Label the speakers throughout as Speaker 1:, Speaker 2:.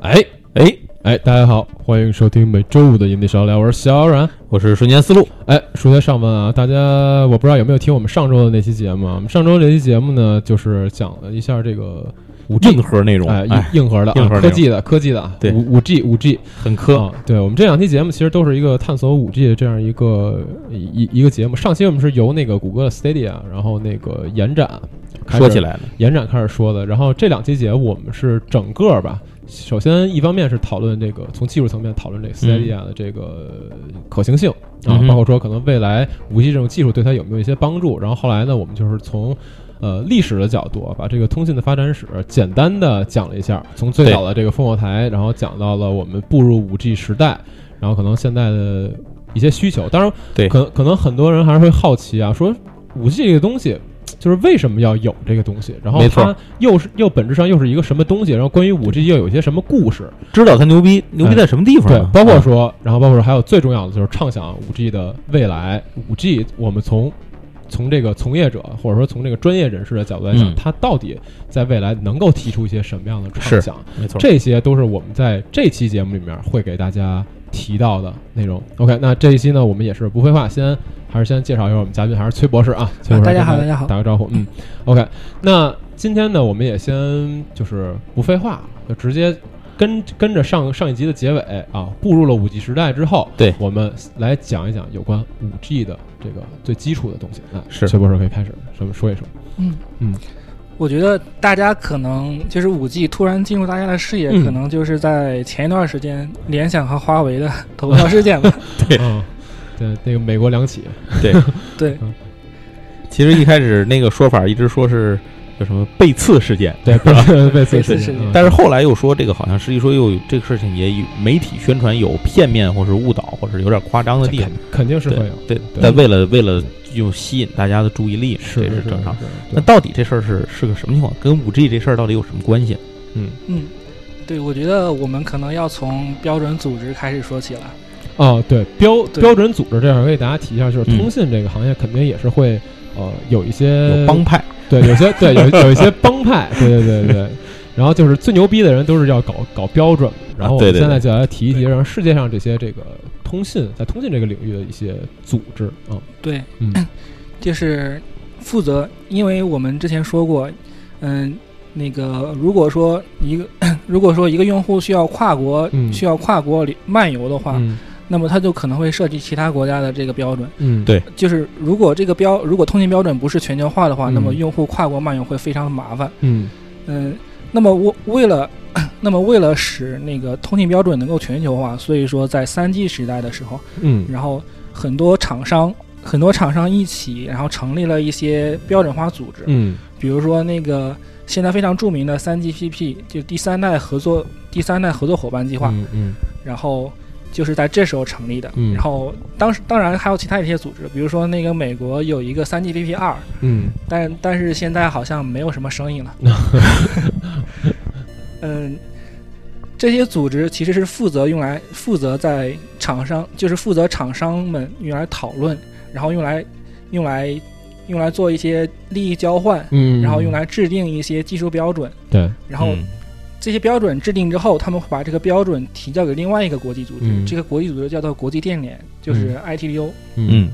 Speaker 1: 哎
Speaker 2: 哎，
Speaker 1: 哎，大家好，欢迎收听每周五的营地少聊，我是小冉。
Speaker 2: 我是瞬间思路，
Speaker 1: 哎，说些上文啊，大家我不知道有没有听我们上周的那期节目啊？我们上周这期节目呢，就是讲了一下这个五 G
Speaker 2: 硬核内容，
Speaker 1: 哎硬
Speaker 2: 哎，
Speaker 1: 硬核的、啊、
Speaker 2: 硬核内容
Speaker 1: 科技的科技的啊，
Speaker 2: 对
Speaker 1: 五五 G 五 G
Speaker 2: 很科，
Speaker 1: 啊，对我们这两期节目其实都是一个探索五 G 这样一个一一个节目。上期我们是由那个谷歌的 Stadia，然后那个延展开始
Speaker 2: 说起来了，
Speaker 1: 延展开始说的，然后这两期节目我们是整个儿吧。首先，一方面是讨论这个从技术层面讨论这个 Stadia 的这个可行性、
Speaker 2: 嗯哼
Speaker 1: 啊，包括说可能未来五 G 这种技术对它有没有一些帮助。然后后来呢，我们就是从呃历史的角度，把这个通信的发展史简单的讲了一下，从最早的这个烽火台，然后讲到了我们步入五 G 时代，然后可能现在的一些需求。当然，
Speaker 2: 对
Speaker 1: 可能可能很多人还是会好奇啊，说五 G 这个东西。就是为什么要有这个东西？然后
Speaker 2: 没错
Speaker 1: 它又是又本质上又是一个什么东西？然后关于五 G 又有一些什么故事？
Speaker 2: 知道它牛逼，牛逼在什么地方
Speaker 1: 哎
Speaker 2: 啊
Speaker 1: 对
Speaker 2: 呢？，
Speaker 1: 包括说，然后包括说，还有最重要的就是畅想五 G 的未来。五 G 我们从从这个从业者或者说从这个专业人士的角度来讲，
Speaker 2: 嗯
Speaker 1: 它到底在未来能够提出一些什么样的畅想？
Speaker 2: 啊没错，
Speaker 1: 这些都是我们在这期节目里面会给大家提到的内容。OK，那这一期呢，我们也是不废话，先还是先介绍一下我们嘉宾，还是崔博士啊。崔博士
Speaker 3: 大家 好
Speaker 1: 跟
Speaker 3: 大家好
Speaker 1: 打个招呼。嗯，OK，那今天呢，我们也先就是不废话，就直接。跟跟着上上一集的结尾啊，步入了五 G 时代之后，
Speaker 2: 对
Speaker 1: 我们来讲一讲有关五 G 的这个最基础的东西。来，
Speaker 2: 是
Speaker 1: 崔博士可以开始，什么说一说？
Speaker 3: 嗯
Speaker 1: 嗯，
Speaker 3: 我觉得大家可能就是五 G 突然进入大家的视野，
Speaker 1: 嗯
Speaker 3: 可能就是在前一段时间联想和华为的投票事件吧。
Speaker 2: 对
Speaker 1: 嗯，对，那个美国两起，
Speaker 3: 对，
Speaker 2: 其实一开始那个说法一直说是叫什么背刺事件，
Speaker 1: 对， 被被刺
Speaker 3: 被刺
Speaker 1: 激
Speaker 3: 事件
Speaker 1: 嗯
Speaker 2: 但是后来又说这个好像实际说又有这个事情也有媒体宣传有片面或是误导或是有点夸张的
Speaker 1: 这
Speaker 2: 地方
Speaker 1: 肯，肯定是会有，
Speaker 2: 对，
Speaker 1: 对
Speaker 2: 但为了为了就吸引大家的注意力嘛，这
Speaker 1: 是
Speaker 2: 正常。。
Speaker 1: 那
Speaker 2: 那到底这事儿是是个什么情况？跟五 G 这事儿到底有什么关系？
Speaker 1: 嗯
Speaker 3: 嗯，对，我觉得我们可能要从标准组织开始说起了。
Speaker 1: 哦，对标
Speaker 3: 对
Speaker 1: 标准组织这样给大家提一下，就是
Speaker 2: 嗯
Speaker 1: 通信这个行业肯定也是会呃有一些
Speaker 2: 有帮派，
Speaker 1: 对有些对有有一些帮派， 对对对对对。然后就是最牛逼的人都是要搞搞标准，然后我
Speaker 2: 对
Speaker 1: 们
Speaker 2: 啊对
Speaker 1: 现在
Speaker 2: 对
Speaker 1: 就来提一提，让世界上这些这个通信在通信这个领域的一些组织啊，
Speaker 3: 对，
Speaker 1: 嗯
Speaker 3: 就是负责，因为我们之前说过，嗯，那个如果说一个 如果说一个用户需要跨国、
Speaker 1: 嗯
Speaker 3: 需要跨国里漫游的话，
Speaker 1: 嗯
Speaker 3: 那么他就可能会涉及其他国家的这个标准。
Speaker 1: 嗯，
Speaker 2: 对
Speaker 3: 就是如果这个标如果通信标准不是全球化的话，
Speaker 1: 嗯
Speaker 3: 那么用户跨国漫游会非常麻烦。
Speaker 1: 嗯
Speaker 3: 嗯，那么我为了 那么为了使那个通信标准能够全球化，所以说在三 G 时代的时候，
Speaker 1: 嗯
Speaker 3: 然后很多厂商很多厂商一起，然后成立了一些标准化组织，
Speaker 1: 嗯
Speaker 3: 比如说那个现在非常著名的三 GPP，就第三代合作第三代合作伙伴计划，
Speaker 1: 嗯嗯
Speaker 3: 然后就是在这时候成立的。
Speaker 1: 嗯
Speaker 3: 然后当时当然还有其他一些组织，比如说那个美国有一个三 GPP 二，
Speaker 1: 嗯
Speaker 3: 但但是现在好像没有什么声音了。嗯，这些组织其实是负责用来负责在厂商，就是负责厂商们用来讨论，然后用来用来用来做一些利益交换，
Speaker 1: 嗯，
Speaker 3: 然后用来制定一些技术标准，
Speaker 1: 对，
Speaker 3: 然后
Speaker 2: 嗯
Speaker 3: 这些标准制定之后，他们会把这个标准提交给另外一个国际组织，
Speaker 1: 嗯
Speaker 3: 这个国际组织叫做国际电联，就是 ITU。
Speaker 2: 嗯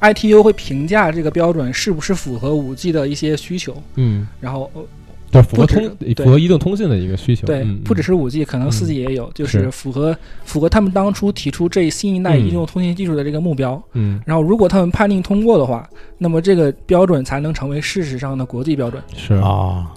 Speaker 3: ITU 会评价这个标准是不是符合 5G 的一些需求，
Speaker 1: 嗯。
Speaker 3: 然后呃
Speaker 1: 就是符合
Speaker 3: 不止
Speaker 1: 通
Speaker 3: 对
Speaker 1: 符合移动通信的一个需求。
Speaker 3: 对，
Speaker 1: 嗯、
Speaker 3: 不只是 5G，可能
Speaker 1: 嗯
Speaker 3: 4G 也有，就是是符合符合他们当初提出这新一代
Speaker 1: 嗯
Speaker 3: 移动通信技术的这个目标。
Speaker 1: 嗯
Speaker 3: 然后如果他们判定通过的话，那么这个标准才能成为事实上的国际标准。
Speaker 1: 是。
Speaker 2: 啊，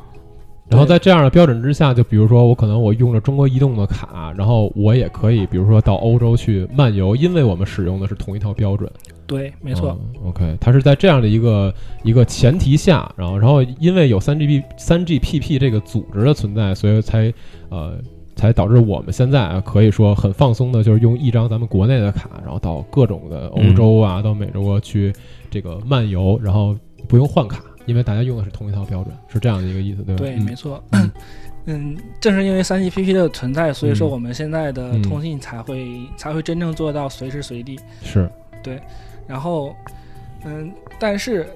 Speaker 1: 然后在这样的标准之下，就比如说我可能我用着中国移动的卡，然后我也可以，比如说到欧洲去漫游，因为我们使用的是同一套标准。
Speaker 3: 对，没错。
Speaker 1: 嗯 OK，它是在这样的一个一个前提下，然后然后因为有三 GB 三 GPP 这个组织的存在，所以才呃才导致我们现在啊，可以说很放松的，就是用一张咱们国内的卡，然后到各种的欧洲
Speaker 3: 嗯
Speaker 1: 啊，到美洲去这个漫游，然后不用换卡，因为大家用的是同一套标准，是这样的一个意思，对吧？
Speaker 3: 对，
Speaker 1: 嗯
Speaker 3: 没错
Speaker 1: 嗯。
Speaker 3: 嗯，正是因为三 GPP 的存在，所以说
Speaker 1: 嗯
Speaker 3: 我们现在的
Speaker 1: 嗯
Speaker 3: 通信才会、才会真正做到随时随地。
Speaker 1: 是，
Speaker 3: 然后，嗯，但是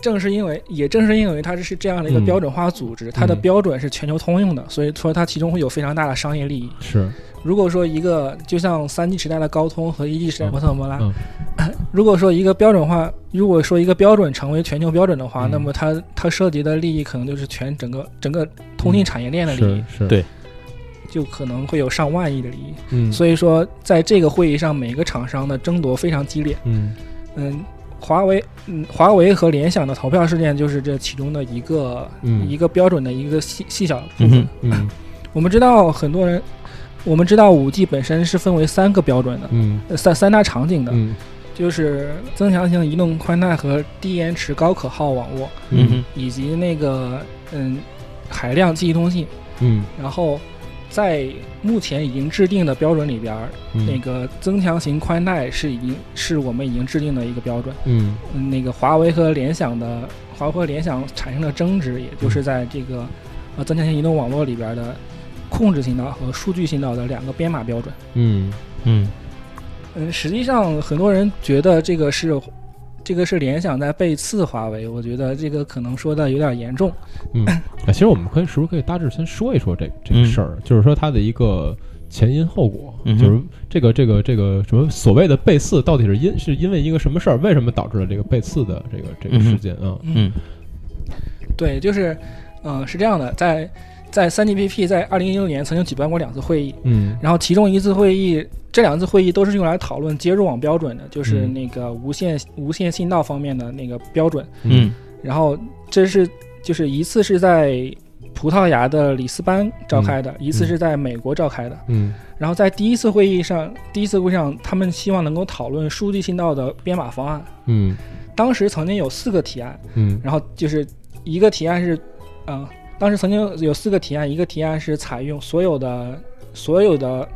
Speaker 3: 正是因为也正是因为它是这样的一个
Speaker 1: 嗯
Speaker 3: 标准化组织，它的
Speaker 1: 嗯
Speaker 3: 标准是全球通用的，所以说它其中会有非常大的商业利益。
Speaker 1: 是，
Speaker 3: 如果说一个就像三 G 时代的高通和一 G 时代的摩托罗拉
Speaker 1: 嗯，
Speaker 3: 如果说一个标准化，如果说一个标准成为全球标准的话，
Speaker 1: 嗯
Speaker 3: 那么它它涉及的利益可能就是全整个整个通信产业链的利益
Speaker 1: 是，，嗯是，
Speaker 2: 对
Speaker 3: 就可能会有上万亿的利益。
Speaker 1: 嗯，
Speaker 3: 所以说，在这个会议上，每个厂商的争夺非常激烈。
Speaker 1: 嗯，
Speaker 3: 嗯，华为，嗯，华为和联想的投票事件就是这其中的一个、
Speaker 1: 嗯
Speaker 3: 一个标准的一个细细小部
Speaker 2: 嗯
Speaker 3: 分。
Speaker 2: 哼，
Speaker 1: 嗯，
Speaker 3: 我们知道很多人，我们知道五 G 本身是分为三个标准的，
Speaker 1: 嗯，
Speaker 3: 呃三三大场景的，
Speaker 1: 嗯，
Speaker 3: 就是增强型移动宽带和低延迟高可靠网络，
Speaker 2: 嗯
Speaker 1: 嗯，
Speaker 2: 哼，
Speaker 3: 以及那个嗯海量记忆通信。
Speaker 1: 嗯，
Speaker 3: 然后在目前已经制定的标准里边儿，那
Speaker 1: 嗯，
Speaker 3: 个增强型宽带是已经是我们已经制定的一个标准。
Speaker 1: 嗯，
Speaker 3: 嗯，那个华为和联想的华为和联想产生的争执，也
Speaker 1: 嗯
Speaker 3: 就是在这个呃增强型移动网络里边的控制信道和数据信道的两个编码标准。
Speaker 1: 嗯，
Speaker 2: 嗯
Speaker 3: 嗯，实际上很多人觉得这个是这个是联想在背刺华为，我觉得这个可能说的有点严重。
Speaker 1: 啊，其实我们可以是不是可以大致先说一说这这个
Speaker 2: 嗯
Speaker 1: 事儿，就是说它的一个前因后果，
Speaker 2: 嗯哼
Speaker 1: 就是这个这个这个什么所谓的背刺，到底是因是因为一个什么事儿，为什么导致了这个背刺的这个这个
Speaker 2: 嗯哼
Speaker 1: 事件啊？
Speaker 2: 嗯
Speaker 3: 对，就是嗯、呃是这样的，在在三 GPP 在二零一六年曾经举办过两次会议，
Speaker 1: 嗯
Speaker 3: 然后其中一次会议，这两次会议都是用来讨论接入网标准的，就是
Speaker 1: 嗯
Speaker 3: 那个无线无线信道方面的那个标准。
Speaker 2: 嗯
Speaker 3: 然后这是就是一次是在葡萄牙的里斯班召开的，一次是在美国召开的。
Speaker 1: 嗯
Speaker 3: 然后在第一次会议上，第一次会议上，他们希望能够讨论数据信道的编码方案。
Speaker 1: 嗯
Speaker 3: 当时曾经有四个提案，
Speaker 1: 嗯
Speaker 3: 然后就是一个提案是，嗯、当时曾经有四个提案，一个提案是采用所有的所有的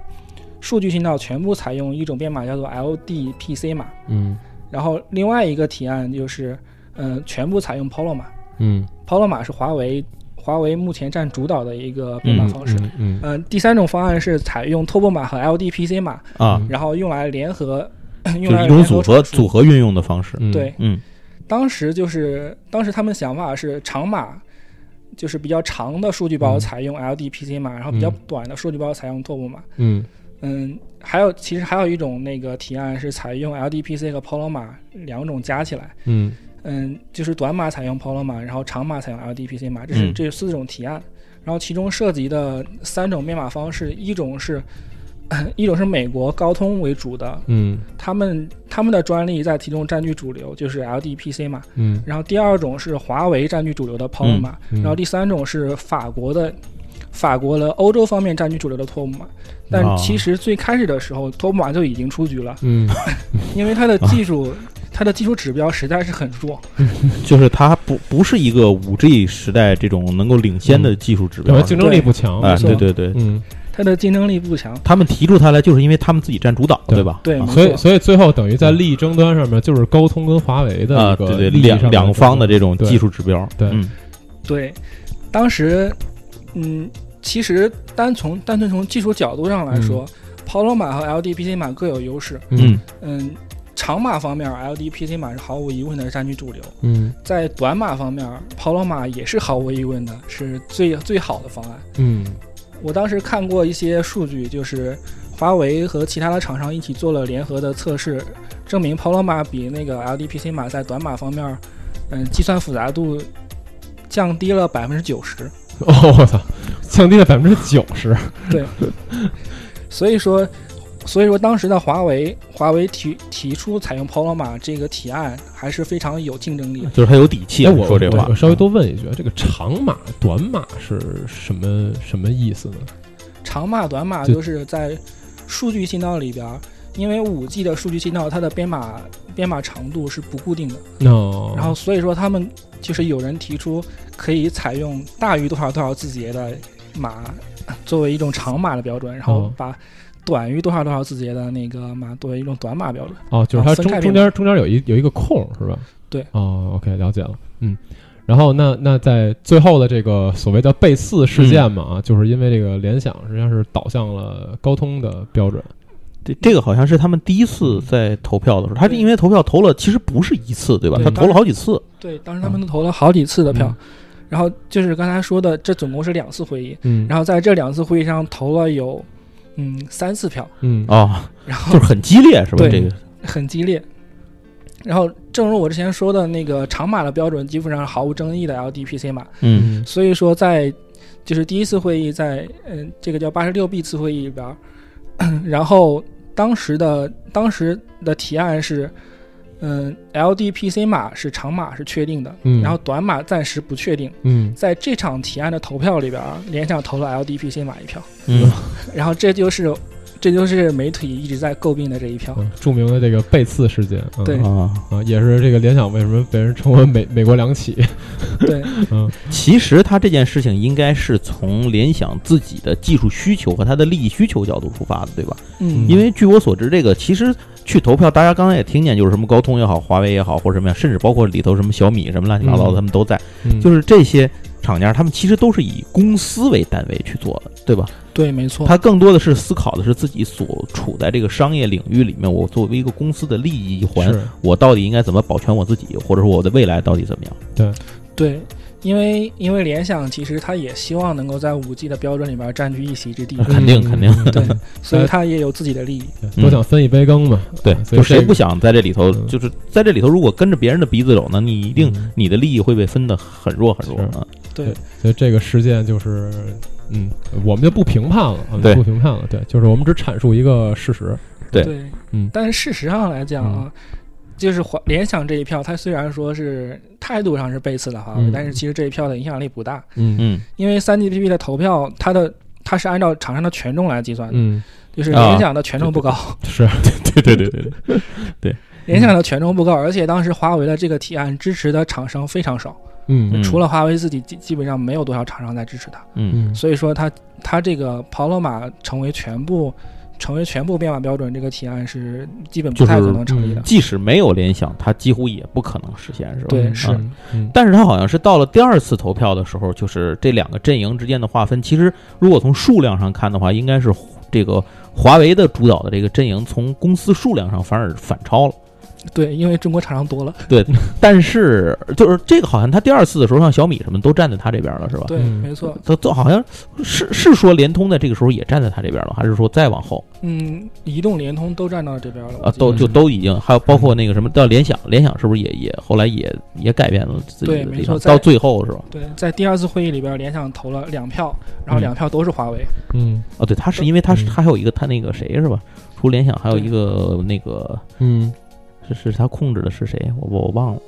Speaker 3: 数据信道全部采用一种编码叫做 LDPC 码，
Speaker 1: 嗯
Speaker 3: 然后另外一个提案就是，嗯、全部采用 Polo 码
Speaker 1: 嗯，
Speaker 3: ，Polo 码是华为华为目前占主导的一个编码方式。嗯
Speaker 1: 嗯嗯
Speaker 3: 第三种方案是采用 Turbo 码和 LDPC 码，
Speaker 1: 嗯
Speaker 2: 啊，
Speaker 3: 然后用来联合，
Speaker 2: 就
Speaker 3: 用
Speaker 2: 是
Speaker 3: 来
Speaker 2: 一种
Speaker 3: 联合
Speaker 2: 组合
Speaker 3: 传输
Speaker 2: 组合运用的方式。
Speaker 1: 嗯，
Speaker 3: 对，
Speaker 2: 嗯
Speaker 3: 当时就是当时他们想法是长码，就是比较长的数据包
Speaker 1: 嗯
Speaker 3: 采用 LDPC 码，然后比较
Speaker 1: 嗯
Speaker 3: 短的数据包采用 Turbo 码。
Speaker 1: 嗯
Speaker 3: 嗯，还有其实还有一种那个提案是采用 LDPC 和 Polo 码两种加起来，
Speaker 1: 嗯
Speaker 3: 嗯，就是短码采用 Polo 码，然后长码采用 LDPC 码，这是
Speaker 2: 嗯
Speaker 3: 这四种提案。然后其中涉及的三种编码方式，一种是 一种是美国高通为主的，
Speaker 1: 嗯
Speaker 3: 他们他们的专利在其中占据主流，就是 LDPC 码。
Speaker 1: 嗯，
Speaker 3: 然后第二种是华为占据主流的 Polo 码，
Speaker 1: 嗯
Speaker 3: 然后第三种是法国的法国的欧洲方面占据主流的托姆码。但
Speaker 2: 哦
Speaker 3: 其实最开始的时候，托姆码就已经出局了，
Speaker 1: 嗯
Speaker 3: 因为它的技术、它的技术指标实在是很弱。
Speaker 2: 就是它不不是一个五 G 时代这种能够领先的技术指
Speaker 1: 感
Speaker 2: 标
Speaker 1: 觉。嗯竞争力不强，
Speaker 2: 哎，
Speaker 3: 没错
Speaker 2: 对对对，
Speaker 1: 嗯，
Speaker 3: 它的竞争力不强。
Speaker 2: 他们提出它来，就是因为他们自己占主导，
Speaker 1: 对
Speaker 2: 对吧？
Speaker 3: 对
Speaker 2: 啊
Speaker 3: 没
Speaker 1: 所以
Speaker 3: 错
Speaker 1: 所以最后等于在利益争端上面，就是高通跟华为的
Speaker 2: 嗯啊，
Speaker 1: 一个
Speaker 2: 对对，
Speaker 1: 利益上
Speaker 2: 两
Speaker 1: 的
Speaker 2: 两方的
Speaker 1: 这
Speaker 2: 这种技术指标，
Speaker 1: 对
Speaker 2: 嗯
Speaker 3: 对，当时，嗯，其实单从单纯从技术角度上来说、p o l o 码和 LDPC 码各有优势。
Speaker 1: 嗯
Speaker 2: 嗯
Speaker 3: 嗯，长码方面，LDPC 码是毫无疑问的占据主流。
Speaker 1: 嗯
Speaker 3: 在短码方面，Polo 码也是毫无疑问的是最最好的方案。
Speaker 1: 嗯
Speaker 3: 我当时看过一些数据，就是华为和其他的厂商一起做了联合的测试，证明 Polo 码比那个 LDPC 码在短码方面，嗯，计算复杂度降低了百分之九十。
Speaker 1: 哦，我操，降低了百分之九十。
Speaker 3: 所以说，所以说当时的华为，华为提提出采用 Polo 码这个提案还是非常有竞争力的。
Speaker 2: 嗯就是他有底气
Speaker 1: 哎，我
Speaker 2: 说这话
Speaker 1: 我。我稍微多问一句，这个长码、短码是什么什么意思呢？
Speaker 3: 长码、短码
Speaker 1: 就
Speaker 3: 都是在数据信道里边儿，因为五 G 的数据信道它的编码编码长度是不固定的，
Speaker 2: 嗯
Speaker 1: 那、
Speaker 3: 然后所以说他们就是有人提出可以采用大于多少多少字节的码作为一种长码的标准，然后把短于多少多少字节的那个码作为一种短码标准。
Speaker 1: 哦，就是它
Speaker 3: 啊
Speaker 1: 中
Speaker 3: 分开
Speaker 1: 中
Speaker 3: 变
Speaker 1: 间中间有一有一个空是吧？
Speaker 3: 对。
Speaker 1: 哦，OK，了解了，嗯。然后那那在最后的这个所谓的背刺
Speaker 2: 嗯
Speaker 1: 事件嘛，啊，就是因为这个联想实际上是导向了高通的标准，
Speaker 2: 这这个好像是他们第一次在投票的时候，他是因为投票投了，其实不是一次，对吧？
Speaker 3: 对
Speaker 2: 他投了好几次，
Speaker 3: 对，当时他们都投了好几次的票，啊嗯然后就是刚才说的，这总共是两次会议，
Speaker 1: 嗯，
Speaker 3: 然后在这两次会议上投了有嗯三次票，
Speaker 1: 嗯
Speaker 2: 啊，
Speaker 3: 然
Speaker 2: 就
Speaker 3: 后
Speaker 2: 是很激烈，是吧？
Speaker 3: 对
Speaker 2: 这个
Speaker 3: 很激烈。然后，正如我之前说的，那个长码的标准基本上是毫无争议的 LDPC 码，
Speaker 2: 嗯
Speaker 1: 嗯
Speaker 3: 所以说在就是第一次会议在嗯这个叫八十六 B 次会议里边儿，然后当时的当时的提案是，嗯 LDPC 码是长码是确定的，
Speaker 1: 嗯
Speaker 3: 然后短码暂时不确定。
Speaker 1: 嗯
Speaker 3: 在这场提案的投票里边儿，联想投了 LDPC 码一票，
Speaker 2: 嗯，
Speaker 3: 然后这就是这就是媒体一直在诟病的这一票。
Speaker 1: 嗯著名的这个背刺事件，嗯、
Speaker 3: 对
Speaker 2: 啊，
Speaker 1: 啊，也是这个联想为什么被人称为美美国两起，
Speaker 3: 对，
Speaker 2: 其实他这件事情应该是从联想自己的技术需求和他的利益需求角度出发的，对吧？
Speaker 3: 嗯，
Speaker 2: 因为据我所知，这个其实去投票，大家刚才也听见，就是什么高通也好，华为也好，或者什么呀，甚至包括里头什么小米什么乱七八糟
Speaker 1: 嗯
Speaker 2: 的，他们都在。
Speaker 1: 嗯、
Speaker 2: 就是这些厂家，他们其实都是以公司为单位去做的，对吧？
Speaker 3: 对，没错，
Speaker 2: 他更多的是思考的是自己所处在这个商业领域里面，我作为一个公司的利益一环，
Speaker 1: 是
Speaker 2: 我到底应该怎么保全我自己，或者说我的未来到底怎么样？
Speaker 3: 对，因为因为联想其实它也希望能够在五 G 的标准里边占据一席之地，
Speaker 2: 肯定肯定
Speaker 1: 嗯
Speaker 3: 对
Speaker 1: 嗯
Speaker 3: 所以它也有自己的利益。
Speaker 1: 嗯都想分一杯羹嘛，嗯
Speaker 2: 对，
Speaker 1: 所以
Speaker 2: 就谁
Speaker 1: 这个
Speaker 2: 不想在这里头，
Speaker 1: 嗯
Speaker 2: 就是在这里头，如果跟着别人的鼻子走呢，你一定
Speaker 1: 嗯
Speaker 2: 你的利益会被分得很弱很弱
Speaker 1: 是
Speaker 2: 啊。
Speaker 3: 对，
Speaker 1: 所以这个事件就是，嗯，我们就不评判了，我们
Speaker 2: 对
Speaker 1: 不评判了，对，就是我们只阐述一个事实，
Speaker 2: 对嗯
Speaker 1: 嗯
Speaker 3: 但是事实上来讲啊，就是华联想这一票，它虽然说是态度上是背刺了华为，
Speaker 1: 嗯
Speaker 3: 但是其实这一票的影响力不大，
Speaker 1: 嗯
Speaker 2: 嗯，
Speaker 3: 因为三 GPP 的投票，它的它是按照厂商的权重来计算的，
Speaker 1: 嗯，
Speaker 3: 就是
Speaker 2: 啊
Speaker 3: 联想的权重不高，
Speaker 1: 是，
Speaker 2: 对对对对对，
Speaker 3: 联想的权重不高，而且当时华为的这个提案支持的厂商非常少，
Speaker 1: 嗯
Speaker 2: 嗯
Speaker 3: 除了华为自己，基基本上没有多少厂商在支持它。
Speaker 2: 嗯
Speaker 1: 嗯
Speaker 3: 所以说它它这个跑罗马成为全部成为全部编码标准这个提案是基本不太可能成立的。
Speaker 2: 即使没有联想，它几乎也不可能实现，是吧？啊
Speaker 3: 对
Speaker 1: 嗯
Speaker 3: 是
Speaker 1: 嗯嗯
Speaker 2: 但是它好像是到了第二次投票的时候，就是这两个阵营之间的划分，其实如果从数量上看的话，应该是这个华为的主导的这个阵营从公司数量上反而反超了。
Speaker 3: 对，因为中国厂商多了。
Speaker 2: 啊但是就是这个好像他第二次的时候，像小米什么都站在他这边了，是吧？
Speaker 3: 对，
Speaker 1: 嗯
Speaker 3: 没错。
Speaker 2: 都都好像是是说联通在这个时候也站在他这边了，还是说再往后
Speaker 3: 嗯，移动、联通都站到了这边了。
Speaker 2: 啊
Speaker 3: 我？记得
Speaker 2: 都就都已经还有包括那个什么到联想，联想是不是也也后来也也改变了自己
Speaker 3: 对
Speaker 2: 的
Speaker 3: 没
Speaker 2: 立场？
Speaker 3: 错在
Speaker 2: 到最后是吧？
Speaker 3: 对，在第二次会议里边，联想投了两票，然后两票都是华为。
Speaker 1: 嗯
Speaker 2: 哦，对，他是因为他
Speaker 1: 嗯
Speaker 2: 是他还有一个他那个谁是吧？除联想还有一个那个
Speaker 1: 嗯，
Speaker 2: 是是他控制的是谁？我我我忘了。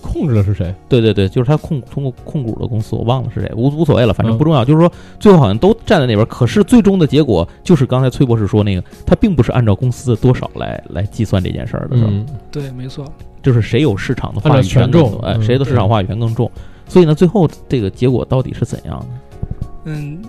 Speaker 1: 控制的是谁？
Speaker 2: 对对对，就是他控通过控股的公司，我忘了是谁，无无所谓了，反正
Speaker 1: 嗯
Speaker 2: 不重要。就是说，最后好像都站在那边，可是最终的结果就是刚才崔博士说那个，他并不是按照公司的多少来来计算这件事儿的，是吧？
Speaker 1: 嗯，
Speaker 3: 对，没错。
Speaker 2: 就是谁有市场的话语权
Speaker 1: 按照
Speaker 2: 更
Speaker 1: 权
Speaker 2: 多
Speaker 1: 重，
Speaker 2: 哎，
Speaker 1: 嗯
Speaker 2: 谁的市场话语权更重。所以呢，最后这个结果到底是怎样的？
Speaker 3: 嗯。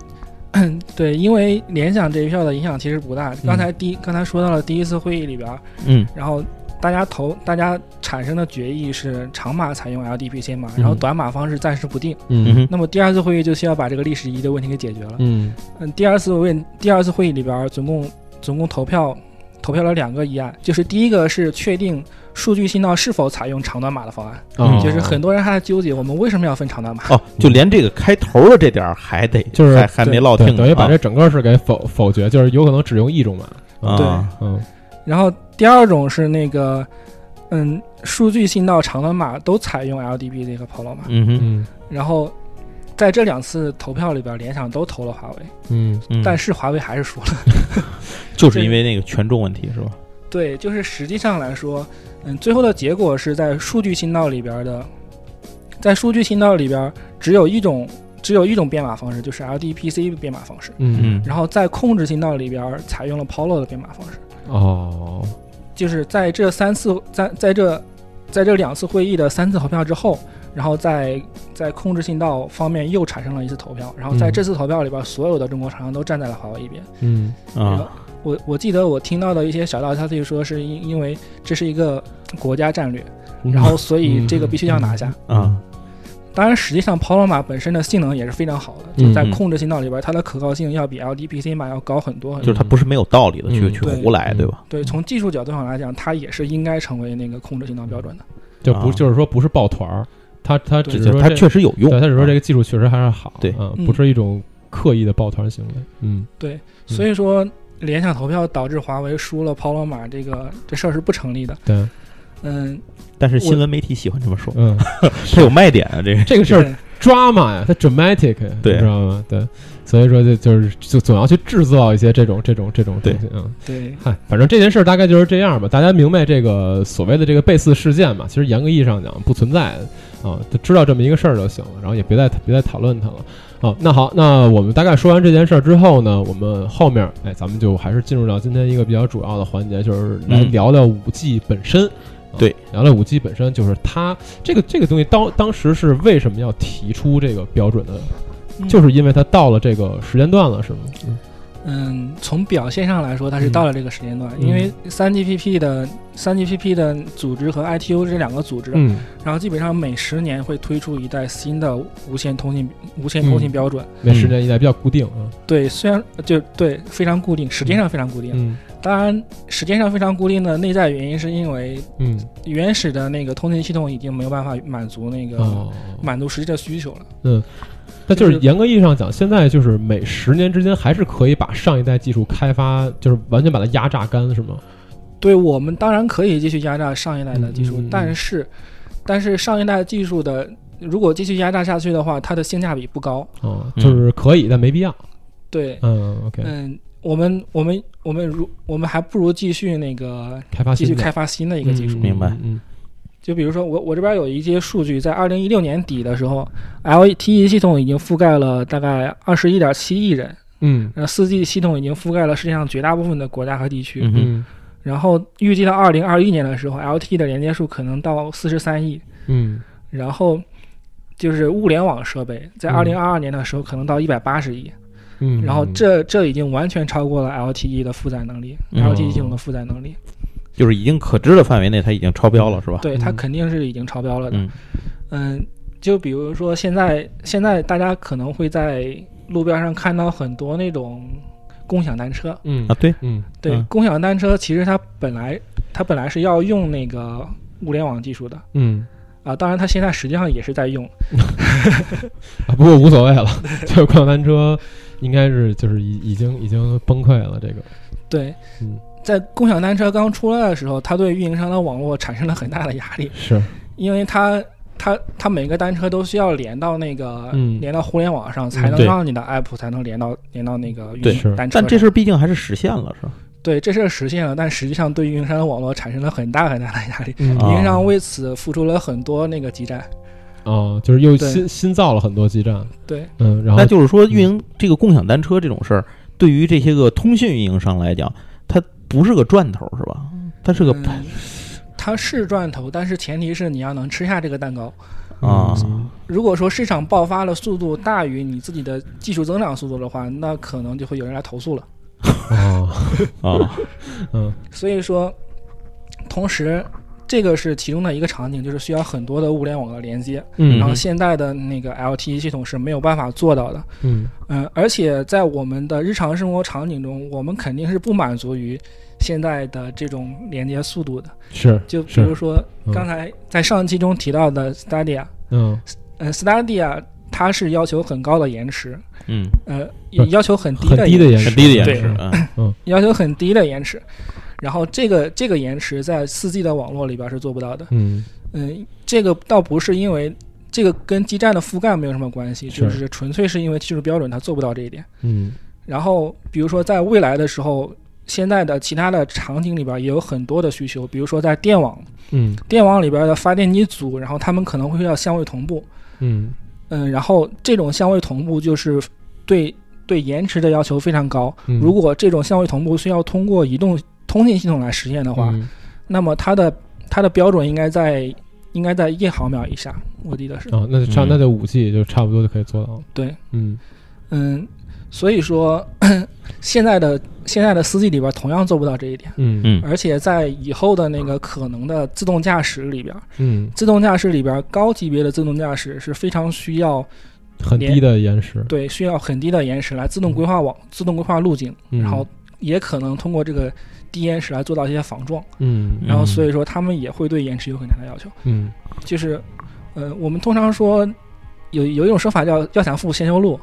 Speaker 3: 对，因为联想这一票的影响其实不大。刚才第一刚才说到了第一次会议里边，
Speaker 2: 嗯
Speaker 3: 然后大家投大家产生的决议是长码采用 LDPC 码，然后
Speaker 2: 嗯
Speaker 3: 短码方式暂时不定。
Speaker 2: 嗯
Speaker 1: 嗯
Speaker 2: 哼
Speaker 3: 那么第二次会议就需要把这个历史遗的问题给解决了。
Speaker 1: 嗯
Speaker 3: 嗯，第二次问第二次会议里边儿总共总共投票投票了两个议案，就是第一个是确定数据信道是否采用长短码的方案，
Speaker 1: 啊，
Speaker 3: 就是很多人还在纠结我们为什么要分长短码。
Speaker 2: 哦，就连这个开头的这点儿还得
Speaker 1: 就是
Speaker 2: 还还没落
Speaker 1: 对
Speaker 2: 听呢，
Speaker 1: 等于把
Speaker 2: 啊
Speaker 1: 这整个是给否否决，就是有可能只用一种码，
Speaker 2: 啊
Speaker 1: 嗯
Speaker 3: 然后第二种是那个嗯数据信道长短码都采用 LDB 这个 Polo 码，
Speaker 2: 嗯哼
Speaker 1: 嗯
Speaker 3: 然后。在这两次投票里边儿，联想都投了华为，
Speaker 1: 嗯
Speaker 2: 嗯，
Speaker 3: 但是华为还是输了。
Speaker 2: 就是因为那个权重问题是吧？
Speaker 3: 对，就是实际上来说，嗯，最后的结果是在数据信道里边的，在数据信道里边只有一种只有一种编码方式，就是 LDPC 编码方式。
Speaker 1: 嗯
Speaker 2: 嗯
Speaker 3: 然后在控制信道里边采用了 Polo 的编码方式，
Speaker 1: 哦，
Speaker 3: 就是在这三次在在这在这两次会议的三次投票之后，然后在在控制信道方面又产生了一次投票，然后在
Speaker 1: 嗯
Speaker 3: 这次投票里边，所有的中国厂商都站在了华为一边。
Speaker 1: 嗯
Speaker 3: 然后
Speaker 2: 啊，
Speaker 3: 我我记得我听到的一些小道消息说，是因因为这是一个国家战略，
Speaker 1: 嗯
Speaker 3: 然后所以这个必须要拿下。
Speaker 2: 啊，
Speaker 3: 当然，实际上 Paloma 本身的性能也是非常好的，就
Speaker 1: 嗯
Speaker 3: 在
Speaker 2: 嗯
Speaker 3: 控制信道里边，它的可靠性要比 LDPC 码要高很多很
Speaker 2: 就是它
Speaker 3: 多。
Speaker 2: 不是没有道理的去
Speaker 1: 嗯
Speaker 2: 去胡来，
Speaker 1: 对
Speaker 2: 对吧？
Speaker 3: 对，从技术角度上来讲，它也是应该成为那个控制信道标准的。
Speaker 1: 就不
Speaker 2: 啊
Speaker 1: 就是说不是抱团儿，他他
Speaker 3: 对
Speaker 1: 只嗯是
Speaker 2: 就
Speaker 1: 说
Speaker 2: 它
Speaker 1: 这
Speaker 2: 确实有用，啊
Speaker 1: 对，他只是说这个
Speaker 2: 个
Speaker 1: 技术确实还是好，
Speaker 2: 对
Speaker 1: 嗯，
Speaker 3: 嗯
Speaker 1: 不是一种刻意的抱团行为，嗯
Speaker 3: 对，
Speaker 1: 嗯
Speaker 3: 所以说联想投票导致华为输了 Paloma 这个这事儿是不成立的。
Speaker 1: 对，
Speaker 3: 嗯，
Speaker 2: 但是新闻媒体喜欢这么说，
Speaker 1: 嗯，
Speaker 2: 它有卖点啊，这个
Speaker 1: 这个事儿
Speaker 3: 对
Speaker 1: drama 呀，它 dramatic，
Speaker 2: 对
Speaker 1: 你知道吗？对，所以说就就是就总要去制造一些这种这种这种
Speaker 2: 对
Speaker 1: 东西，嗯，
Speaker 3: 对
Speaker 1: 嗨， 反正这件事儿大概就是这样吧，大家明白这个所谓的这个贝四事件嘛，其实严格意义上讲不存在啊，就知道这么一个事儿就行了，然后也别再别再讨论它了。好，那好，那我们大概说完这件事儿之后呢，我们后面哎，咱们就还是进入到今天一个比较主要的环节，就是来
Speaker 2: 嗯
Speaker 1: 聊聊五 G 本身。啊
Speaker 2: 对，
Speaker 1: 聊聊五 G 本身，就是它这个这个东西当当时是为什么要提出这个标准的，
Speaker 3: 嗯
Speaker 1: 就是因为它到了这个时间段了，是吗？嗯
Speaker 3: 嗯，从表现上来说，它是
Speaker 1: 嗯
Speaker 3: 到了这个时间段，
Speaker 1: 嗯
Speaker 3: 因为三 GPP 的三 GPP 的组织和 ITU 这两个组织，啊
Speaker 1: 嗯，
Speaker 3: 然后基本上每十年会推出一代新的无线通信无线通信
Speaker 1: 嗯
Speaker 3: 标准。
Speaker 1: 那时间一代比较固定啊，
Speaker 3: 对，虽然就对非常固定，时间上非常固定。
Speaker 1: 嗯
Speaker 3: 当然，时间上非常固定的内在原因是因为
Speaker 1: 嗯，
Speaker 3: 原始的那个通信系统已经没有办法满足那个、嗯
Speaker 1: 哦，
Speaker 3: 满足实际的需求了。
Speaker 1: 那就
Speaker 3: 就是是
Speaker 1: 严格意义上讲，现在就是每十年之间还是可以把上一代技术开发，就是完全把它压榨干，是吗？
Speaker 3: 对我们当然可以继续压榨上一代的技术，
Speaker 1: 嗯嗯嗯
Speaker 3: 但是但是上一代技术的如果继续压榨下去的话，它的性价比不高。
Speaker 1: 哦，
Speaker 2: 嗯
Speaker 1: 就是可以，但没必要。
Speaker 3: 对，
Speaker 1: 嗯，OK，
Speaker 3: 嗯，我们我们我们如我们还不如继续那个
Speaker 1: 开发
Speaker 3: 继
Speaker 1: 新
Speaker 3: 续
Speaker 1: 的
Speaker 3: 开发新的一个技术。
Speaker 1: 嗯
Speaker 2: 明白
Speaker 1: 嗯
Speaker 3: 就比如说我我这边有一些数据，在二零一六年底的时候，LTE 系统已经覆盖了大概二十一点七亿人，
Speaker 1: 嗯
Speaker 3: 然后四 G 系统已经覆盖了世界上绝大部分的国家和地区。
Speaker 2: 嗯哼
Speaker 1: 嗯
Speaker 3: 然后预计到二零二一年的时候，LTE 的连接数可能到四十三亿，
Speaker 1: 嗯
Speaker 3: 然后就是物联网设备在
Speaker 1: 嗯
Speaker 3: 二零二二年的时候可能到一百八十亿，
Speaker 1: 嗯，
Speaker 3: 然后
Speaker 1: 嗯
Speaker 3: 这这已经完全超过了 LTE 的负载能力、
Speaker 2: 嗯
Speaker 3: l t e 系统的负载能力，
Speaker 2: 就是已经可知的范围内，它已经超标了，是吧？
Speaker 3: 对它
Speaker 1: 嗯
Speaker 3: 肯定是已经超标了的。
Speaker 2: 嗯
Speaker 3: 嗯，就比如说现在现在大家可能会在路边上看到很多那种共享单车，
Speaker 1: 嗯
Speaker 2: 啊，对，
Speaker 1: 嗯
Speaker 3: 对，
Speaker 2: 嗯
Speaker 3: 共享单车其实它本来它本来是要用那个物联网技术的。
Speaker 1: 嗯，
Speaker 3: 啊，当然它现在实际上也是在用，
Speaker 1: 啊不过无所谓了， 就是共享单车应该是就是已已经已经崩溃了，这个
Speaker 3: 对，
Speaker 1: 嗯
Speaker 3: 在共享单车刚出来的时候，它对运营商的网络产生了很大的压力，
Speaker 1: 是
Speaker 3: 因为它它它每个单车都需要连到那个、
Speaker 1: 嗯
Speaker 3: 连到互联网上，才
Speaker 1: 嗯
Speaker 3: 能
Speaker 2: 对
Speaker 3: 让你的 app 才能连到连到那个
Speaker 2: 对
Speaker 3: 运
Speaker 1: 是
Speaker 3: 营单车上。
Speaker 2: 但这事儿毕竟还是实现了，是吧？
Speaker 3: 对这事儿实现了，但实际上对运营商的网络产生了很大很大的压力，
Speaker 1: 嗯
Speaker 2: 啊
Speaker 3: 运营商为此付出了很多那个基站。
Speaker 1: 啊，就是又
Speaker 3: 对
Speaker 1: 新新造了很多基站，
Speaker 3: 对，
Speaker 1: 嗯，然后
Speaker 2: 那就是说，运营这个共享单车这种事儿，对于这些个通信运营商来讲，它不是个赚头，是吧？它是个
Speaker 3: 嗯它是赚头，但是前提是你要能吃下这个蛋糕。
Speaker 2: 啊
Speaker 1: 嗯
Speaker 3: 如果说市场爆发的速度大于你自己的技术增长速度的话，那可能就会有人来投诉了。
Speaker 2: 嗯
Speaker 1: 啊
Speaker 2: 啊，
Speaker 1: 嗯
Speaker 3: 所以说，同时这个是其中的一个场景，就是需要很多的物联网的连接，
Speaker 1: 嗯，
Speaker 3: 然后现在的那个 LTE 系统是没有办法做到的。
Speaker 1: 嗯。
Speaker 3: 嗯，而且在我们的日常生活场景中，我们肯定是不满足于现在的这种连接速度的。
Speaker 1: 是，
Speaker 3: 就比如说
Speaker 1: 嗯
Speaker 3: 刚才在上期中提到的 Stadia，
Speaker 1: 嗯，
Speaker 3: 嗯，Stadia 它是要求很高的延迟，
Speaker 2: 嗯，
Speaker 3: 呃，
Speaker 1: 不
Speaker 3: 也
Speaker 1: 是
Speaker 3: 要求很低
Speaker 1: 很低的
Speaker 3: 延
Speaker 1: 延迟，
Speaker 3: 迟，
Speaker 2: 很低的
Speaker 3: 对
Speaker 2: 延迟，嗯
Speaker 3: 要求很低的延迟。然后这个这个延迟在4 G 的网络里边是做不到的。
Speaker 1: 嗯
Speaker 3: 嗯，这个倒不是因为这个跟基站的覆盖没有什么关系，
Speaker 1: 是
Speaker 3: 就是纯粹是因为技术标准它做不到这一点。
Speaker 1: 嗯
Speaker 3: 然后比如说在未来的时候，现在的其他的场景里边也有很多的需求，比如说在电网
Speaker 1: 嗯
Speaker 3: 电网里边的发电机组，然后他们可能会要相位同步。
Speaker 1: 嗯
Speaker 3: 嗯，然后这种相位同步就是对对延迟的要求非常高。
Speaker 1: 嗯，
Speaker 3: 如果这种相位同步需要通过移动通信系统来实现的话，
Speaker 1: 嗯
Speaker 3: 那么它的它的标准应该在应该在一毫秒以下，我记得是。
Speaker 1: 啊，那就差
Speaker 2: 嗯
Speaker 1: 那就五 G 就差不多就可以做到了。
Speaker 3: 对，
Speaker 1: 嗯，
Speaker 3: 嗯，所以说 现在的现在的司机里边同样做不到这一点，
Speaker 1: 嗯
Speaker 2: 嗯
Speaker 3: 而且在以后的那个可能的自动驾驶里边，
Speaker 1: 嗯，
Speaker 3: 自动驾驶里边高级别的自动驾驶是非常需要
Speaker 1: 很低的延时，
Speaker 3: 对需要很低的延时来自动规划网、自动规划路径，
Speaker 1: 嗯
Speaker 3: 然后也可能通过这个低延时来做到一些防撞，
Speaker 1: 嗯
Speaker 3: 然后
Speaker 2: 嗯
Speaker 3: 所以说他们也会对延迟有很强的要求。
Speaker 1: 嗯
Speaker 3: 就是，呃，我们通常说有有一种说法叫要想富先修路，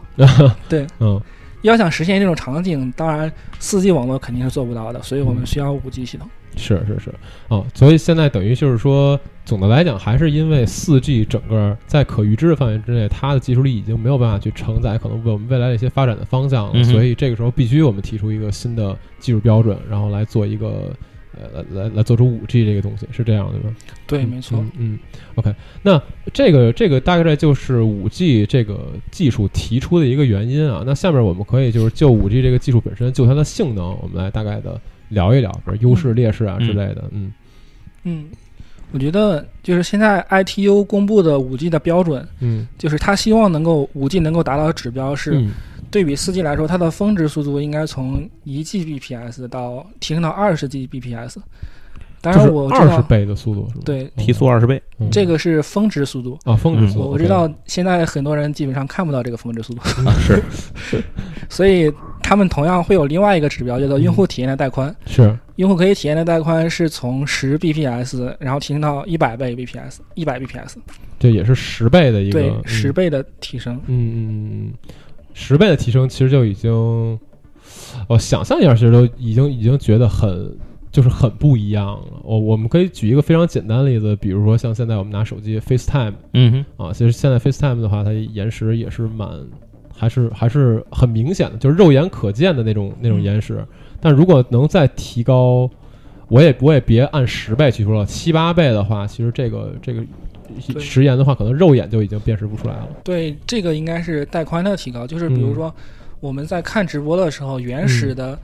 Speaker 3: 对，
Speaker 1: 嗯
Speaker 3: 要想实现这种场景，当然四 G 网络肯定是做不到的，所以我
Speaker 1: 嗯
Speaker 3: 们需要五 G 系统。
Speaker 1: 是是是哦，所以现在等于就是说，总的来讲还是因为四 G 整个在可预知的范围之内，它的技术力已经没有办法去承载可能我们未来的一些发展的方向了，
Speaker 2: 嗯哼
Speaker 1: 所以这个时候必须我们提出一个新的技术标准，然后来做一个。呃，来来来做出五 G 这个东西是这样的吗？
Speaker 3: 对，
Speaker 1: 嗯
Speaker 3: 没错。
Speaker 1: 嗯嗯，OK，那这个这个大概就是五 G 这个技术提出的一个原因啊。那下面我们可以就是就五 G 这个技术本身，就它的性能，我们来大概的聊一聊，比如优势、劣势啊之类的。嗯
Speaker 3: 嗯，我觉得就是现在 ITU 公布的五 G 的标准，
Speaker 1: 嗯
Speaker 3: 就是它希望能够五 G 能够达到的指标是，
Speaker 1: 嗯
Speaker 3: 对比四 G 来说，它的峰值速度应该从一 Gbps 到提升到二十 Gbps。当然，我知
Speaker 1: 二十
Speaker 3: 道，
Speaker 1: 倍的速度是吧？
Speaker 3: 对
Speaker 1: 嗯，
Speaker 2: 提速二十倍，
Speaker 1: 嗯
Speaker 3: 这个是峰值速度。
Speaker 1: 啊，峰值
Speaker 2: 嗯
Speaker 1: 速
Speaker 3: 我
Speaker 1: 度，
Speaker 3: 我知道现在很多人基本上看不到这个峰值速度，
Speaker 2: 啊是，
Speaker 3: 所以他们同样会有另外一个指标，叫做用户体验的带宽。
Speaker 1: 是
Speaker 3: 用户可以体验的带宽是从十 bps，然后提升到一百倍 bps，一百 bps，
Speaker 1: 这也是十倍的一个
Speaker 3: 对，
Speaker 1: 嗯
Speaker 3: 十倍的提升。
Speaker 1: 嗯嗯嗯，十倍的提升其实就已经，我、想象一下，其实都已经已经觉得很就是很不一样了。我我们可以举一个非常简单的例子，比如说像现在我们拿手机 FaceTime
Speaker 2: 嗯哼，
Speaker 1: 啊，其实现在 FaceTime 的话，它延时也是蛮，还是还是很明显的，就是肉眼可见的那种那种延时。但如果能再提高，我也我也别按十倍去说了，七八倍的话，其实这个这个
Speaker 3: 对
Speaker 1: 时延的话，可能肉眼就已经辨识不出来了。
Speaker 3: 对，这个应该是带宽的提高，就是比如说我们在看直播的时候，原始的、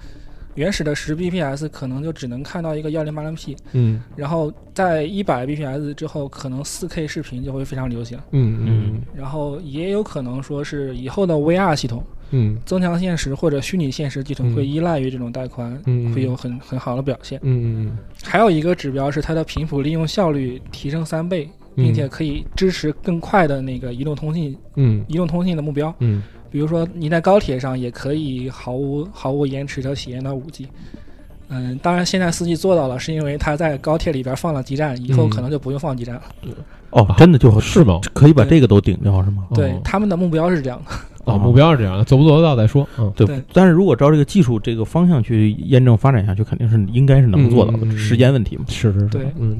Speaker 3: 原始的十 bps 可能就只能看到一个幺零八零 p，
Speaker 1: 嗯
Speaker 3: 然后在一百 bps 之后，可能四 k 视频就会非常流行。
Speaker 1: 嗯嗯
Speaker 2: 嗯。
Speaker 3: 然后也有可能说是以后的 VR 系统、
Speaker 1: 嗯
Speaker 3: 增强现实或者虚拟现实系统
Speaker 1: 嗯
Speaker 3: 会依赖于这种带宽，
Speaker 1: 嗯，
Speaker 3: 会有很很好的表现。
Speaker 1: 嗯嗯
Speaker 3: 还有一个指标是它的频谱利用效率提升三倍，并且可以支持更快的那个移动通信、
Speaker 1: 嗯
Speaker 3: 移动通信的目标。
Speaker 1: 嗯
Speaker 3: 比如说你在高铁上也可以毫无毫无延迟的体验到五 G。嗯，当然现在四 G 做到了，是因为它在高铁里边放了基站，以后
Speaker 1: 嗯
Speaker 3: 可能就不用放基站了。
Speaker 2: 哦，真的就
Speaker 1: 就是吗？
Speaker 2: 可以把这个都顶掉是吗？
Speaker 3: 对
Speaker 1: 哦，
Speaker 3: 他们的目标是这样的。
Speaker 1: 哦，目标是这样的，做不做得到再说。嗯，
Speaker 2: 对
Speaker 3: 对，
Speaker 2: 但是如果照这个技术这个方向去验证发展下去，肯定是应该是能做到的，
Speaker 1: 嗯嗯嗯
Speaker 2: 只是时间问题嘛。
Speaker 1: 是是是，
Speaker 3: 对
Speaker 1: 嗯，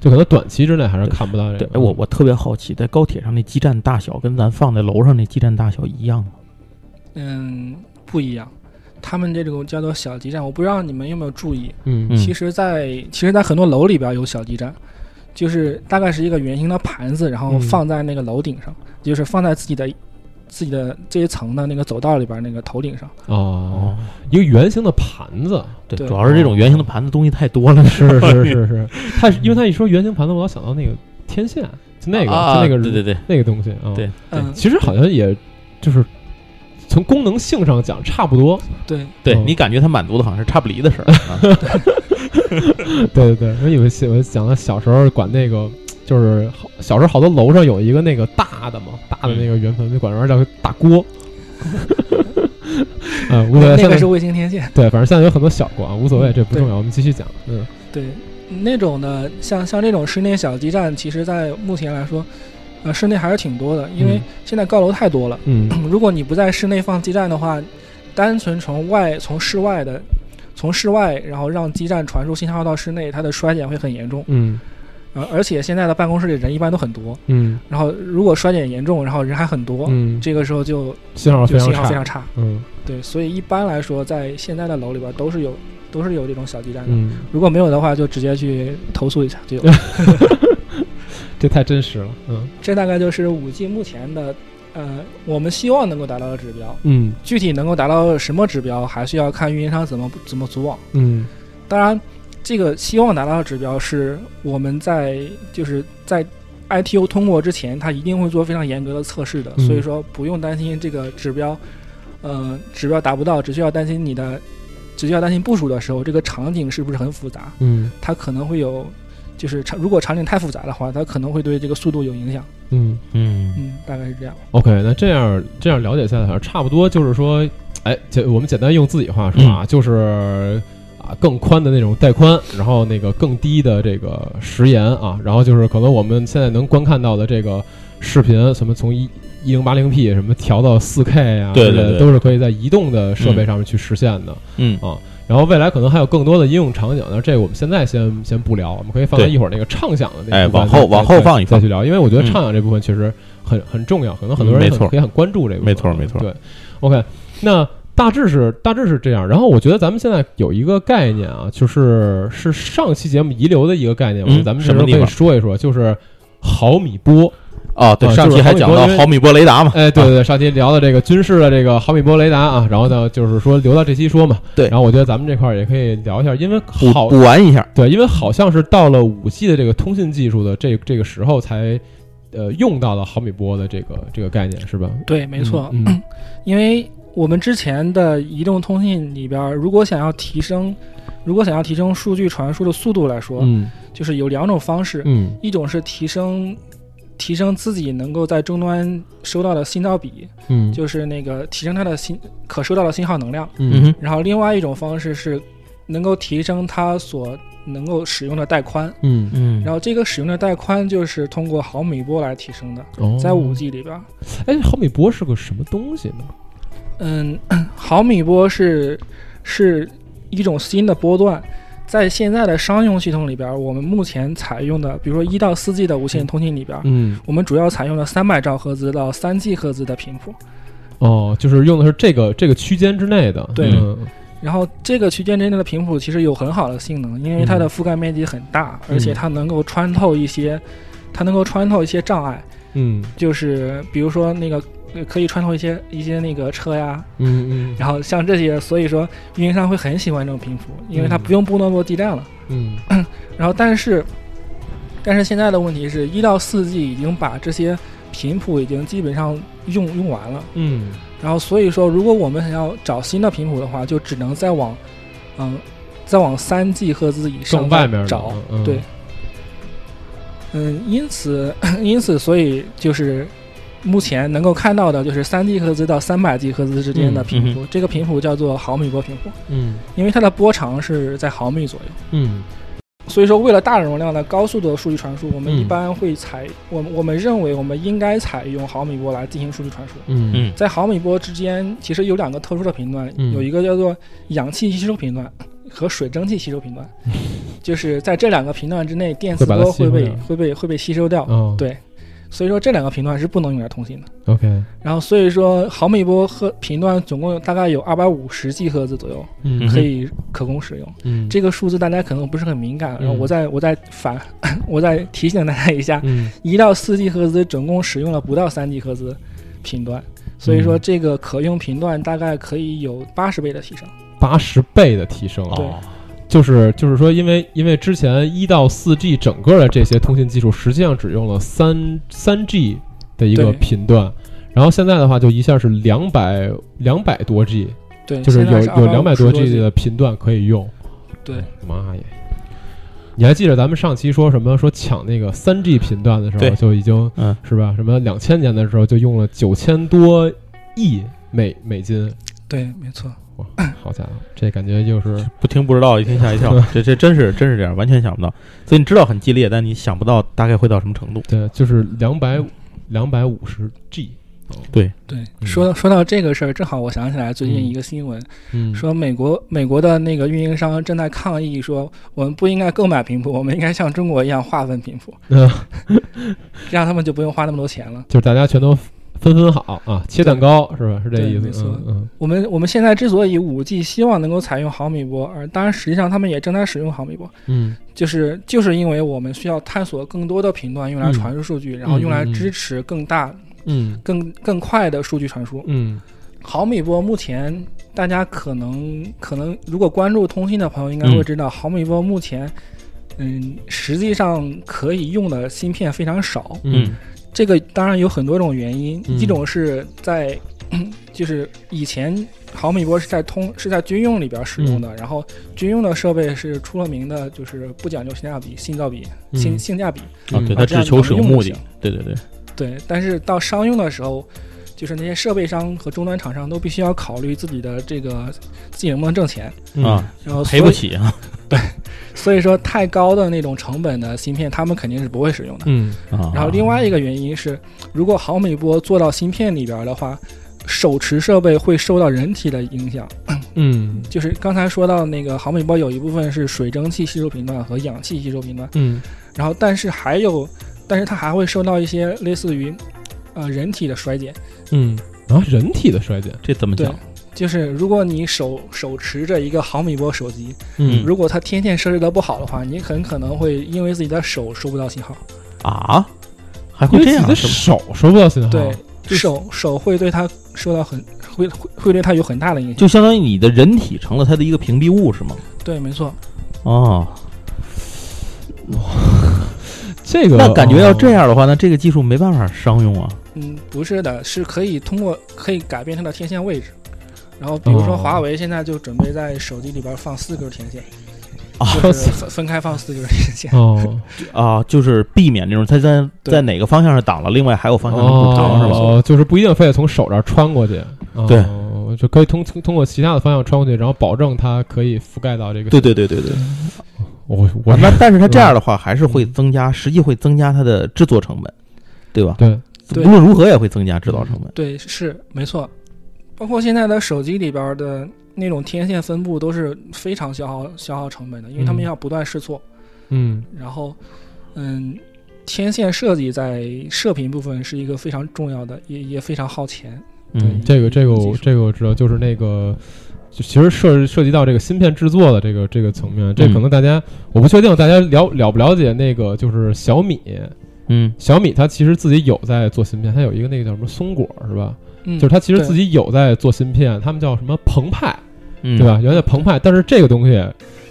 Speaker 1: 就可能短期之内还是看不到这
Speaker 2: 对，
Speaker 1: 个。
Speaker 2: 哎我我特别好奇，在高铁上那基站大小跟咱放在楼上那基站大小一样吗？
Speaker 3: 嗯，不一样。他们这种叫做小基站，我不知道你们有没有注意。
Speaker 1: 嗯
Speaker 2: 嗯
Speaker 3: 其实在，其实，在很多楼里边有小基站，就是大概是一个圆形的盘子，然后
Speaker 1: 嗯
Speaker 3: 放在那个楼顶上，就是放在自己的自己的这一层的那个走道里边那个头顶上。
Speaker 1: 哦，，一个圆形的盘 子，
Speaker 2: 对，
Speaker 3: 对
Speaker 2: 主要是这种圆形的盘子东西太多了，
Speaker 1: 是是是 是，它因为它一说圆形盘子，我老想到那个天线，就那个
Speaker 2: 啊
Speaker 1: 就那个
Speaker 2: 对对对
Speaker 1: 那个东西啊。
Speaker 2: 对，对
Speaker 3: 嗯，
Speaker 1: 其实好像也就是从功能性上讲差不多，
Speaker 3: 对，
Speaker 2: 对，
Speaker 1: 嗯
Speaker 2: 你感觉它满足的好像是差不离的事 儿，啊
Speaker 1: 对对对，我以为是我想到小时候管那个，就是好小时候好多楼上有一个那个大的嘛，大的那个圆盆，就管那玩意儿叫大锅。啊，无所谓，
Speaker 3: 那
Speaker 1: 现
Speaker 3: 个
Speaker 1: 在
Speaker 3: 是卫星天线。
Speaker 1: 对，反正现在有很多小锅啊，无所谓，这不重要，我们继续讲。嗯
Speaker 3: 对，那种的，像像这种室内小基站，其实，在目前来说，呃，室内还是挺多的，因为
Speaker 1: 嗯
Speaker 3: 现在高楼太多了。
Speaker 1: 嗯
Speaker 3: 如果你不在室内放基站的话，单纯从外从室外的从室外，然后让基站传输信号到室内，它的衰减会很严重。
Speaker 1: 嗯
Speaker 3: 呃，而且现在的办公室里人一般都很多，
Speaker 1: 嗯
Speaker 3: 然后如果衰减严重，然后人还很多，
Speaker 1: 嗯，
Speaker 3: 这个时候就
Speaker 1: 信号
Speaker 3: 就
Speaker 1: 非常
Speaker 3: 信号非常
Speaker 1: 差。
Speaker 3: 差。
Speaker 1: 嗯
Speaker 3: 对，所以一般来说，在现在的楼里边都是有都是有这种小基站的。
Speaker 1: 嗯，
Speaker 3: 如果没有的话，就直接去投诉一下 就有。
Speaker 1: 这太真实了。嗯
Speaker 3: 这大概就是五 G 目前的，呃，我们希望能够达到的指标。
Speaker 1: 嗯
Speaker 3: 具体能够达到什么指标，还是要看运营商怎么怎么组网。
Speaker 1: 嗯
Speaker 3: 当然，这个希望达到的指标是我们在就是在 ITO 通过之前，它一定会做非常严格的测试的，
Speaker 1: 嗯
Speaker 3: 所以说不用担心这个指标，呃，指标达不到，只需要担心你的，只需要担心部署的时候，这个场景是不是很复杂，
Speaker 1: 嗯
Speaker 3: 它可能会有，就是场如果场景太复杂的话，它可能会对这个速度有影响，
Speaker 1: 嗯
Speaker 2: 嗯
Speaker 3: 嗯，大概是这样，
Speaker 1: OK，那这样这样了解下来，好像差不多就是说，哎，简我们简单用自己话说
Speaker 2: 嗯
Speaker 1: 啊，就是啊更宽的那种带宽，然后那个更低的这个时延啊，然后就是可能我们现在能观看到的这个视频，什么从一一零八零 P 什么调到四 K 啊，
Speaker 2: 对对
Speaker 1: 之类的
Speaker 2: 对
Speaker 1: 都是可以在移动的设备上面去实现的。
Speaker 2: 嗯
Speaker 1: 然后未来可能还有更多的应用场景，那这个我们现在先先不聊，我们可以放在
Speaker 2: 对
Speaker 1: 一会儿那个畅想的那
Speaker 2: 哎
Speaker 1: 部分
Speaker 2: 往后
Speaker 1: 再
Speaker 2: 往后放一
Speaker 1: 再
Speaker 2: 放
Speaker 1: 去聊，因为我觉得
Speaker 2: 嗯
Speaker 1: 畅想这部分确实很很重要，可能很多
Speaker 2: 嗯
Speaker 1: 人
Speaker 2: 没
Speaker 1: 很
Speaker 2: 错
Speaker 1: 也很关注这个部分。
Speaker 2: 没错没错
Speaker 1: 对，OK，那大致是大致是这样。然后我觉得咱们现在有一个概念啊，就是是上期节目遗留的一个概念，我觉得
Speaker 2: 嗯
Speaker 1: 咱们这
Speaker 2: 什
Speaker 1: 时
Speaker 2: 么
Speaker 1: 候可
Speaker 2: 地
Speaker 1: 以
Speaker 2: 方
Speaker 1: 说一说，就是毫米波。
Speaker 2: 哦，对
Speaker 1: 啊，
Speaker 2: 上
Speaker 1: 就是
Speaker 2: 期还
Speaker 1: 毫米
Speaker 2: 讲
Speaker 1: 波
Speaker 2: 到
Speaker 1: 因为
Speaker 2: 毫米波雷达嘛，
Speaker 1: 哎，对
Speaker 2: 啊
Speaker 1: 对对，上期聊的这个军事的这个毫米波雷达啊，然后呢，就是说留到这期说嘛。
Speaker 2: 对
Speaker 1: 然后我觉得咱们这块儿也可以聊一下，因为
Speaker 2: 补
Speaker 1: 好
Speaker 2: 补完一下，
Speaker 1: 对，因为好像是到了五 G 的这个通信技术的这这个时候才呃用到了毫米波的这个这个概念是吧？
Speaker 3: 对，没错，
Speaker 1: 嗯嗯
Speaker 3: 因为我们之前的移动通信里边儿，如果想要提升，如果想要提升数据传输的速度来说，
Speaker 1: 嗯
Speaker 3: 就是有两种方式，
Speaker 1: 嗯
Speaker 3: 一种是提升提升自己能够在终端收到的信噪比，
Speaker 1: 嗯，
Speaker 3: 就是那个提升它的信可收到的信号能量，
Speaker 1: 嗯
Speaker 2: 嗯
Speaker 3: 然后另外一种方式是能够提升它所能够使用的带宽。
Speaker 1: 嗯
Speaker 2: 嗯
Speaker 3: 然后这个使用的带宽就是通过毫米波来提升的，
Speaker 1: 哦，
Speaker 3: 在五 G 里边儿，
Speaker 1: 哎，毫米波是个什么东西呢？
Speaker 3: 嗯， 毫米波是是一种新的波段，在现在的商用系统里边儿，我们目前采用的，比如说一到四 G 的无线通信里边儿，
Speaker 1: 嗯
Speaker 3: 我们主要采用了三百兆赫兹到三 G 赫兹的频谱。
Speaker 1: 哦，就是用的是这个这个区间之内的。
Speaker 3: 对
Speaker 1: 嗯
Speaker 3: 然后这个区间之内的频谱其实有很好的性能，因为它的覆盖面积很大，
Speaker 1: 嗯
Speaker 3: 而且它能够穿透一些，它能够穿透一些障碍，
Speaker 1: 嗯
Speaker 3: 就是比如说那个呃可以穿透一些一些那个车呀，
Speaker 1: 嗯嗯
Speaker 3: 然后像这些，所以说运营商会很喜欢这种频谱，因为它
Speaker 1: 嗯
Speaker 3: 不用布诺诺地站了。
Speaker 1: 嗯
Speaker 3: 然后，但是，但是现在的问题是，一到四 G 已经把这些频谱已经基本上用用完了。
Speaker 1: 嗯
Speaker 3: 然后，所以说，如果我们想要找新的频谱的话，就只能再往，嗯，再往三 G 赫兹以上
Speaker 1: 更外面的
Speaker 3: 找
Speaker 1: 嗯。嗯
Speaker 3: 对，嗯，因此， 因此，所以就是目前能够看到的，就是三 G 赫兹到三百 G 赫兹之间的
Speaker 1: 嗯
Speaker 3: 频谱，这个频谱叫做毫米波频谱。
Speaker 1: 嗯
Speaker 3: 因为它的波长是在毫米左右，
Speaker 1: 嗯
Speaker 3: 所以说为了大容量的高速的数据传输，我们
Speaker 1: 嗯
Speaker 3: 一般会采我们我们认为我们应该采用毫米波来进行数据传输。
Speaker 1: 嗯
Speaker 2: 嗯
Speaker 3: 在毫米波之间，其实有两个特殊的频段，
Speaker 1: 嗯
Speaker 3: 有一个叫做氧气吸收频段和水蒸气吸 收频段，就是在这两个频段之内，电磁
Speaker 1: 会把它
Speaker 3: 波
Speaker 1: 吸
Speaker 3: 会
Speaker 1: 收
Speaker 3: 被
Speaker 1: 掉
Speaker 3: 会被会被吸收掉。
Speaker 1: 哦
Speaker 3: 对所以说这两个频段是不能用来通信的。
Speaker 1: OK
Speaker 3: 然后所以说毫米波和频段总共有大概有二百五十 G 赫兹左右
Speaker 1: 嗯
Speaker 3: 可以可供使用。
Speaker 1: 嗯
Speaker 3: 这个数字大家可能不是很敏感，然后
Speaker 1: 嗯
Speaker 3: 我再我再反 我再提醒大家一下，
Speaker 1: 嗯
Speaker 3: 一到四 G 赫兹总共使用了不到三 G 赫兹频段，所以说
Speaker 1: 嗯
Speaker 3: 这个可用频段大概可以有八十倍的提升。
Speaker 1: 八十倍的提升啊。
Speaker 3: 对
Speaker 2: 哦
Speaker 1: 就是就是说，因为因为之前一到四 G 整个的这些通信技术，实际上只用了三三 G 的一个
Speaker 3: 对
Speaker 1: 频段，然后现在的话就一下是两百两百多 G，
Speaker 3: 对，
Speaker 1: 就是
Speaker 3: 现在
Speaker 1: 有
Speaker 3: 是
Speaker 1: 有两百
Speaker 3: 多
Speaker 1: G 的频段可以用。
Speaker 3: 对，
Speaker 1: 妈耶！你还记得咱们上期说什么？说抢那个三 G 频段的时候
Speaker 2: 对
Speaker 1: 就已经
Speaker 2: 嗯
Speaker 1: 是吧？什么两千年的时候就用了九千多亿美美金，
Speaker 3: 对，没错。
Speaker 1: 哇，好家伙，这感觉就是
Speaker 2: 不听不知道，一听吓一 跳，这这真是真是这样，完全想不到。所以你知道很激烈，但你想不到大概会到什么程度。
Speaker 1: 对，就是两百两百五十 G。
Speaker 3: 对，
Speaker 1: 嗯
Speaker 3: 说到说到这个事儿，正好我想起来最近一个新闻，
Speaker 1: 嗯，
Speaker 3: 说美国美国的那个运营商正在抗议说，我们不应该购买频谱，我们应该像中国一样划分频谱，
Speaker 1: 嗯
Speaker 3: 这样他们就不用花那么多钱了。
Speaker 1: 就是大家全都分分好啊，切蛋糕是吧？是这意
Speaker 3: 对没
Speaker 1: 思？
Speaker 3: 错
Speaker 1: 嗯嗯
Speaker 3: 我们我们现在之所以五 G 希望能够采用毫米波，而当然实际上他们也正在使用毫米波，
Speaker 1: 嗯
Speaker 3: 就是就是因为我们需要探索更多的频段用来
Speaker 1: 嗯
Speaker 3: 传输数据，然后用来支持更大、
Speaker 1: 嗯
Speaker 3: 更更快的数据传输。
Speaker 1: 嗯
Speaker 3: 毫米波目前大家可能可能如果关注通信的朋友应该
Speaker 1: 嗯
Speaker 3: 会知道，毫米波目前，嗯，实际上可以用的芯片非常少。
Speaker 2: 嗯
Speaker 3: 这个当然有很多种原因，
Speaker 1: 嗯
Speaker 3: 一种是在 就是以前毫米波是在通是在军用里边使用的，
Speaker 2: 嗯
Speaker 3: 然后军用的设备是出了名的，就是不讲究性价比、性价比、
Speaker 1: 嗯
Speaker 3: 性性价比。
Speaker 2: 啊，对，
Speaker 1: 嗯
Speaker 2: 它
Speaker 3: 这样
Speaker 2: 只求使用目
Speaker 3: 你
Speaker 2: 的
Speaker 3: 能用，
Speaker 2: 对对对，
Speaker 3: 对，但是到商用的时候，就是那些设备商和终端厂商都必须要考虑自己的这个自己能不能挣钱，
Speaker 1: 嗯
Speaker 2: 啊，
Speaker 3: 然后所
Speaker 2: 赔
Speaker 3: 以
Speaker 2: 不起啊
Speaker 3: 所以说太高的那种成本的芯片，他们肯定是不会使用的。
Speaker 1: 嗯
Speaker 2: 啊。
Speaker 3: 然后另外一个原因是，如果毫米波做到芯片里边儿的话，手持设备会受到人体的影响。
Speaker 1: 嗯
Speaker 3: 就是刚才说到那个毫米波有一部分是水蒸气吸收频段和氧气吸收频段，
Speaker 1: 嗯
Speaker 3: 然后但是还有，但是它还会受到一些类似于，呃人体的衰减。
Speaker 1: 嗯，然后人体的衰减，
Speaker 2: 这怎么
Speaker 3: 对
Speaker 2: 讲？，
Speaker 3: 就是如果你手手持着一个毫米波手机，
Speaker 2: 嗯
Speaker 3: 如果它天线设置的不好的话，你很可能会因为自己的手收不到信号。
Speaker 2: 啊，还
Speaker 1: 因
Speaker 2: 会
Speaker 1: 为自
Speaker 2: 这
Speaker 1: 己
Speaker 2: 样啊
Speaker 1: 的
Speaker 2: 是吗？
Speaker 1: 手收不到信号，
Speaker 2: 哦
Speaker 3: 对，手手会对它受到很会会会对它有很大的影响。
Speaker 2: 就相当于你的人体成了它的一个屏蔽物是吗？
Speaker 3: 对，没错。
Speaker 2: 哦，
Speaker 1: 这个
Speaker 2: 那感觉要
Speaker 1: 哦
Speaker 2: 这样的话，那这个技术没办法商用啊。
Speaker 3: 嗯，不是的，是可以通过可以改变它的天线位置。然后比如说
Speaker 1: 哦
Speaker 3: 华为现在就准备在手机里边放四根天线，
Speaker 2: 啊
Speaker 3: 就是分分开放四根天 线。
Speaker 1: 哦，
Speaker 2: 啊，就是避免这种它在
Speaker 3: 对
Speaker 2: 在哪个方向上挡了，另外还有方向上补偿是吧？
Speaker 1: 哦，就是不一定非得从手这儿穿过去，哦
Speaker 2: 对，
Speaker 1: 就可以通通过其他的方向穿过去，然后保证它可以覆盖到这个。
Speaker 2: 对，对对对对。
Speaker 1: 我我
Speaker 2: 啊那但是它这样的话，还是
Speaker 1: 嗯
Speaker 2: 会增加，实际会增加它的制作成本，对吧？
Speaker 1: 对，
Speaker 3: 对
Speaker 2: 无论如何也会增加制造成本。
Speaker 3: 对，是没错。包括现在的手机里边的那种天线分布都是非常消耗消耗成本的，因为他们
Speaker 1: 嗯
Speaker 3: 要不断试错。
Speaker 1: 嗯
Speaker 3: 然后，嗯，天线设计在射频部分是一个非常重要的，也也非常耗钱。
Speaker 2: 嗯，
Speaker 1: 这个这个我
Speaker 3: 技术
Speaker 1: 这个我知道，就是那个。就其实涉涉及到这个芯片制作的这个这个层面，这可
Speaker 3: 嗯
Speaker 1: 能大家、我不确定大家了了不了解那个就是小米，
Speaker 2: 嗯
Speaker 1: 小米它其实自己有在做芯片，它有一个那个叫什么松果是吧？
Speaker 3: 嗯，
Speaker 1: 就是它其实
Speaker 3: 对
Speaker 1: 自己有在做芯片，他们叫什么澎湃，
Speaker 2: 嗯，
Speaker 1: 对吧？？原来叫澎湃，但是这个东西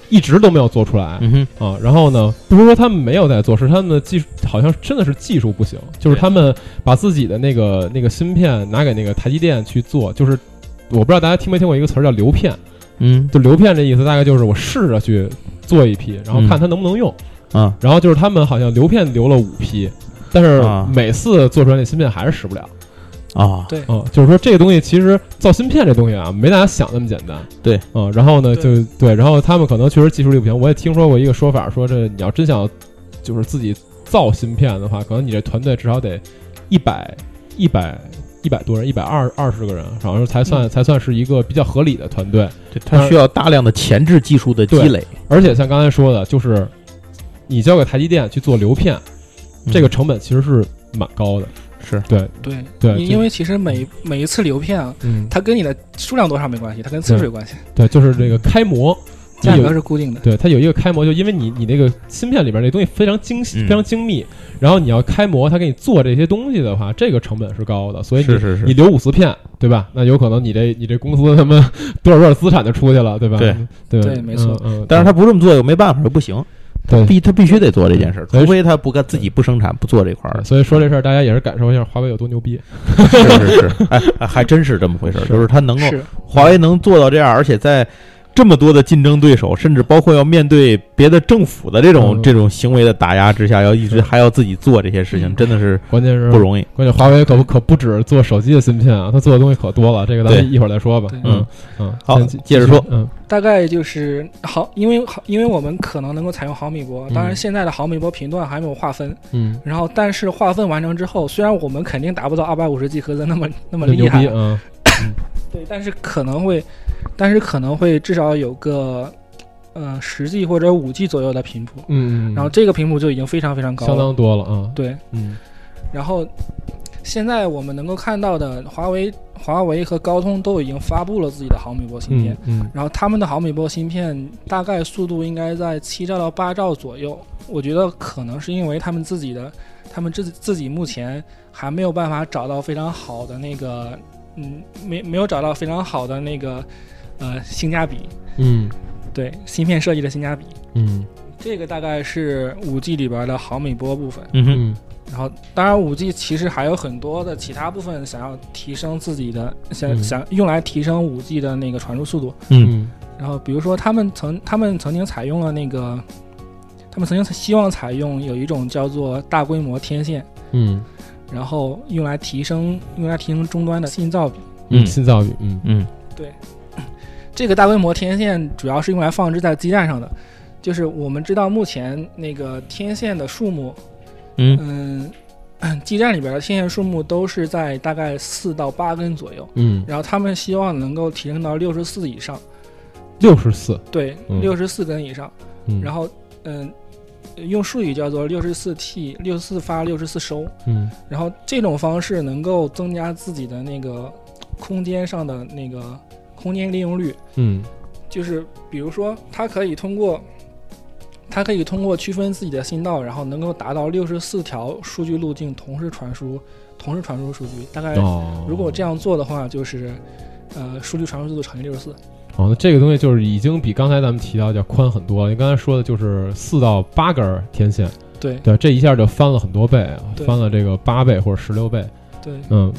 Speaker 1: 一直都没有做出来
Speaker 2: 嗯哼，
Speaker 1: 啊。然后呢，不是说他们没有在做，是他们的技术好像真的是技术不行，就是他们把自己的那个那个芯片拿给那个台积电去做，就是我不知道大家听没听过一个词儿叫流片，
Speaker 2: 嗯
Speaker 1: 就流片这意思大概就是我试着去做一批，然后
Speaker 2: 嗯
Speaker 1: 看它能不能用。
Speaker 2: 啊，
Speaker 1: 然后就是他们好像流片流了五批，但是
Speaker 2: 啊
Speaker 1: 每次做出来那芯片还是使不了。
Speaker 2: 啊，
Speaker 3: 对
Speaker 1: 嗯，就是说这个东西其实造芯片这东西啊，没大家想那么简单。
Speaker 2: 对，
Speaker 1: 嗯，然后呢，就
Speaker 3: 对
Speaker 1: 对，然后他们可能确实技术力不行。我也听说过一个说法，说这你要真想就是自己造芯片的话，可能你这团队至少得一百一百一百多人，一百二二十个人，然后才算、才算是一个比较合理的团队。
Speaker 2: 对它需要大量的前置技术的积
Speaker 1: 对
Speaker 2: 累。
Speaker 1: 而且像刚才说的，就是你交给台积电去做流片，这个
Speaker 2: 嗯
Speaker 1: 成本其实是蛮高的。
Speaker 2: 是
Speaker 1: 对，
Speaker 3: 对
Speaker 1: 对
Speaker 3: 因
Speaker 1: 就
Speaker 3: 因为其实每每一次流片啊，
Speaker 1: 嗯，
Speaker 3: 它跟你的数量多少没关系，它跟次数有关系，
Speaker 1: 对，就是这个开模。
Speaker 3: 价格是固定的。
Speaker 1: 对，嗯它有一个开模，就因为你你那个芯片里边那东西非常精细、
Speaker 2: 嗯
Speaker 1: 非常精密，然后你要开模，它给你做这些东西的话，这个成本是高的，所以你
Speaker 2: 是是是
Speaker 1: 你留五十片，对吧？那有可能你这你这公司他们多少多少资产就出去了，对吧？
Speaker 2: 对
Speaker 1: 对
Speaker 3: 对没错
Speaker 1: 嗯，嗯
Speaker 2: 但是他不这么做又没办法，又不行，
Speaker 1: 对嗯
Speaker 2: 必他必须得做这件事儿，
Speaker 1: 所以
Speaker 2: 除非他不干自己不生产不做这块儿
Speaker 1: 对。所以说这事儿大家也是感受一下华为有多牛逼，
Speaker 2: 是是是，哎，哎还真是这么回事儿，
Speaker 1: 是
Speaker 2: 就是他能够
Speaker 3: 是，
Speaker 2: 华为能做到这样，而且在这么多的竞争对手，甚至包括要面对别的政府的这种
Speaker 1: 嗯
Speaker 2: 这种行为的打压之下，要一直
Speaker 1: 是
Speaker 2: 还要自己做这些事情，
Speaker 3: 嗯
Speaker 2: 真的是
Speaker 1: 关键是
Speaker 2: 不容易。
Speaker 1: 关键华为可不可不止做手机的芯片啊，它做的东西可多了，这个咱
Speaker 2: 对
Speaker 1: 们一会儿再说吧
Speaker 3: 对。
Speaker 1: 嗯嗯，
Speaker 2: 好
Speaker 1: 先继
Speaker 2: 接着说，
Speaker 1: 嗯
Speaker 3: 大概就是毫，因为毫因为我们可能能够采用毫米波，
Speaker 1: 嗯
Speaker 3: 当然现在的毫米波频段还没有划分，
Speaker 1: 嗯，
Speaker 3: 然后但是划分完成之后，虽然我们肯定达不到二百五十 G 赫兹那么那么
Speaker 1: 这牛
Speaker 3: 厉害嗯
Speaker 1: 逼，啊，
Speaker 3: 对，但是可能会，但是可能会至少有个，呃，十 G 或者五 G 左右的频谱，
Speaker 1: 嗯嗯，嗯
Speaker 3: 然后这个频谱就已经非常非常高了，
Speaker 1: 相当多了啊，
Speaker 3: 对。
Speaker 1: 嗯
Speaker 3: 然后现在我们能够看到的，华为、华为和高通都已经发布了自己的毫米波芯片
Speaker 1: 嗯，嗯。
Speaker 3: 然后他们的毫米波芯片大概速度应该在七兆到八兆左右。我觉得可能是因为他们自己的，他们自己自己目前还没有办法找到非常好的那个，嗯，没没有找到非常好的那个呃性价比，
Speaker 1: 嗯
Speaker 3: 对芯片设计的性价比。
Speaker 1: 嗯
Speaker 3: 这个大概是五 G 里边的毫米波部分，
Speaker 2: 嗯哼，
Speaker 1: 嗯
Speaker 3: 然后当然五 G 其实还有很多的其他部分想要提升自己的，想、
Speaker 1: 嗯
Speaker 3: 想用来提升五 G 的那个传输速度。
Speaker 2: 嗯
Speaker 1: 嗯
Speaker 3: 然后比如说他们曾他们曾经采用了那个，他们曾经希望采用有一种叫做大规模天线，
Speaker 1: 嗯
Speaker 3: 然后用来提升用来提升终端的信噪比。
Speaker 2: 嗯
Speaker 1: 信噪比，嗯
Speaker 2: 嗯
Speaker 3: 这个大规模天线主要是用来放置在基站上的，就是我们知道目前那个天线的数目
Speaker 2: 嗯
Speaker 3: 嗯，基站里边的天线数目都是在大概四到八根左右，
Speaker 1: 嗯，
Speaker 3: 然后他们希望能够提升到六十四以上，
Speaker 1: 六十四，
Speaker 3: 对，
Speaker 1: 嗯
Speaker 3: 六十四根以上。
Speaker 1: 嗯，
Speaker 3: 然
Speaker 1: 后
Speaker 3: 后，嗯，用术语叫做六十四 T、六十四发、六十四收。
Speaker 1: 嗯
Speaker 3: 然后这种方式能够增加自己的那个空间上的那个空间利用率，
Speaker 1: 嗯
Speaker 3: 就是比如说，它可以通过。它可以通过区分自己的信道，然后能够达到六十四条数据路径同时传输，同时传输数据。大概
Speaker 1: 哦，
Speaker 3: 如果这样做的话，就是呃，数据传输速度乘以六十四。
Speaker 1: 哦，那这个东西就是已经比刚才咱们提到的要宽很多了。你刚才说的就是四到八根儿天线，
Speaker 3: 对
Speaker 1: 对，这一下就翻了很多倍，啊，
Speaker 3: 对
Speaker 1: 翻了这个八倍或者十六倍。
Speaker 3: 对，
Speaker 1: 嗯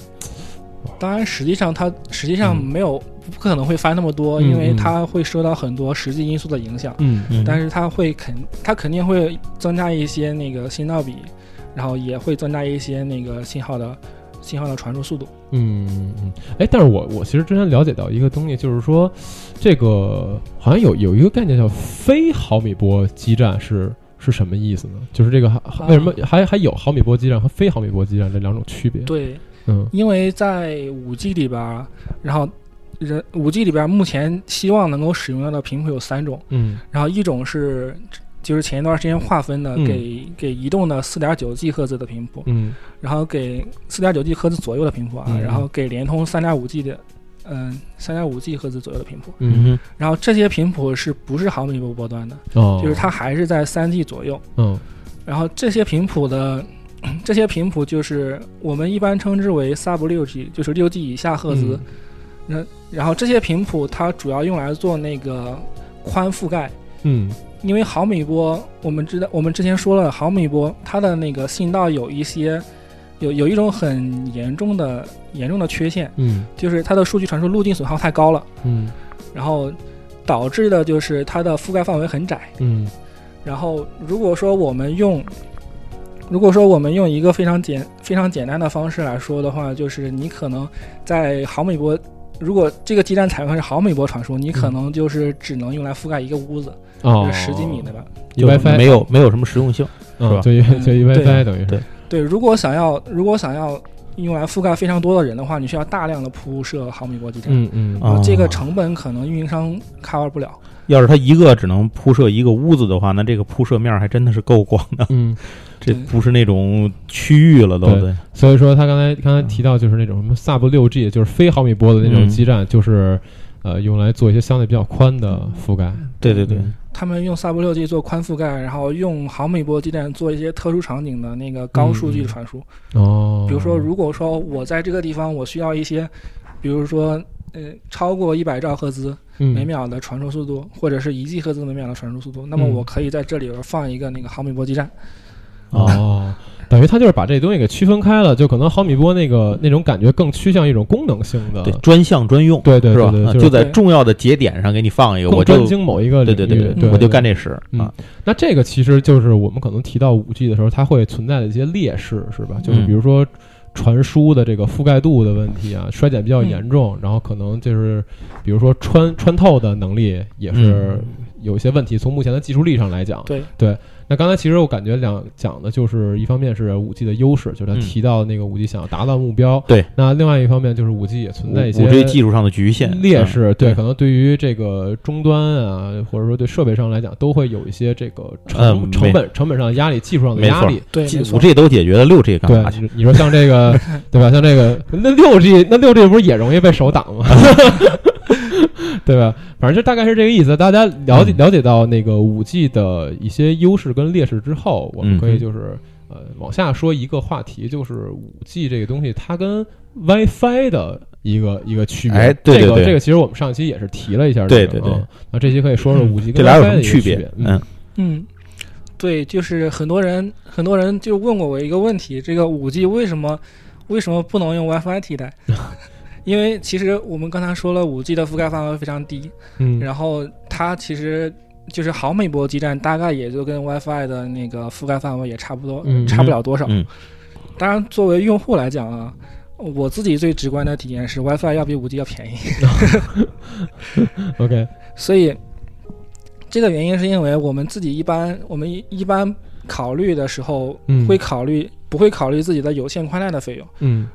Speaker 3: 当然实际上它实际上
Speaker 1: 嗯
Speaker 3: 没有不可能会翻那么多，因为
Speaker 1: 嗯嗯
Speaker 3: 它会受到很多实际因素的影响。
Speaker 1: 嗯
Speaker 2: 嗯，
Speaker 3: 但
Speaker 2: 是
Speaker 3: 是它会肯，它肯定会增加一些那个信道比，然后也会增加一些那个信号的信号的传输速度。
Speaker 1: 嗯嗯，哎，但是我我其实之前了解到一个东西，就是说这个好像有有一个概念叫非毫米波基站是。是什么意思呢？就是这个还还为什么还还有毫米波基站和非毫米波基站这两种区别？
Speaker 3: 啊对，
Speaker 1: 嗯
Speaker 3: 因为在五 G 里边儿，然后人五 G 里边儿目前希望能够使用到的频谱有三种，
Speaker 1: 嗯
Speaker 3: 然后一种是就是前一段时间划分的
Speaker 1: 嗯
Speaker 3: 给、给移动的四点九 G 赫兹的频谱，
Speaker 1: 嗯
Speaker 3: 然后给四点九 G 赫兹左右的频谱啊，
Speaker 1: 嗯
Speaker 3: 然后给联通三点五 G 的。嗯，三点五 G 赫兹左右的频谱，
Speaker 1: 嗯
Speaker 2: 嗯
Speaker 3: 然后这些频谱是不是毫米波波段的？
Speaker 1: 哦，
Speaker 3: 就是它还是在三 G 左右。
Speaker 1: 嗯
Speaker 3: 然后这些频谱的， 这些频谱就是我们一般称之为 sub 六 G，就是六 G 以下赫兹。
Speaker 1: 嗯
Speaker 3: 然后这些频谱它主要用来做那个宽覆盖，
Speaker 1: 嗯
Speaker 3: 因为毫米波，我们知道我们之前说了，毫米波它的那个信道有一些有有一种很严重的严重的缺陷，
Speaker 1: 嗯
Speaker 3: 就是它的数据传输路径损耗太高了，
Speaker 1: 嗯
Speaker 3: 然后导致的就是它的覆盖范围很窄。
Speaker 1: 嗯
Speaker 3: 然后如果说我们用，如果说我们用一个非常简非常简单的方式来说的话，就是你可能在毫米波，如果这个基站采用的是毫米波传输，你可能就是只能用来覆盖一个屋子，
Speaker 1: 哦，
Speaker 3: 就是十几米的吧。
Speaker 1: 一 WiFi
Speaker 2: 没有没有什么实用性，是
Speaker 1: 嗯，
Speaker 2: 吧
Speaker 1: 就一就一
Speaker 3: 嗯
Speaker 1: WiFi 等于是
Speaker 2: 对
Speaker 3: 对，如果想要如果想要用来覆盖非常多的人的话，你需要大量的铺设毫米波基站。
Speaker 1: 嗯嗯
Speaker 2: 啊
Speaker 3: 然后这个成本可能运营商 cover 不了，
Speaker 2: 要是它一个只能铺设一个屋子的话，那这个铺设面儿还真的是够广的，
Speaker 1: 嗯，
Speaker 2: 这
Speaker 3: 对
Speaker 2: 不是那种区域了都
Speaker 1: 对
Speaker 2: 对，
Speaker 1: 所以说他刚才刚才提到就是那种什么 sub 六 G，就是非毫米波的那种
Speaker 2: 嗯
Speaker 1: 基站，就是呃用来做一些相对比较宽的覆盖。
Speaker 2: 对对对，
Speaker 1: 嗯
Speaker 3: 他们用 sub 六 G 做宽覆盖，然后用毫米波基站做一些特殊场景的那个高数
Speaker 1: 嗯
Speaker 3: 据
Speaker 1: 嗯
Speaker 3: 的传输。
Speaker 1: 哦，
Speaker 3: 比如说，如果说我在这个地方我需要一些，比如说呃超过一百兆赫兹每
Speaker 1: 嗯
Speaker 3: 秒的传输速度，或者是一 G 赫兹每秒的传输速度，那么
Speaker 1: 嗯
Speaker 3: 我可以在这里边放一个那个毫米波基站。
Speaker 1: 哦，等于他就是把这东西给区分开了，就可能毫米波那个那种感觉更趋向一种功能性的，
Speaker 2: 对专项专用
Speaker 1: 对对
Speaker 2: 是
Speaker 1: 对
Speaker 2: 吧？
Speaker 1: 对，
Speaker 2: 啊
Speaker 1: 就是
Speaker 2: 就在
Speaker 3: 对
Speaker 2: 重要的节点上给你放一个，我
Speaker 1: 更
Speaker 2: 就
Speaker 1: 专精某一个
Speaker 2: 对
Speaker 1: 领
Speaker 2: 对
Speaker 1: 域，
Speaker 2: 对
Speaker 1: 对，
Speaker 2: 我就干这事
Speaker 1: 嗯
Speaker 2: 啊，
Speaker 1: 那这个其实就是我们可能提到五 G 的时候，它会存在的一些劣势，是吧？就是比如说传输的这个覆盖度的问题啊，衰减比较严重，然后可能就是比如说穿穿透的能力也是有一些问题。从目前的技术力上来讲，
Speaker 3: 对
Speaker 1: 那刚才其实我感觉两讲的就是一方面是五 G 的优势，就是他
Speaker 2: 嗯
Speaker 1: 提到那个五 G 想要达到的目标，
Speaker 2: 对。
Speaker 1: 那另外一方面就是五 G 也存在一些
Speaker 2: 我这技术上的局限
Speaker 1: 嗯劣势，对，
Speaker 2: 对
Speaker 1: 可能对于这个终端啊，或者说对设备上来讲，都会有一些这个成
Speaker 2: 嗯
Speaker 1: 成
Speaker 2: 没
Speaker 1: 本成本上的压力，技术上的压力。
Speaker 3: 对，没
Speaker 2: 五
Speaker 3: 错，
Speaker 2: G 都解决了，六 G 干
Speaker 1: 对
Speaker 2: 嘛去？，
Speaker 1: 啊你说像这 个，对吧？像这个，那六 G，那六 G 不是也容易被手挡吗？ 对吧？反正就大概是这个意思。大家了解
Speaker 2: 嗯
Speaker 1: 了解到那个五 G 的一些优势跟劣势之后，我们
Speaker 2: 嗯
Speaker 1: 可以就是呃往下说一个话题，就是五 G 这个东西它跟 WiFi 的一个一个区别。
Speaker 2: 哎对对
Speaker 1: 这个
Speaker 2: 对
Speaker 1: 这个其实我们上期也是提了一下、
Speaker 2: 对
Speaker 1: 这个
Speaker 2: 对对
Speaker 1: 嗯那这期可以说说五 G 跟
Speaker 2: 这俩有
Speaker 1: WiFi 的
Speaker 2: 什么
Speaker 1: 一个区
Speaker 2: 别？
Speaker 1: 嗯
Speaker 2: 嗯，
Speaker 3: 嗯，对，就是很多人很多人就问过我一个问题，这个五 G 为什么为什么不能用 WiFi 替代？ 因为其实我们刚才说了，五 G 的覆盖范围非常低，
Speaker 1: 嗯
Speaker 3: 然后它其实就是毫米波基站，大概也就跟 WiFi 的那个覆盖范围也差不多，
Speaker 1: 嗯
Speaker 3: 差不了多少。
Speaker 2: 嗯
Speaker 3: 当然，作为用户来讲啊，我自己最直观的体验是 WiFi 要比五 G 要便宜，
Speaker 1: ，OK，
Speaker 3: 所以这个原因是因为我们自己一般我们一一般考虑的时候
Speaker 1: 嗯，
Speaker 3: 会考虑不会考虑自己的有线宽带的费用，
Speaker 1: 嗯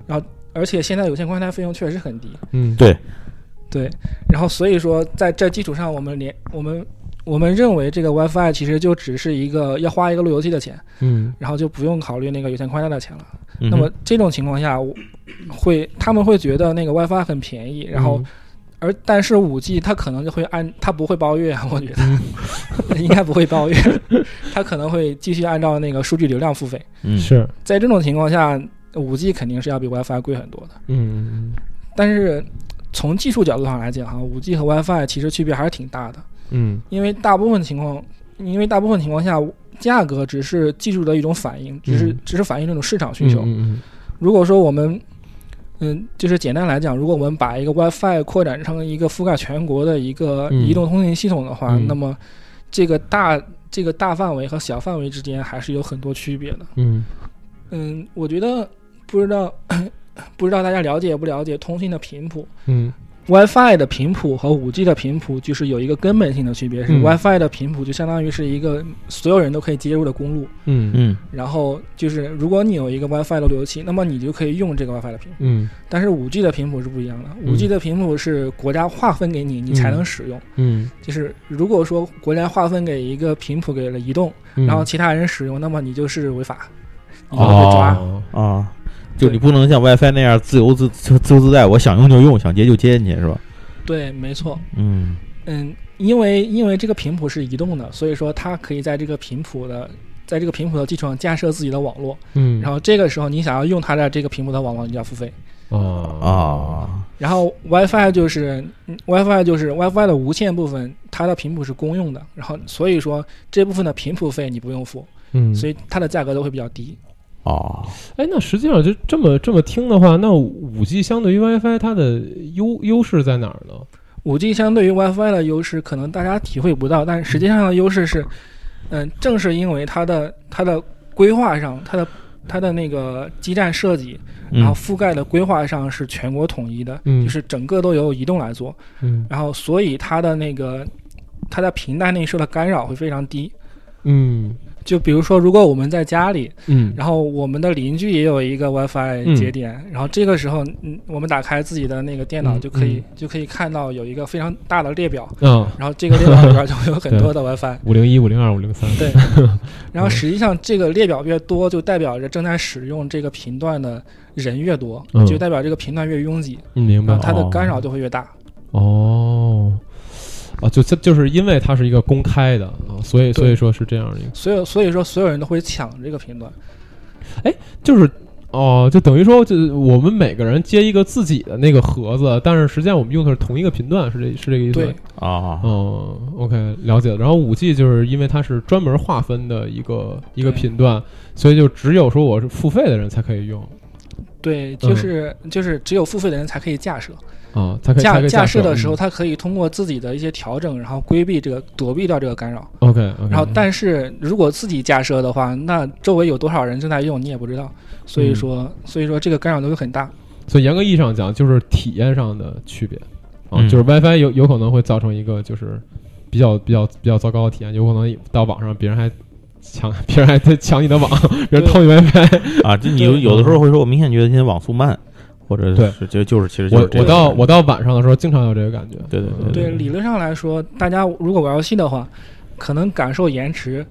Speaker 3: 而且现在有线宽带费用确实很低，
Speaker 1: 嗯，
Speaker 2: 对
Speaker 3: 对，然后所以说在这基础上，我们连我们我们认为这个 WiFi 其实就只是一个要花一个路由器的钱，
Speaker 1: 嗯
Speaker 3: 然后就不用考虑那个有线宽带的钱了。
Speaker 2: 嗯
Speaker 3: 那么这种情况下，我会他们会觉得那个 WiFi 很便宜，然
Speaker 1: 嗯
Speaker 3: 后、而但是五 G 它可能就会按它不会包月，啊我觉得 应该不会包月，它可能会继续按照那个数据流量付费。
Speaker 2: 嗯
Speaker 1: 嗯是
Speaker 3: 在这种情况下，五 G 肯定是要比 WiFi 贵很多的。
Speaker 1: 嗯
Speaker 3: 但是从技术角度上来讲，哈，五 G 和 WiFi 其实区别还是挺大的，
Speaker 1: 嗯
Speaker 3: 因为大部分情况，因为大部分情况下，价格只是技术的一种反应，只是
Speaker 1: 嗯
Speaker 3: 只是反映这种市场需求。
Speaker 1: 嗯
Speaker 3: 如果说我们，嗯，就是简单来讲，如果我们把一个 WiFi 扩展成一个覆盖全国的一个
Speaker 1: 嗯
Speaker 3: 移动通信系统的话，
Speaker 1: 嗯
Speaker 3: 那么这个大这个大范围和小范围之间还是有很多区别的。
Speaker 1: 嗯
Speaker 3: 嗯，我觉得不知道 不知道大家了解不了解通信的频谱。
Speaker 1: 嗯
Speaker 3: WiFi 的频谱和 5G 的频谱就是有一个根本性的区别，是
Speaker 1: 嗯
Speaker 3: WiFi 的频谱就相当于是一个所有人都可以接入的公路，
Speaker 1: 嗯
Speaker 2: 嗯
Speaker 3: 然后就是如果你有一个 WiFi 的路由器，那么你就可以用这个 WiFi 的频谱。
Speaker 1: 嗯
Speaker 3: 但是 5G 的频谱是不一样的，5G 的频谱是国家划分给你，你才能使用。
Speaker 1: 嗯，
Speaker 3: 就是如果说国家划分给一个频谱给了移动，
Speaker 1: 嗯
Speaker 3: 然后其他人使用，那么你就是违法，你就会被抓。
Speaker 1: 哦，
Speaker 2: 啊，就
Speaker 3: 对
Speaker 2: 你不能像 WiFi 那样自由自自自由自在，我想用就用，想接就接，你是吧？
Speaker 3: 对，没错。
Speaker 2: 嗯
Speaker 3: 嗯，因为因为这个频谱是移动的，所以说它可以在这个频谱的在这个频谱的基础上架设自己的网络。
Speaker 1: 嗯，
Speaker 3: 然后这个时候你想要用它的这个频谱的网络，你就要付费。
Speaker 1: 后啊
Speaker 2: 啊，
Speaker 3: 然后 WiFi 就是嗯 WiFi 就是 WiFi 的无线部分，它的频谱是公用的，然后所以说这部分的频谱费你不用付，
Speaker 1: 嗯，
Speaker 3: 所以它的价格都会比较低。
Speaker 2: 哦，
Speaker 1: 哎，那实际上就这么这么听的话，那五 G 相对于 WiFi 它的优优势在哪儿呢？
Speaker 3: 五 G 相对于 WiFi 的优势，可能大家体会不到，但实际上的优势是，嗯，正是因为它的它的规划上，它的它的那个基站设计，然后
Speaker 2: 嗯
Speaker 3: 覆盖的规划上是全国统一的，
Speaker 1: 嗯
Speaker 3: 就是整个都由移动来做，
Speaker 1: 嗯
Speaker 3: 然后所以它的那个它的频带内受的干扰会非常低。
Speaker 1: 嗯
Speaker 3: 就比如说，如果我们在家里，
Speaker 1: 嗯
Speaker 3: 然后我们的邻居也有一个 WiFi 节点，然后这个时候，嗯，我们打开自己的那个电脑
Speaker 1: 嗯
Speaker 3: 就可以、
Speaker 1: 嗯
Speaker 3: 就可以看到有一个非常大的列表，
Speaker 1: 啊，
Speaker 3: 然后这个列表里边就会有很 多的 WiFi。
Speaker 1: 五零一、五零二、五零三，
Speaker 3: 对，然
Speaker 1: 嗯
Speaker 3: 后实际上这个列表越多，就代表着正在使用这个频段的人越多，
Speaker 1: 嗯
Speaker 3: 就代表这个频段越拥挤，
Speaker 1: 嗯明
Speaker 3: 然
Speaker 1: 白
Speaker 3: 后它的
Speaker 2: 哦
Speaker 3: 干扰就会越大。
Speaker 1: 哦。啊，就就就是因为它是一个公开的啊，所以
Speaker 3: 对
Speaker 1: 所以说是这样的一个，
Speaker 3: 所以所以说，所有人都会抢这个频段。
Speaker 1: 就是哦，就等于说，就是我们每个人接一个自己的那个盒子，但是实际上我们用的是同一个频段，是这是这个意思？
Speaker 3: 对，
Speaker 2: 啊，
Speaker 1: 嗯，OK，了解了。然后五 G 就是因为它是专门划分的一个一个
Speaker 3: 对
Speaker 1: 频段，所以就只有说我是付费的人才可以用
Speaker 3: 对，
Speaker 1: 嗯
Speaker 3: 就是、就是只有付费的人才可以架设。
Speaker 1: 啊，才可以才
Speaker 3: 架
Speaker 1: 可以
Speaker 3: 架
Speaker 1: 架
Speaker 3: 设的时候，
Speaker 1: 嗯
Speaker 3: 它可以通过自己的一些调整，然后规避这个躲避掉这个干扰。
Speaker 1: ，OK，, 嗯 o k
Speaker 3: 然后，但是如果自己架设的话，那周围有多少人正在用，你也不知道。所
Speaker 1: 嗯
Speaker 3: 以说，所以说这个干扰都会很大。
Speaker 1: 所以严格意义上讲，就是体验上的区别啊，
Speaker 2: 嗯
Speaker 1: 就是 WiFi 有有可能会造成一个就是比较比较比较糟糕的体验，有可能到网上别人还抢， 别人还在抢你的网， 别人偷你 WiFi。
Speaker 2: 啊，这你有
Speaker 3: 对嗯
Speaker 2: 有的时候会说，我明显觉得今天网速慢，或者
Speaker 1: 对
Speaker 2: 是就就是其实就
Speaker 1: 我
Speaker 2: 是这
Speaker 1: 我
Speaker 2: 个
Speaker 1: 到我到晚上的时候，经常有这个感觉。
Speaker 2: 对对对
Speaker 3: 对，
Speaker 1: 嗯
Speaker 3: 理论上来说，大家如果玩游戏的话，可能感受延迟。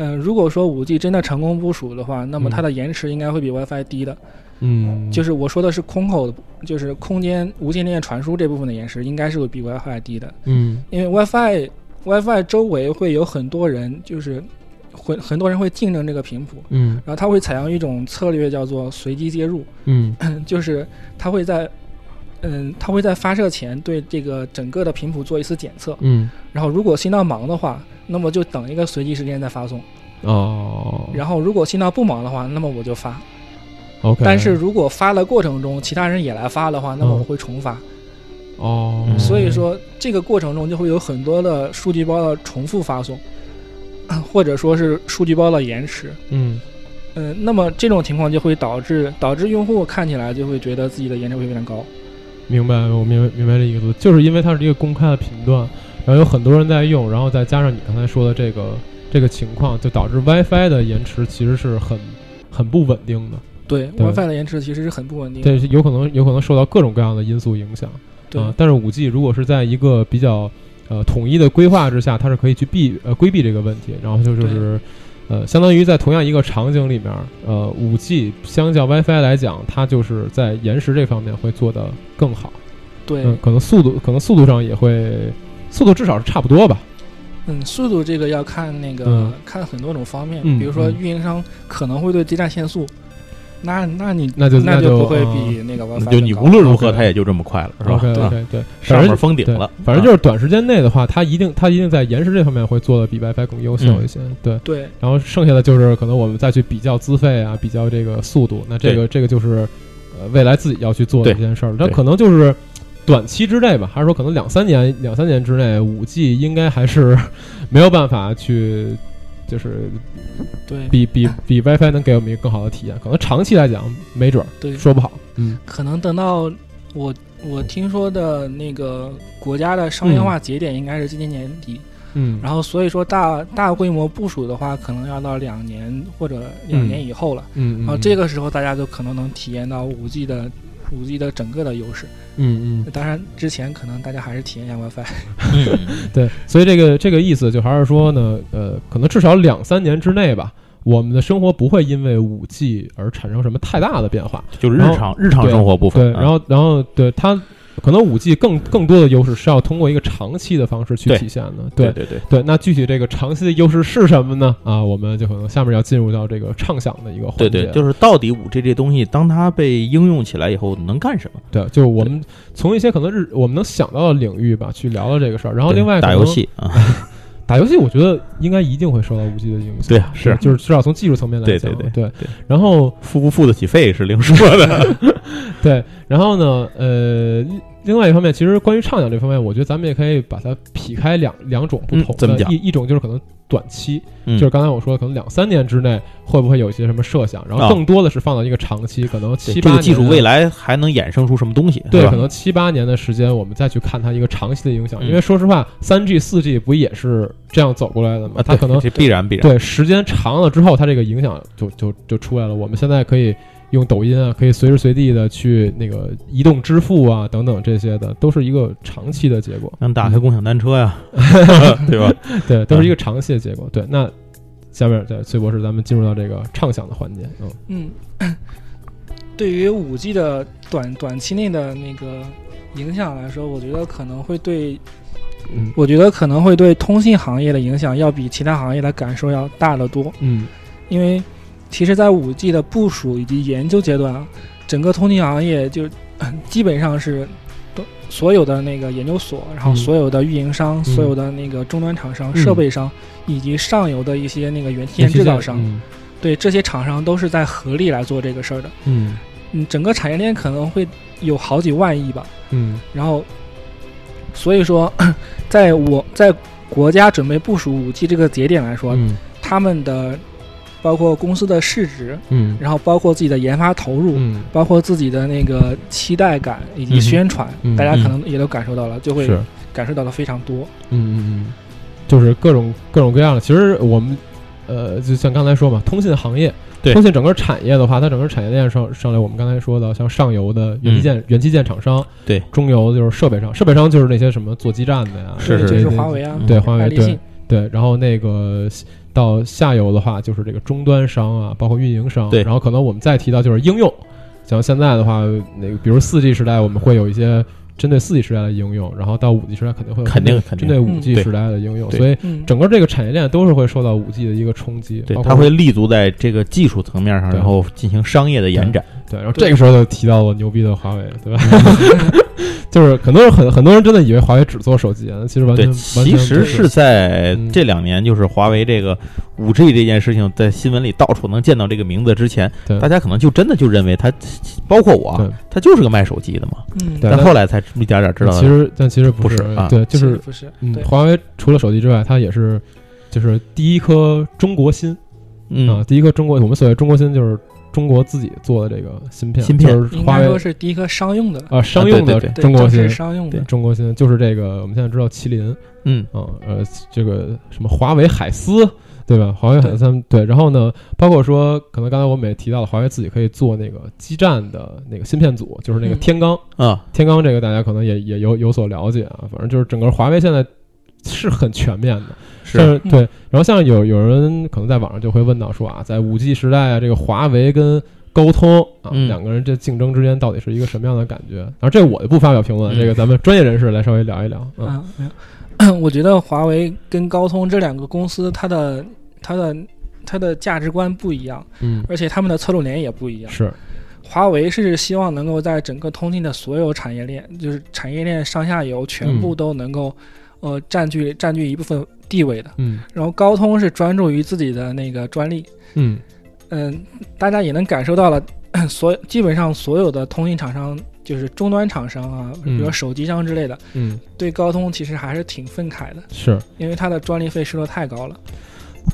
Speaker 3: 嗯、如果说五 G 真的成功部署的话，那么
Speaker 1: 嗯
Speaker 3: 它的延迟应该会比 WiFi 低的。
Speaker 1: 嗯，
Speaker 3: 就是我说的是空口的，就是空间无线电传输这部分的延迟，应该是会比 WiFi 低的。
Speaker 1: 嗯
Speaker 3: 因为 WiFi WiFi 周围会有很多人，就是很很多人会竞争这个频谱，
Speaker 1: 嗯
Speaker 3: 然后它会采用一种策略叫做随机接入，
Speaker 1: 嗯
Speaker 3: 就是它会在嗯，它会在发射前对这个整个的频谱做一次检测，
Speaker 1: 嗯，
Speaker 3: 然后如果信道忙的话，那么就等一个随机时间再发送；
Speaker 1: 哦
Speaker 3: 然后如果信道不忙的话，那么我就发。
Speaker 1: ，OK，
Speaker 3: 但是如果发的过程中其他人也来发的话，那么我会重发。
Speaker 1: 哦，
Speaker 2: 嗯
Speaker 3: 所以说这个过程中就会有很多的数据包的重复发送，或者说是数据包的延迟。
Speaker 1: 嗯，
Speaker 3: 嗯，那么这种情况就会导致导致用户看起来就会觉得自己的延迟会非常高。
Speaker 1: 明白，我明白明白这意思，就是因为它是一个公开的频段，然后有很多人在用，然后再加上你刚才说的这个这个情况，就导致 WiFi 的延迟其实是很很不稳定的，
Speaker 3: 对
Speaker 1: 对
Speaker 3: WiFi 的延迟其实是很不稳定的。
Speaker 1: 对，有可能有可能受到各种各样的因素影响。
Speaker 3: 嗯对
Speaker 1: 啊，但是五 G 如果是在一个比较呃统一的规划之下，它是可以去避呃规避这个问题，然后就
Speaker 3: 对
Speaker 1: 就是呃相当于在同样一个场景里面，呃五 G 相较 WiFi 来讲，它就是在延时这方面会做得更好，
Speaker 3: 对
Speaker 1: 嗯，可能速度可能速度上也会速度至少是差不多吧，
Speaker 3: 嗯，速度这个要看那个、
Speaker 1: 嗯
Speaker 3: 看很多种方面，
Speaker 1: 嗯
Speaker 3: 比如说
Speaker 1: 嗯
Speaker 3: 运营商可能会对基站限速，那那你
Speaker 1: 那就
Speaker 3: 那
Speaker 1: 就
Speaker 3: 不会
Speaker 1: 啊
Speaker 3: 比那个 WiFi
Speaker 2: 就你
Speaker 3: 更高
Speaker 2: 无论如何
Speaker 1: OK
Speaker 2: 它也就这么快了，是吧？
Speaker 1: OK
Speaker 2: 啊
Speaker 1: OK 对，
Speaker 2: 上
Speaker 1: 反正
Speaker 2: 面封顶
Speaker 1: 对
Speaker 2: 了，啊
Speaker 1: 反正就是短时间内的话，它一定它一定在延时这方面会做的比 WiFi 更优
Speaker 2: 嗯
Speaker 1: 秀一些，对。
Speaker 3: 对
Speaker 1: 然后剩下的就是可能我们再去比较资费啊，比较这个速度。那这个这个就是呃未来自己要去做的一件事儿。那
Speaker 2: 对
Speaker 1: 可能就是短期之内吧，还是说可能两三年两三年之内，五 G 应该还是 没有办法去。就是
Speaker 3: 对
Speaker 1: 比比比 WiFi 能给我们一个更好的体验，可能长期来讲没准儿
Speaker 3: 对，
Speaker 1: 说不好。嗯
Speaker 3: 可能等到我我听说的那个国家的商业化节点应该是今年年底，
Speaker 1: 嗯，
Speaker 3: 然后所以说大大规模部署的话，可能要到两年或者两年以后了，
Speaker 1: 嗯，
Speaker 3: 然后这
Speaker 1: 个
Speaker 3: 个时候大家就可能能体验到五 G 的五 G 的整个的优势。
Speaker 1: 嗯嗯
Speaker 3: 当然之前可能大家还是体验一下 WiFi，
Speaker 2: 嗯
Speaker 1: 对，所以这个这个意思就还是说呢，呃，可能至少两三年之内吧，我们的生活不会因为五 G 而产生什么太大的变化。
Speaker 2: 就是日
Speaker 1: 然后
Speaker 2: 常日常
Speaker 1: 对
Speaker 2: 生活部分
Speaker 1: 对，
Speaker 2: 啊。
Speaker 1: 然后然后对它可能五 G 更更多的优势是要通过一个长期的方式去
Speaker 2: 对
Speaker 1: 体现的。
Speaker 2: 对
Speaker 1: 对
Speaker 2: 对对，
Speaker 1: 对那具体这个长期的优势是什么呢？啊，我们就可能下面要进入到这个畅想的一个环
Speaker 2: 对
Speaker 1: 节。
Speaker 2: 对，就是到底五 G 这东西，当它被应用起来以后能干什么？
Speaker 1: 对就是我们从一些可能日我们能想到的领域吧，去聊聊这个事儿。然后另外
Speaker 2: 对打
Speaker 1: 可能
Speaker 2: 游，戏啊，
Speaker 1: 打游戏我觉得应该一定会受到五 G 的影响。
Speaker 2: 对啊是
Speaker 1: 就是至少从技术层面来
Speaker 2: 对
Speaker 1: 讲，
Speaker 2: 对
Speaker 1: 对
Speaker 2: 对
Speaker 1: 然后
Speaker 2: 付不付得起费是另说的。
Speaker 1: 对，然后呢，呃，另另外一方面，其实关于畅想这方面，我觉得咱们也可以把它劈开两两种不
Speaker 2: 嗯
Speaker 1: 同的，
Speaker 2: 怎么讲
Speaker 1: 一一种就是可能短期，
Speaker 2: 嗯
Speaker 1: 就是刚才我说的，可能两三年之内会不会有一些什么设想，然后
Speaker 2: 啊
Speaker 1: 更多的是放到一个长期，可能
Speaker 2: 对
Speaker 1: 七
Speaker 2: 这
Speaker 1: 八
Speaker 2: 个
Speaker 1: 年
Speaker 2: 技术
Speaker 1: 的
Speaker 2: 未。来还能衍生出什么东西？
Speaker 1: 对，
Speaker 2: 是吧
Speaker 1: 可能七八年的时间，我们再去看它一个长期的影响，
Speaker 2: 嗯
Speaker 1: 因为说实话，三 G、四 G 不也是这样走过来的吗？
Speaker 2: 啊，
Speaker 1: 它
Speaker 2: 对
Speaker 1: 可能
Speaker 2: 这必然必然。
Speaker 1: 对时间长了之后，它这个影响就就就出来了。我们现在可以用抖音啊，可以随时随地的去那个移动支付啊等等这些的，都是一个长期的 结果，
Speaker 2: 能打开共享单车呀， 对吧？
Speaker 1: 对，
Speaker 2: 嗯
Speaker 1: 都是一个长期的结果。对，那下面对崔博士，咱们进入到这个畅想的环节。嗯
Speaker 3: 嗯， 对于五 G 的短短期内的那个影响来说，我觉得可能会对，
Speaker 1: 嗯
Speaker 3: 我觉得可能会对通信行业的影响要比其他行业的感受要大得多，
Speaker 1: 嗯
Speaker 3: 因为其实，在五 G 的部署以及研究阶段啊，整个通信行业就、嗯基本上是都所有的那个研究所，然后
Speaker 1: 嗯
Speaker 3: 所有的运营商、
Speaker 1: 嗯
Speaker 3: 所有的那个终端厂商、
Speaker 1: 嗯
Speaker 3: 设备商以及上游的一些那个元器
Speaker 1: 电
Speaker 3: 件制造商，
Speaker 1: 嗯
Speaker 3: 对这些厂商都是在合力来做这个事儿的。
Speaker 1: 嗯
Speaker 3: 嗯，整个产业链可能会有好几万亿吧。
Speaker 1: 嗯
Speaker 3: 然后，所以说， 在我在国家准备部署五 G 这个节点来说，
Speaker 1: 嗯
Speaker 3: 他们的包括公司的市值，
Speaker 1: 嗯
Speaker 3: 然后包括自己的研发投入，
Speaker 1: 嗯，
Speaker 3: 包括自己的那个期待感以及宣传，
Speaker 1: 嗯哼嗯
Speaker 3: 大家可能也都感受到了，就会
Speaker 1: 是
Speaker 3: 感受到的非常多。
Speaker 1: 嗯嗯嗯，就是各种各种各样的。其实我们呃，就像刚才说嘛，通信行业，
Speaker 2: 对
Speaker 1: 通信整个产业的话，它整个产业链上上来，我们刚才说的，像上游的元器件、元器件厂商，
Speaker 2: 嗯对，
Speaker 1: 中游就是设备商，设备商就是那些什么做基站的呀，
Speaker 2: 是
Speaker 3: 对
Speaker 2: 是
Speaker 1: 这
Speaker 3: 就
Speaker 1: 些
Speaker 3: 是华为
Speaker 2: 嗯
Speaker 3: 啊，
Speaker 1: 对华
Speaker 3: 爱
Speaker 1: 为
Speaker 3: 立信
Speaker 1: 对，对，然后那个。到下游的话，就是这个终端商啊，包括运营商，
Speaker 2: 对
Speaker 1: 然后可能我们再提到就是应用，像现在的话，那个比如四 G 时代，我们会有一些针对四 G 时代的应用，然后到五 G 时代肯定会有
Speaker 2: 肯定
Speaker 1: 针对
Speaker 2: 肯
Speaker 1: 针
Speaker 2: 定
Speaker 1: 对五 G
Speaker 2: 嗯对
Speaker 1: 时代的应用，
Speaker 2: 对
Speaker 1: 所以
Speaker 3: 嗯，
Speaker 1: 整个这个产业链都是会受到五 G 的一个冲击，
Speaker 2: 对
Speaker 1: 包，括
Speaker 2: 它会立足在这个技术层面上，
Speaker 1: 对
Speaker 2: 然后进行商业的延展。
Speaker 1: 对，然后这个时候就提到了牛逼的华为，对吧？ 就是很多人很很多人真的以为华为只做手机，其实完全
Speaker 2: 对，
Speaker 1: 完全
Speaker 2: 其
Speaker 1: 不
Speaker 2: 实是在
Speaker 1: 嗯
Speaker 2: 这两年，就是华为这个五 G 这件事情在新闻里到处能见到这个名字之前
Speaker 1: 对，
Speaker 2: 大家可能就真的就认为它，包括我
Speaker 1: 对
Speaker 2: 啊，它就是个卖手机的嘛。
Speaker 3: 嗯，
Speaker 1: 对
Speaker 2: 但后来才一点点知道，
Speaker 1: 其实但其实不
Speaker 2: 不是啊
Speaker 1: 对，就
Speaker 3: 其实
Speaker 1: 是
Speaker 3: 不是，
Speaker 1: 嗯，
Speaker 3: 对，
Speaker 1: 华为除了手机之外，它也是就是第一颗中国芯啊
Speaker 2: 嗯，，
Speaker 1: 第一颗中国我们所谓中国芯就是中国自己做的这个芯片，
Speaker 2: 芯片
Speaker 1: 就是
Speaker 3: 应
Speaker 1: 华
Speaker 3: 该说
Speaker 1: 为
Speaker 3: 是第一颗商用的了，
Speaker 1: 啊商用的
Speaker 2: 对对
Speaker 3: 对
Speaker 1: 中国
Speaker 3: 正
Speaker 1: 芯
Speaker 3: 式，商用的，
Speaker 1: 中国芯就是这个我们现在知道麒麟，
Speaker 2: 嗯，
Speaker 1: 啊，呃，这个什么华为海思，对吧？华为海思他们对，然后呢，包括说，可能刚才我们也提到了，华为自己可以做那个基站的那个芯片组，就是那个
Speaker 3: 嗯
Speaker 1: 天罡，
Speaker 2: 啊，
Speaker 1: 天罡这个大家可能也也有有所了解啊，反正就是整个华为现在。是很全面的，
Speaker 2: 是
Speaker 1: 但是对。然后像有有人可能在网上就会问到说啊，在五 G 时代啊，这个华为跟高通啊、
Speaker 2: 嗯
Speaker 1: 两个人这竞争之间到底是一个什么样的感觉？然后这我就不发表评论，这
Speaker 2: 嗯
Speaker 1: 个咱们专业人士来稍微聊一聊。嗯
Speaker 3: 啊，没有。 我觉得华为跟高通这两个公司，它的它的它的价值观不一样，
Speaker 1: 嗯，
Speaker 3: 而且他们的侧重点也不一样。
Speaker 1: 是
Speaker 3: 华为是希望能够在整个通信的所有产业链，就是产业链上下游全部都能够，呃，占据占据一部分地位的。
Speaker 1: 嗯
Speaker 3: 然后高通是专注于自己的那个专利，
Speaker 1: 嗯，
Speaker 3: 嗯，大家也能感受到了， 所基本上所有的通信厂商，就是终端厂商啊，比
Speaker 1: 嗯
Speaker 3: 如说手机商之类的，
Speaker 1: 嗯，
Speaker 3: 对高通其实还是挺愤慨的。
Speaker 1: 是
Speaker 3: 因为它的专利费收的太高了。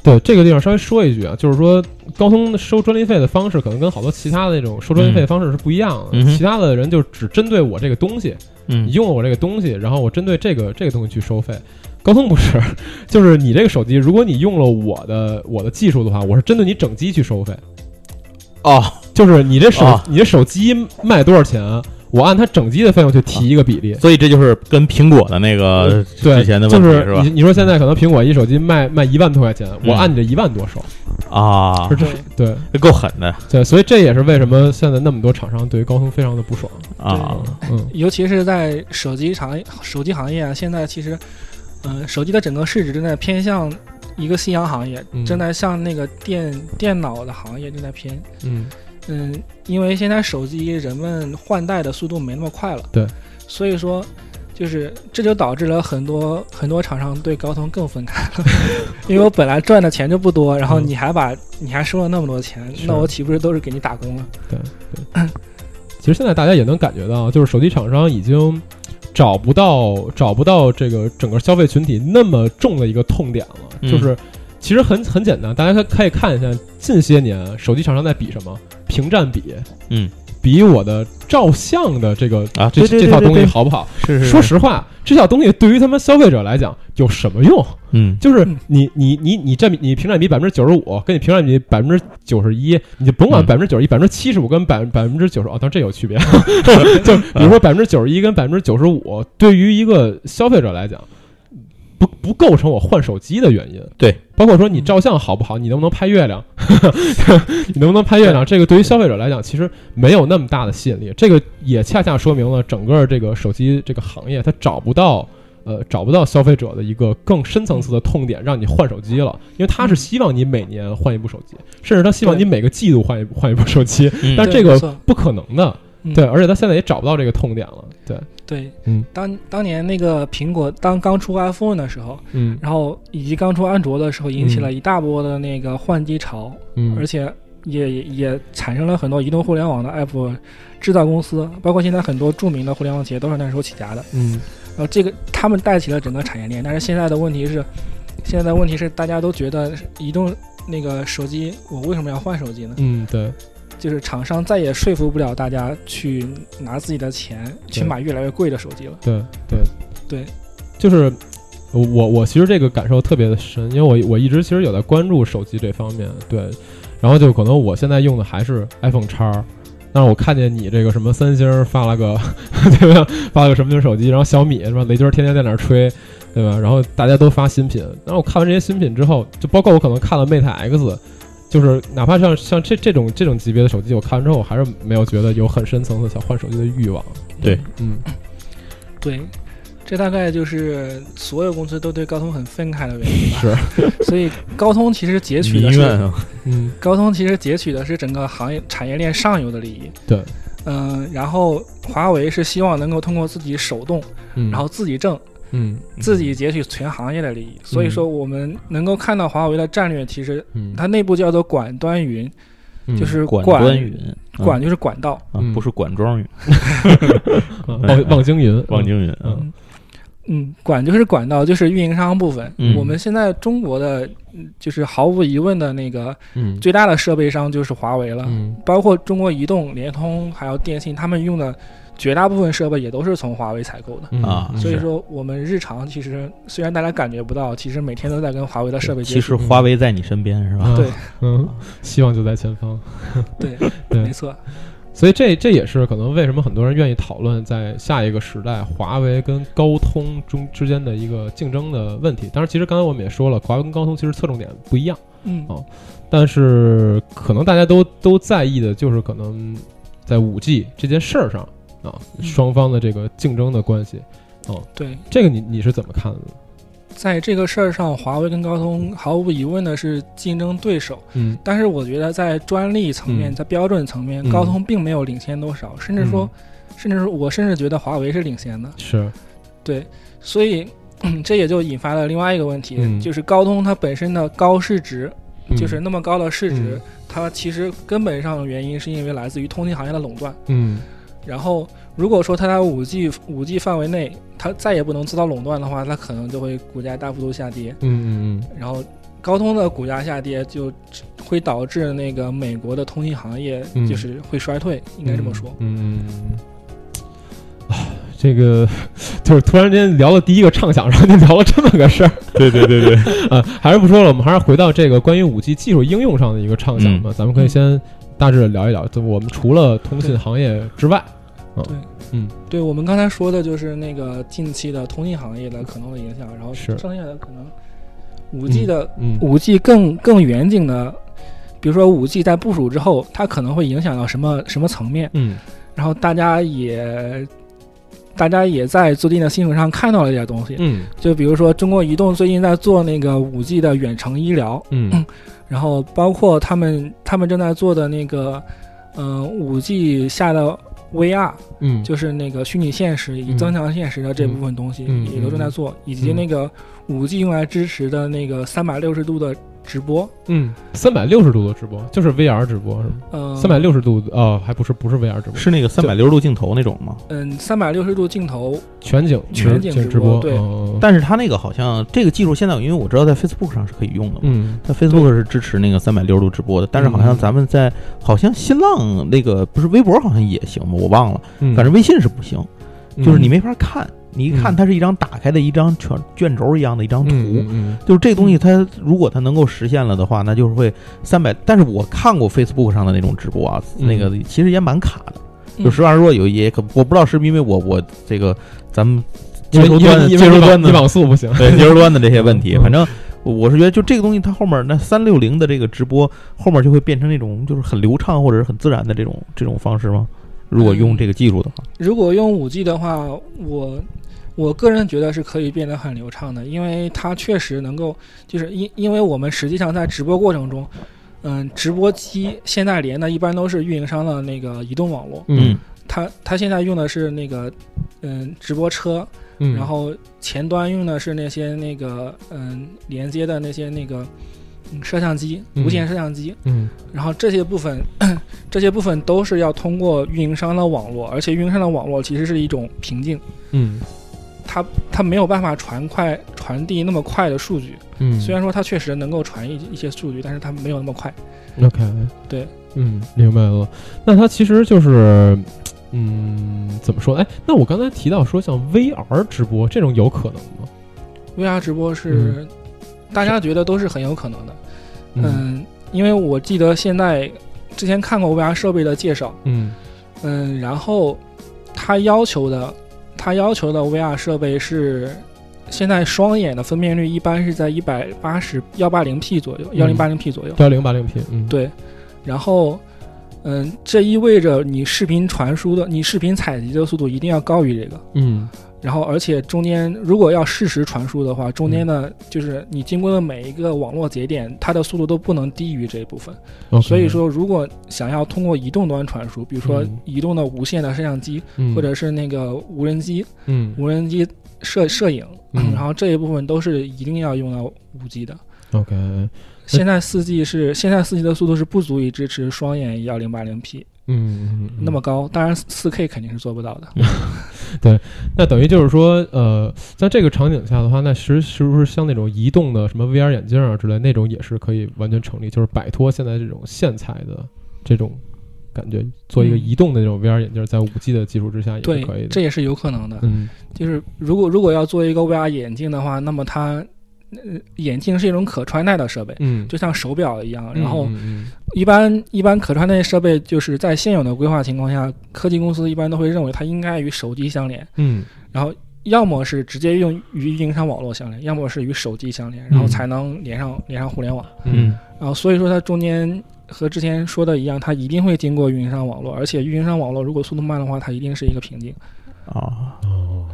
Speaker 1: 对这个地方稍微说一句啊，就是说高通收专利费的方式可能跟好多其他的那种收专利费的方式是不一样的。
Speaker 2: 嗯嗯哼
Speaker 1: 其他的人就只针对我这个东西，
Speaker 2: 嗯
Speaker 1: 你，用了我这个东西，然后我针对这个这个东西去收费。高通不是， 就是你这个手机，如果你用了我的我的技术的话，我是针对你整机去收费。
Speaker 2: 哦，
Speaker 1: 就是你这手、
Speaker 2: 啊
Speaker 1: 你这手机卖多少钱，我按它整机的费用去提一个比例。
Speaker 2: 所以这就是跟苹果的那个
Speaker 1: 对，
Speaker 2: 呃之前的
Speaker 1: 就
Speaker 2: 问题
Speaker 1: 是
Speaker 2: 吧
Speaker 1: 你？你说现在可能苹果一手机卖卖一万多块钱，我
Speaker 2: 嗯
Speaker 1: 按你这一万多收，
Speaker 2: 啊
Speaker 1: 是，这
Speaker 3: 对
Speaker 1: 对。
Speaker 2: 这够狠的
Speaker 1: 对，所以这也是为什么现在那么多厂商对于高通非常的不爽。
Speaker 2: 啊！
Speaker 1: 嗯，
Speaker 3: 尤其是在手机行业，手机行业啊，现在其实，嗯、手机的整个市值正在偏向一个夕阳行业，
Speaker 1: 嗯
Speaker 3: 正在向那个电电脑的行业正在偏。
Speaker 1: 嗯
Speaker 3: 嗯，因为现在手机人们换代的速度没那么快了，
Speaker 1: 对，
Speaker 3: 所以说。就是，这就导致了很多很多厂商对高通更愤慨 了，因为我本来赚的钱就不多，然后
Speaker 1: 嗯
Speaker 3: 你还把你还收了那么多钱，
Speaker 1: 是
Speaker 3: 那我岂不是都是给你打工了？
Speaker 1: 其实现在大家也能感觉到，就是手机厂商已经找不到找不到这个整个消费群体那么重的一个痛点了。
Speaker 2: 嗯
Speaker 1: 就是其实很很简单，大家可可以看一下近些年手机厂商在比什么屏占比，
Speaker 2: 嗯，
Speaker 1: 比我的照相的这个
Speaker 2: 啊，
Speaker 1: 这
Speaker 2: 对
Speaker 1: 这套东西，好不好？
Speaker 2: 对对对是是
Speaker 1: 说，实话，这套东西对于他们消费者来讲有什么用？
Speaker 2: 嗯，
Speaker 1: 就是
Speaker 3: 嗯
Speaker 1: 你你你你占比你屏占比百分之九十五，跟你屏占比百分之九十一，你就甭管
Speaker 2: 嗯
Speaker 1: 百分之九十一、百分之七十五跟百百分之九十，哦，当然这有区别， 就比如说百分之九十一跟百分之九十五，对于一个消费者来讲，不不构成我换手机的原因。
Speaker 2: 对，
Speaker 1: 包括说你照相好不好，你能不能拍月亮， 你能不能拍月亮，这个对于消费者来讲其实没有那么大的吸引力。这个也恰恰说明了整个这个手机这个行业它找不到。呃，找不到消费者的一个更深层次的痛点，让你换手机了，因为他是希望你每年换一部手机，甚至他希望你每个季度换一换一部手机，
Speaker 2: 嗯
Speaker 1: 但
Speaker 3: 对
Speaker 1: 这个
Speaker 3: 没错
Speaker 1: 不可能的。
Speaker 3: 嗯
Speaker 1: 对，而且他现在也找不到这个痛点了。对，
Speaker 3: 对，
Speaker 1: 嗯
Speaker 3: 当当年那个苹果当刚出 iPhone 的时候，
Speaker 1: 嗯
Speaker 3: 然后以及刚出安卓的时候，引起
Speaker 1: 嗯
Speaker 3: 了一大波的那个换机潮，
Speaker 1: 嗯，
Speaker 3: 而且也也也产生了很多移动互联网的 app 制造公司，包括现在很多著名的互联网企业都是那时候起家的。
Speaker 1: 嗯
Speaker 3: 然后这个他们带起了整个产业链，但是现在的问题是，现在的问题是大家都觉得移动那个手机，我为什么要换手机呢？
Speaker 1: 嗯，对，
Speaker 3: 就是厂商再也说服不了大家去拿自己的钱去
Speaker 1: 对
Speaker 3: 买越来越贵的手机了。
Speaker 1: 对对
Speaker 3: 对，
Speaker 1: 就是我我我其实这个感受特别的深，因为我我一直其实有在关注手机这方面，对，然后就可能我现在用的还是 iPhone 叉。但是我看见你这个什么三星儿发了个， 对吧？发了个什么手机，然后小米是吧？雷军儿天天在那儿吹，对吧？然后大家都发新品，然后我看完这些新品之后，就包括我可能看了 Mate X，就是哪怕像像这这种这种级别的手机，我看完之后，我还是没有觉得有很深层次想换手机的欲望。
Speaker 2: 对，
Speaker 1: 嗯
Speaker 3: 对，这大概就是所有公司都对高通很愤慨的原因吧。是，所以高通其实截取的
Speaker 2: 民怨
Speaker 3: 是
Speaker 2: 啊，
Speaker 1: 嗯，
Speaker 3: 高通其实截取的是整个行业产业链上游的利益。
Speaker 1: 对，
Speaker 3: 嗯、然后华为是希望能够通过自己手动，
Speaker 1: 嗯
Speaker 3: 然后自己挣，
Speaker 1: 嗯
Speaker 3: 自己截取全行业的利益。
Speaker 2: 嗯
Speaker 3: 所以说，我们能够看到华为的战略，其实
Speaker 1: 嗯，
Speaker 3: 它内部叫做管端云，
Speaker 1: 嗯
Speaker 3: 就是
Speaker 2: 管
Speaker 3: 管
Speaker 2: 端云，啊
Speaker 3: 管就是管道。
Speaker 2: 啊
Speaker 1: 嗯
Speaker 2: 不是管庄云，
Speaker 1: 嗯望望京云，
Speaker 2: 望京云啊，
Speaker 1: 嗯
Speaker 3: 嗯，管就是管道，就是运营商部分。
Speaker 2: 嗯
Speaker 3: 我们现在中国的，嗯就是毫无疑问的那个
Speaker 1: 嗯，
Speaker 3: 最大的设备商就是华为了，
Speaker 1: 嗯
Speaker 3: 包括中国移动、联通还有电信，他们用的绝大部分设备也都是从华为采购的。
Speaker 1: 嗯
Speaker 2: 啊
Speaker 1: 嗯
Speaker 3: 所以
Speaker 2: 是
Speaker 3: 说，我们日常其实虽然大家感觉不到，其实每天都在跟华为的设备嗯
Speaker 2: 嗯
Speaker 3: 接
Speaker 2: 其
Speaker 3: 触。
Speaker 2: 实华为在你身边是吧？
Speaker 1: 啊
Speaker 3: 对
Speaker 1: 嗯，希望就在前方。
Speaker 3: 对，
Speaker 1: 对
Speaker 3: 没错，
Speaker 1: 所以这这也是可能为什么很多人愿意讨论在下一个时代华为跟高通中之间的一个竞争的问题。当然，其实刚才我们也说了，华为跟高通其实侧重点不一样，
Speaker 3: 嗯
Speaker 1: 哦但是可能大家都都在意的就是可能在五 G 这件事儿上啊，
Speaker 3: 嗯
Speaker 1: 双方的这个竞争的关系，
Speaker 3: 对，
Speaker 1: 这个你你是怎么看的呢？
Speaker 3: 在这个事儿上，华为跟高通毫无疑问的是竞争对手。
Speaker 1: 嗯
Speaker 3: 但是我觉得在专利层面，
Speaker 1: 嗯
Speaker 3: 在标准层面，
Speaker 1: 嗯
Speaker 3: 高通并没有领先多少，甚至说，甚至说我甚至觉得华为是领先的。
Speaker 1: 是，
Speaker 3: 对，所以、 嗯这也就引发了另外一个问题，
Speaker 1: 嗯
Speaker 3: 就是高通它本身的高市值，
Speaker 1: 嗯
Speaker 3: 就是那么高的市值，
Speaker 1: 嗯
Speaker 3: 它其实根本上的原因是因为来自于通信行业的垄断。
Speaker 1: 嗯
Speaker 3: 然后，如果说它在五 G 五 G 范围内，它再也不能自到垄断的话，它可能就会股价大幅度下跌。
Speaker 1: 嗯嗯嗯
Speaker 3: 然后高通的股价下跌，就会导致那个美国的通信行业
Speaker 1: 嗯
Speaker 3: 就是会衰退，应该这么说。
Speaker 1: 嗯嗯嗯嗯，啊，这个就是突然间聊了第一个畅想，然后就聊了这么个事儿。
Speaker 2: 对对 对对，
Speaker 1: 啊，还是不说了，我们还是回到这个关于五 G 技术应用上的一个畅想吧。咱们可以先大致地聊一聊，就我们除了通信
Speaker 3: 嗯对
Speaker 1: 行业之外，
Speaker 3: 对我们刚才说的就是那个近期的通信行业的可能的影响，然后
Speaker 1: 是
Speaker 3: 剩下的可能五 G 的
Speaker 1: 嗯
Speaker 3: 五 G 更更远景的，比如说五 G 在部署之后，它可能会影响到什么什么层面，
Speaker 1: 嗯
Speaker 3: 然后大家也。大家也在最近的新闻上看到了一点东西，
Speaker 1: 嗯
Speaker 3: 就比如说中国移动最近在做那个五 G 的远程医疗，
Speaker 1: 嗯
Speaker 3: 然后包括他们他们正在做的那个，嗯、五 G 下的 VR，
Speaker 1: 嗯，
Speaker 3: 就是那个虚拟现实以及
Speaker 1: 嗯
Speaker 3: 增强现实的这部分东西，
Speaker 1: 嗯嗯
Speaker 3: 也都正在做，以及那个五 G 用来支持的那个三百六十度的直播，
Speaker 1: 嗯三百六十度的直播，就是 VR 直播是吗？
Speaker 3: 嗯，
Speaker 1: 三百，六十度的哦，还不是不是 VR 直播，
Speaker 2: 是那个三百六十度镜头那种吗？
Speaker 3: 嗯，三百六十度镜头，
Speaker 1: 全景
Speaker 3: 全景
Speaker 1: 直
Speaker 3: 直播对
Speaker 1: 哦
Speaker 2: 但是它那个好像这个技术现在，因为我知道在 Facebook 上是可以用的嘛。
Speaker 1: 嗯
Speaker 2: 它 Facebook 是支持那个三百六十度直播的，但是好像
Speaker 1: 嗯
Speaker 2: 咱们在好像新浪那个不是微博好像也行吧，我忘了，
Speaker 1: 嗯，
Speaker 2: 反正微信是不行，
Speaker 1: 嗯
Speaker 2: 就是你没法看，你一看
Speaker 1: 嗯
Speaker 2: 它是一张打开的一张卷卷轴一样的一张图，
Speaker 1: 嗯嗯
Speaker 2: 就是这东西它如果它能够实现了的话，那就是会三百。但是我看过 Facebook 上的那种直播啊，
Speaker 1: 嗯
Speaker 2: 那个其实也蛮卡的。
Speaker 3: 嗯
Speaker 2: 就实话实说，有也可我不知道是不是因为我我这个咱们
Speaker 1: 因
Speaker 2: 接
Speaker 1: 为
Speaker 2: 收端的
Speaker 1: 因为
Speaker 2: 接收端
Speaker 1: 你
Speaker 2: 的
Speaker 1: 网速不 行，
Speaker 2: 对接收端的这些问题，
Speaker 1: 嗯
Speaker 2: 反正我我是觉得就这个东西它后面那三六零的这个直播后面就会变成那种就是很流畅或者是很自然的这种这种方式吗？如果用这个技术的话，
Speaker 3: 如果用五 G 的话，我我个人觉得是可以变得很流畅的，因为它确实能够，就是因因为我们实际上在直播过程中，嗯，直播机现在连的一般都是运营商的那个移动网络，
Speaker 1: 嗯
Speaker 3: 它它现在用的是那个嗯直播车，
Speaker 1: 嗯，
Speaker 3: 然后前端用的是那些那个嗯连接的那些那个。嗯摄像机，
Speaker 1: 嗯
Speaker 3: 无线摄像机，
Speaker 1: 嗯
Speaker 3: 然后这些部分， 这些部分都是要通过运营商的网络，而且运营商的网络其实是一种瓶颈，
Speaker 1: 嗯
Speaker 3: 它它没有办法传快传递那么快的数据。
Speaker 1: 嗯，
Speaker 3: 虽然说它确实能够传一一些数据，但是它没有那么快。
Speaker 1: OK，
Speaker 3: 对，
Speaker 1: 嗯，明白了。那它其实就是，嗯，怎么说？哎，那我刚才提到说像 VR 直播这种有可能吗？
Speaker 3: VR 直播是、
Speaker 1: 嗯
Speaker 3: 大家觉得都是很有可能的，嗯，因为我记得现在之前看过 VR 设备的介绍，
Speaker 1: 嗯
Speaker 3: 嗯，然后它要求的，它要求的 VR 设备是现在双眼的分辨率一般是在一百八十幺八零 P 左右，
Speaker 1: 嗯
Speaker 3: 幺零八零 P 左右。
Speaker 1: 幺零八零 P，嗯，
Speaker 3: 对，然后嗯，这意味着你视频传输的，你视频采集的速度一定要高于这个。
Speaker 1: 嗯
Speaker 3: 然后而且中间如果要实时传输的话，中
Speaker 1: 嗯
Speaker 3: 间呢就是你经过的每一个网络节点，它的速度都不能低于这一部分。
Speaker 1: OK
Speaker 3: 所以，说，如果想要通过移动端传输，比如说
Speaker 1: 嗯
Speaker 3: 移动的无线的摄像机，
Speaker 1: 嗯
Speaker 3: 或者是那个无人机、
Speaker 1: 嗯
Speaker 3: 无人机摄摄影，
Speaker 1: 嗯
Speaker 3: 然后这一部分都是一定要用到五 G 的。
Speaker 1: ，OK，嗯
Speaker 3: 现在四 G 是现在四 G 的速度是不足以支持双眼幺零八零 P
Speaker 1: 嗯嗯，嗯
Speaker 3: 那么高，当然四 K 肯定是做不到的。
Speaker 1: 那等于就是说，呃，在这个场景下的话，那实是不是像那种移动的什么 VR 眼镜啊之类那种也是可以完全成立，就是摆脱现在这种线材的这种感觉，做一个
Speaker 3: 嗯
Speaker 1: 移动的这种 VR 眼镜，在五 G 的技术之下也
Speaker 3: 对
Speaker 1: 是可以，的。
Speaker 3: 这也是有可能的。
Speaker 1: 嗯
Speaker 3: 就是如果如果要做一个 VR 眼镜的话，那么它、呃、眼镜是一种可穿戴的设备，
Speaker 1: 嗯，
Speaker 3: 就像手表一样。
Speaker 1: 嗯
Speaker 3: 然后
Speaker 1: 嗯嗯
Speaker 3: 一般一般可穿戴设备就是在现有的规划情况下，科技公司一般都会认为它应该与手机相连，
Speaker 1: 嗯
Speaker 3: 然后要么是直接用与硬伤网络相连，要么是与手机相连，然
Speaker 1: 嗯
Speaker 3: 后才能连上连上互联网。
Speaker 1: 嗯
Speaker 3: 然后所以说它中间。和之前说的一样，它一定会经过运营商网络，而且运营商网络如果速度慢的话，它一定是一个瓶颈。
Speaker 2: 啊。
Speaker 1: 哦，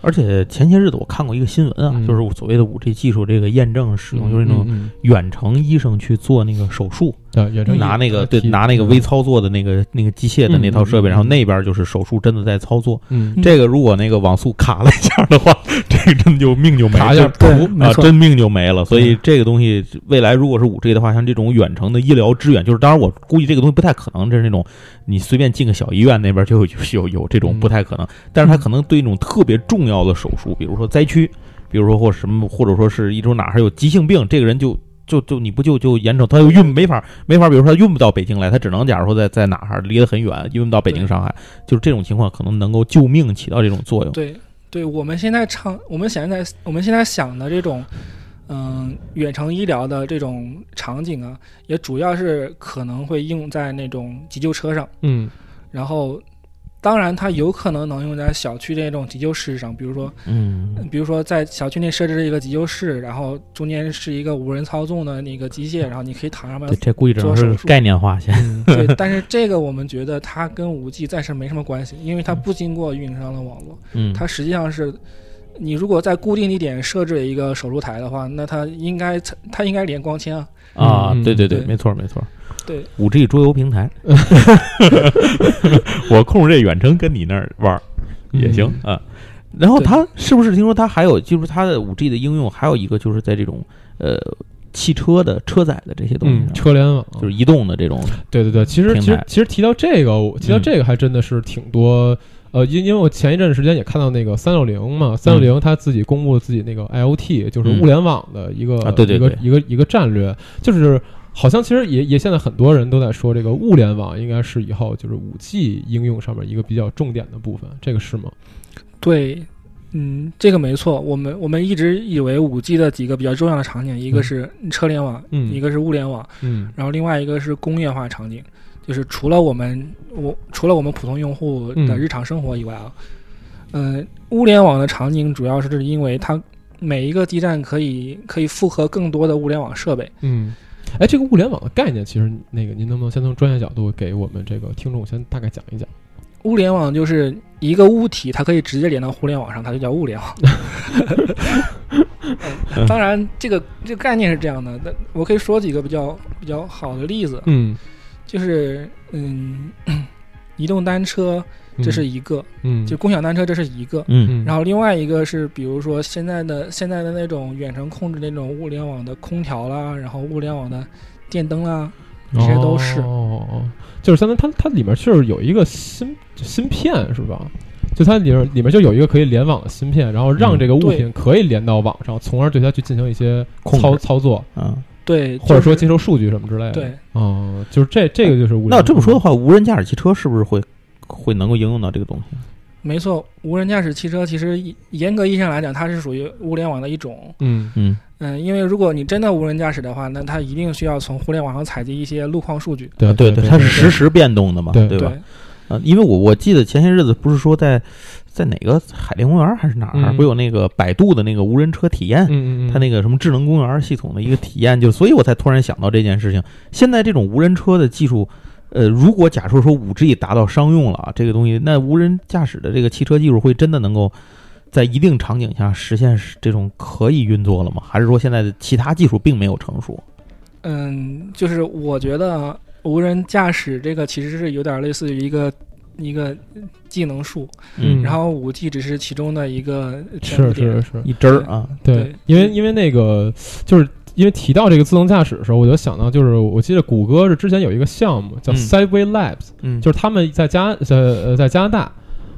Speaker 2: 而且前些日子我看过一个新闻啊，
Speaker 1: 嗯
Speaker 2: 就是所谓的五 G 技术这个验证使用，就是那种
Speaker 1: 嗯嗯
Speaker 2: 远程医生去做那个手术，
Speaker 1: 嗯对远程
Speaker 2: 拿那个对
Speaker 1: 提
Speaker 2: 拿那个微操作的那个那个机械的那套设备，
Speaker 1: 嗯嗯嗯
Speaker 2: 然后那边就是手术真的在操作。
Speaker 1: 嗯
Speaker 2: 这个如果那个网速卡了一下的话， 这个真就命就没
Speaker 1: 卡一下
Speaker 2: 了。
Speaker 1: 噗
Speaker 3: 对
Speaker 2: 啊
Speaker 3: 没，错
Speaker 2: 真命就没了。所以这个东西未来如果是五 G 的话，像这种远程的医疗支援，就是当然我估计这个东西不太可能，这是那种你随便进个小医院那边就有有有这种
Speaker 1: 嗯
Speaker 2: 不太可能，但是它可能对那种特别重要的手术，比如说灾区，比如说或什么，或者说是一种哪儿还有急性病，这个人就。就就你不就就严惩他又运没法没法，比如说他运不到北京来，他只能假如说在在哪儿离得很远，运不到北京
Speaker 3: 对
Speaker 2: 上海，就是这种情况可能能够救命起到这种作用。
Speaker 3: 对对，我们现在唱，我们现在我们现在想的这种，嗯、远程医疗的这种场景啊，也主要是可能会用在那种急救车上，
Speaker 1: 嗯
Speaker 3: 然后。当然，它有可能能用在小区这种急救室上，比如说，
Speaker 2: 嗯
Speaker 3: 比如说在小区内设置一个急救室，然后中间是一个无人操纵的那个机械，然后你可以躺上面
Speaker 2: 对，这估计只能是
Speaker 3: 做手术
Speaker 2: 概念化先。
Speaker 1: 嗯
Speaker 3: 对，但是这个我们觉得它跟五 G 暂时没什么关系，因为它不经过运营商的网络。
Speaker 2: 嗯，
Speaker 3: 它实际上是，你如果在固定地点设置一个手术台的话，那它应该它应该连光纤啊。
Speaker 2: 啊，
Speaker 1: 嗯
Speaker 2: 对对对，
Speaker 3: 对
Speaker 2: 没错没错。
Speaker 3: 对，
Speaker 2: 五 G 桌游平台，我控制这远程跟你那儿玩儿
Speaker 1: 嗯
Speaker 2: 也行啊。然后
Speaker 3: 对
Speaker 2: 它是不是听说它还有就是它的五 G 的应用还有一个就是在这种呃汽车的车载的这些东西啊
Speaker 1: 嗯
Speaker 2: 上，
Speaker 1: 车联网
Speaker 2: 就是移动的这种
Speaker 1: 对对对，其实
Speaker 2: 平
Speaker 1: 其实
Speaker 2: 台
Speaker 1: 其实提到这个，我提到
Speaker 2: 嗯
Speaker 1: 这个还真的是挺多。呃，因因为我前一阵时间也看到那个三六零嘛，三六零它自己公布了自己那个 IOT，就是
Speaker 2: 嗯
Speaker 1: 物联网的一个、
Speaker 2: 啊对对对
Speaker 1: 一个一个一个战略，就是好像其实也也现在很多人都在说这个物联网应该是以后就是五 G 应用上面一个比较重点的部分，这个是吗？
Speaker 3: 对，嗯，这个没错。我们我们一直以为五 G 的几个比较重要的场景，一个是车联网，
Speaker 1: 嗯
Speaker 3: 一个是物联网，
Speaker 1: 嗯
Speaker 3: 然后另外一个是工业化场景。就是除了我们我除了我们普通用户的
Speaker 1: 嗯
Speaker 3: 日常生活以外啊，嗯、物联网的场景主要是因为它每一个基站可以可以复合更多的物联网设备，
Speaker 1: 嗯。哎，这个物联网的概念，其实那个您能不能先从专业角度给我们这个听众先大概讲一讲？
Speaker 3: 物联网就是一个物体，它可以直接连到互联网上，它就叫物联网。嗯当然，这个这个概念是这样的。但我可以说几个比较比较好的例子，
Speaker 1: 嗯，
Speaker 3: 就是嗯， 移动单车
Speaker 1: 嗯
Speaker 3: 这是一个，
Speaker 1: 嗯，
Speaker 3: 就共享单车这是一个。
Speaker 2: 嗯
Speaker 3: 然后另外一个是，比如说现在的现在的那种远程控制那种物联网的空调啦，然后物联网的电灯啦，这些都是。
Speaker 1: 哦，哦就是相当于它它里面就是有一个芯芯片是吧？就它里面里面就有一个可以联网的芯片，然后让
Speaker 2: 嗯
Speaker 1: 这个物
Speaker 3: 对
Speaker 1: 品可以连到网上，从而对它去进行一些
Speaker 2: 控
Speaker 1: 操
Speaker 2: 制
Speaker 1: 操作，
Speaker 2: 啊。
Speaker 3: 对，
Speaker 1: 或者
Speaker 3: 就
Speaker 1: 说
Speaker 3: 是
Speaker 1: 接收数据什么之类的。
Speaker 3: 对，
Speaker 1: 哦，就是这这个就是无人
Speaker 2: 那这么说的话，无人驾驶汽车是不是会会能够应用到这个东西？
Speaker 3: 没错，无人驾驶汽车其实严格意义上来讲，它是属于物联网的一种。
Speaker 1: 嗯
Speaker 2: 嗯
Speaker 3: 嗯，因为如果你真的无人驾驶的话，那它一定需要从互联网上采集一些路况数据。
Speaker 1: 对
Speaker 2: 啊，对
Speaker 1: 对，
Speaker 2: 它是
Speaker 1: 对
Speaker 2: 实时变动的嘛，
Speaker 1: 对
Speaker 2: 对
Speaker 3: 对
Speaker 2: 吧？啊，因为我我记得前些日子不是说在在哪个海淀公园还是哪儿，
Speaker 1: 嗯
Speaker 2: 不有那个百度的那个无人车体验，
Speaker 1: 嗯嗯嗯，
Speaker 2: 它那个什么智能公园系统的一个体验，就所以我才突然想到这件事情。现在这种无人车的技术，呃，如果假设说五 G 达到商用了啊，这个东西，那无人驾驶的这个汽车技术会真的能够在一定场景下实现这种可以运作了吗？还是说现在的其他技术并没有成熟？
Speaker 3: 嗯，就是我觉得无人驾驶这个其实是有点类似于一个一个技能树，
Speaker 1: 嗯
Speaker 3: 然后五 G 只是其中的一个添
Speaker 1: 是
Speaker 3: 加点
Speaker 1: 是是，
Speaker 2: 一针儿啊，
Speaker 1: 对
Speaker 3: 对，
Speaker 1: 因为因为那个就是。因为提到这个自动驾驶的时候，我就想到，就是我记得谷歌是之前有一个项目叫
Speaker 2: 嗯
Speaker 1: Sideway Labs，、
Speaker 2: 嗯
Speaker 1: 就是他们在加呃呃在加拿大，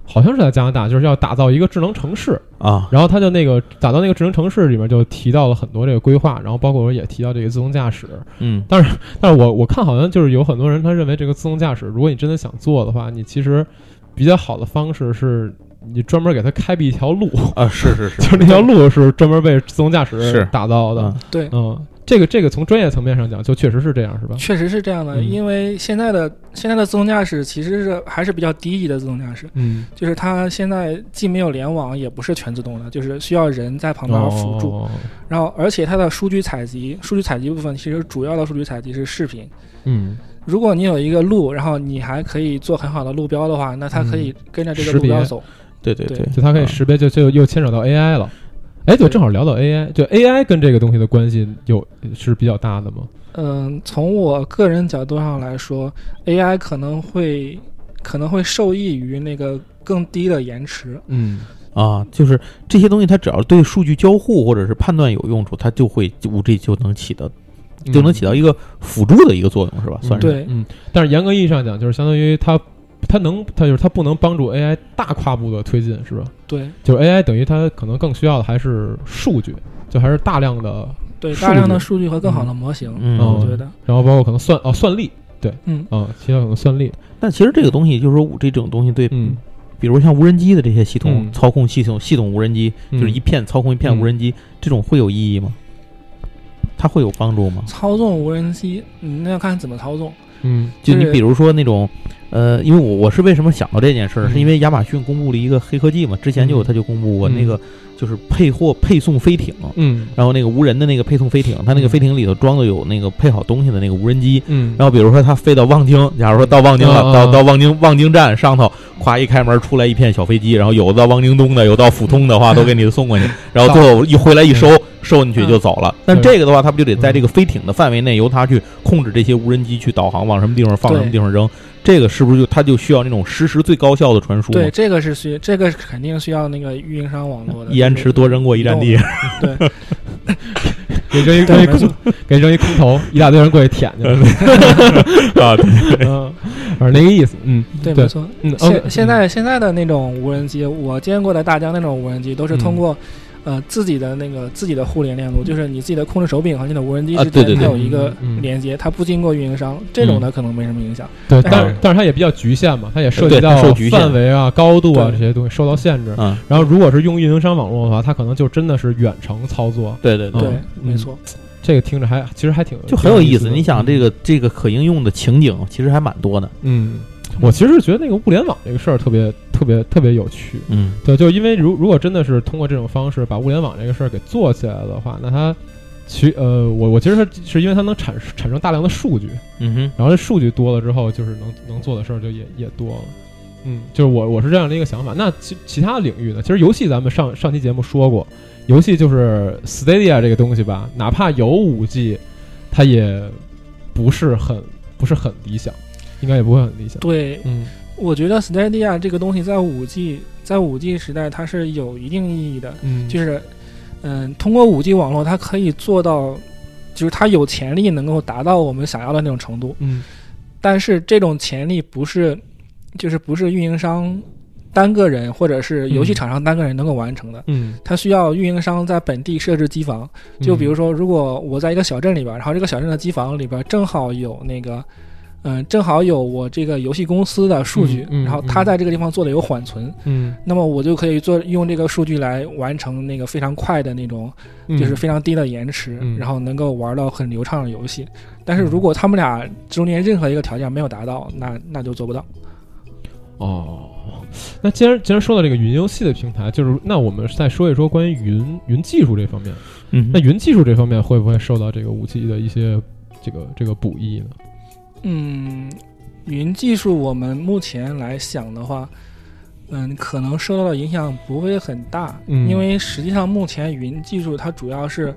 Speaker 1: 好像是在加拿大，就是要打造一个智能城市，
Speaker 2: 啊，
Speaker 1: 然后他就那个打造那个智能城市里面就提到了很多这个规划，然后包括也提到这个自动驾驶。
Speaker 2: 嗯
Speaker 1: 但是我我看好像就是有很多人他认为这个自动驾驶，如果你真的想做的话，你其实比较好的方式是你专门给它开辟一条路，
Speaker 2: 啊，是是，
Speaker 1: 就是是那条路是专门为自动驾驶
Speaker 2: 是
Speaker 1: 打造的
Speaker 2: 嗯。
Speaker 3: 对，
Speaker 1: 嗯，这个这个从专业层面上讲，就确实是这样，是吧？
Speaker 3: 确实是这样的，
Speaker 1: 嗯
Speaker 3: 因为现在的现在的自动驾驶其实是还是比较低级的自动驾驶，
Speaker 1: 嗯，
Speaker 3: 就是它现在既没有联网，也不是全自动的，就是需要人在旁边辅助。
Speaker 1: 哦
Speaker 3: 然后，而且它的数据采集，数据采集部分其实主要的数据采集是视频。
Speaker 1: 嗯，
Speaker 3: 如果你有一个路，然后你还可以做很好的路标的话，那它可以跟着这个
Speaker 1: 嗯识
Speaker 3: 路
Speaker 1: 别
Speaker 3: 标走。
Speaker 2: 对对
Speaker 3: 对
Speaker 2: 对，
Speaker 1: 就它可以
Speaker 2: 啊
Speaker 1: 识别，就就又牵扯到 AI 了。哎，嗯对，
Speaker 3: 对
Speaker 1: 正好聊到 AI，就 AI 跟这个东西的关系有是比较大的吗？
Speaker 3: 嗯，从我个人角度上来说，AI 可能会可能会受益于那个更低的延迟。
Speaker 1: 嗯，
Speaker 2: 啊，就是这些东西，它只要对数据交互或者是判断有用处，它就会五 G 就能起到就能起到一个辅助的一个作用，是吧？算是
Speaker 3: 对
Speaker 1: 嗯，但是严格意义上讲，就是相当于它，它能，它就是它不能帮助 AI 大跨步的推进，是吧？
Speaker 3: 对
Speaker 1: 就是 AI 等于它可能更需要的还是数据，就还是大量的，
Speaker 3: 对，
Speaker 1: 数
Speaker 3: 大量的
Speaker 1: 据
Speaker 3: 数据和更好的模型，
Speaker 2: 嗯
Speaker 1: 哦
Speaker 3: 我觉得，
Speaker 1: 然后包括可能算哦算力，对，
Speaker 3: 嗯
Speaker 1: 啊、提到可能算力，
Speaker 2: 但其实这个东西就是说五 G 这种东西对，
Speaker 1: 嗯，
Speaker 2: 比如像无人机的这些系统、
Speaker 1: 嗯
Speaker 2: 操控系统、系统无人机，
Speaker 1: 嗯
Speaker 2: 就是一片操控一片
Speaker 1: 嗯
Speaker 2: 无人机，这种会有意义吗？它会有帮助吗？
Speaker 3: 操纵无人机，嗯，那要看怎么操纵。
Speaker 1: 嗯
Speaker 2: 就
Speaker 3: 就是
Speaker 2: 你比如说那种，呃，因为我我是为什么想到这件事儿，
Speaker 1: 嗯
Speaker 2: 是因为亚马逊公布了一个黑科技嘛，之前就有
Speaker 1: 嗯
Speaker 2: 它就公布过
Speaker 1: 嗯
Speaker 2: 那个就是配货配送飞艇，
Speaker 1: 嗯
Speaker 2: 然后那个无人的那个配送飞艇，它那个
Speaker 1: 嗯
Speaker 2: 飞艇里头装的有那个配好东西的那个无人机。
Speaker 1: 嗯，
Speaker 2: 然后比如说它飞到望京，假如说到望京了，
Speaker 1: 嗯嗯
Speaker 2: 到
Speaker 1: 嗯
Speaker 2: 到望京望京站上头，咵一开门出来一片小飞机，然后有的到望京东的，有到浦东的话都给你送过去，然后最后一回来一收收进去就走了。但这个的话，它不就得在这个飞艇的范围内由它去控制这些无人机去导航，往什么地方放
Speaker 3: 对
Speaker 2: 什么地方扔？这个是不是就它就需要那种实时最高效的传输？
Speaker 3: 对，，这个是需，这个是肯定需要那个运营商网络的。
Speaker 2: 一延迟多扔过一站地。
Speaker 1: 给扔一给扔一
Speaker 3: 对没
Speaker 1: 空，给扔一空投，一大堆人过去舔去了，
Speaker 2: 呃啊，
Speaker 1: 嗯，反正那个意思，嗯
Speaker 3: 对，
Speaker 1: 对
Speaker 3: 没错。
Speaker 1: 嗯，
Speaker 3: 现
Speaker 1: OK，
Speaker 3: 现在现在的那种无人机，我见过的大疆那种无人机都是通过。呃，自己的那个自己的互联链路，就是你自己的控制手柄和你的无人机
Speaker 2: 啊
Speaker 3: 之
Speaker 2: 对对
Speaker 3: 间，它
Speaker 2: 对
Speaker 3: 有一个
Speaker 1: 嗯嗯
Speaker 3: 连接，它不经过运营商，这种的可能没什么影响。
Speaker 1: 对，
Speaker 2: 但
Speaker 1: 但
Speaker 2: 是
Speaker 1: 是但是它也比较局限嘛，它也涉及
Speaker 2: 对它
Speaker 1: 到
Speaker 2: 受局限
Speaker 1: 范围啊、高度啊这
Speaker 3: 对
Speaker 1: 些东西受到限 制。
Speaker 2: 嗯，
Speaker 1: 然后，如果是用运营商网络的话，它可能就真的是远程操作。
Speaker 2: 对对
Speaker 1: 嗯。
Speaker 2: 对
Speaker 3: 对，
Speaker 1: 嗯
Speaker 3: 没错。
Speaker 1: 这个听着还其实还挺
Speaker 2: 就很有意思，
Speaker 1: 的
Speaker 2: 你想这，个这个可应用的情景其实还蛮多的，
Speaker 1: 嗯，我其实是觉得那个物联网这个事儿特别特别特别有趣。
Speaker 2: 嗯，
Speaker 1: 对，就因为如如果真的是通过这种方式把物联网这个事儿给做起来的话，那它其呃，我我其实是是因为它能产产生大量的数据，
Speaker 2: 嗯哼，
Speaker 1: 然后这数据多了之后，就是能能做的事儿就也也多了。嗯，就是我我是这样的一个想法。那其其他的领域呢？其实游戏咱们上上期节目说过，游戏就是 Stadia 这个东西吧，哪怕有五 G，它也不是很不是很理想，应该也不会很理想。
Speaker 3: 对，
Speaker 1: 嗯
Speaker 3: 我觉得 Stadia 这个东西在五 G 在五 G 时代它是有一定意义的，
Speaker 1: 嗯，
Speaker 3: 就是嗯，通过五 G 网络，它可以做到，就是它有潜力能够达到我们想要的那种程度。
Speaker 1: 嗯
Speaker 3: 但是这种潜力不是，就是不是运营商单个人或者是游戏
Speaker 1: 嗯
Speaker 3: 厂商单个人能够完成的。
Speaker 1: 嗯，
Speaker 3: 它需要运营商在本地设置机房，就比如说，如果我在一个小镇里边儿，然后这个小镇的机房里边儿正好有那个，嗯、正好有我这个游戏公司的数据，
Speaker 1: 嗯嗯
Speaker 3: 然后它在这个地方做的有缓存，
Speaker 1: 嗯，
Speaker 3: 那么我就可以做用这个数据来完成那个非常快的那种，
Speaker 1: 嗯，
Speaker 3: 就是非常低的延迟，
Speaker 1: 嗯
Speaker 3: 然后能够玩到很流畅的游戏。但是如果他们俩中间任何一个条件没有达到，那那就做不到。
Speaker 1: 哦。那既然既然说到这个云游戏的平台，就是那我们再说一说关于云云技术这方面。
Speaker 2: 嗯
Speaker 1: 那
Speaker 2: 哼，
Speaker 1: 云技术这方面会不会受到这个五 G 的一些这个这个补益呢？
Speaker 3: 嗯嗯，云技术我们目前来想的话，嗯，可能受到的影响不会很大，
Speaker 1: 嗯
Speaker 3: 因为实际上目前云技术它主要是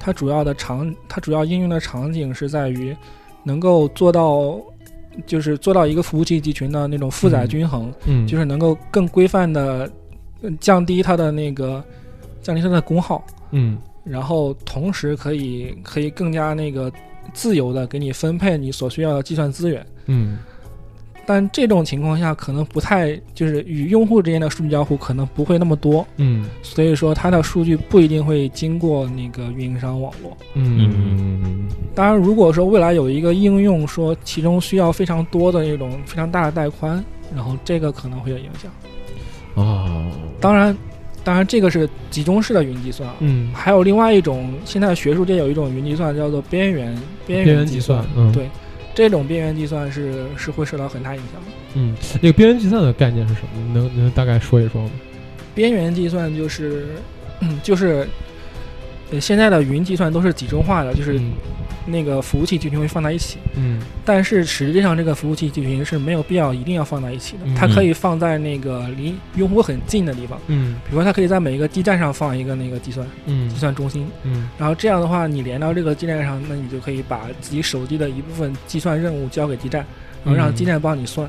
Speaker 3: 它主要的场它主要应用的场景是在于能够做到就是做到一个服务器集群的那种负载
Speaker 1: 嗯
Speaker 3: 均衡，
Speaker 1: 嗯，
Speaker 3: 就是能够更规范的降低它的那个降低它的功耗，
Speaker 1: 嗯
Speaker 3: 然后同时可以可以更加那个自由的给你分配你所需要的计算资源。
Speaker 1: 嗯
Speaker 3: 但这种情况下，可能不太就是与用户之间的数据交互可能不会那么多，
Speaker 1: 嗯
Speaker 3: 所以说它的数据不一定会经过那个运营商网络。
Speaker 1: 嗯嗯
Speaker 3: 当然，如果说未来有一个应用说其中需要非常多的那种非常大的带宽，然后这个可能会有影响。
Speaker 1: 嗯啊，
Speaker 3: 当然，当然这个是集中式的云计算啊。
Speaker 1: 嗯
Speaker 3: 还有另外一种，现在学术界有一种云计算叫做边缘边
Speaker 1: 边缘
Speaker 3: 计
Speaker 1: 计算嗯
Speaker 3: 对，这种边缘计算是是会受到很大影响的。
Speaker 1: 嗯，那个边缘计算的概念是什么？能能大概说一说吗？
Speaker 3: 边缘计算就是， 嗯就是，呃，现在的云计算都是集中化的，就是
Speaker 1: 嗯
Speaker 3: 那个服务器集群会放在一起。
Speaker 1: 嗯
Speaker 3: 但是实际上，这个服务器集群是没有必要一定要放在一起的
Speaker 1: 嗯，
Speaker 3: 它可以放在那个离用户很近的地方，
Speaker 1: 嗯
Speaker 3: 比如说它可以在每一个基站上放一个那个计算
Speaker 1: 嗯
Speaker 3: 计算中心，
Speaker 1: 嗯
Speaker 3: 然后这样的话，你连到这个基站上，那你就可以把自己手机的一部分计算任务交给基站，
Speaker 1: 嗯
Speaker 3: 然后让基站帮你算。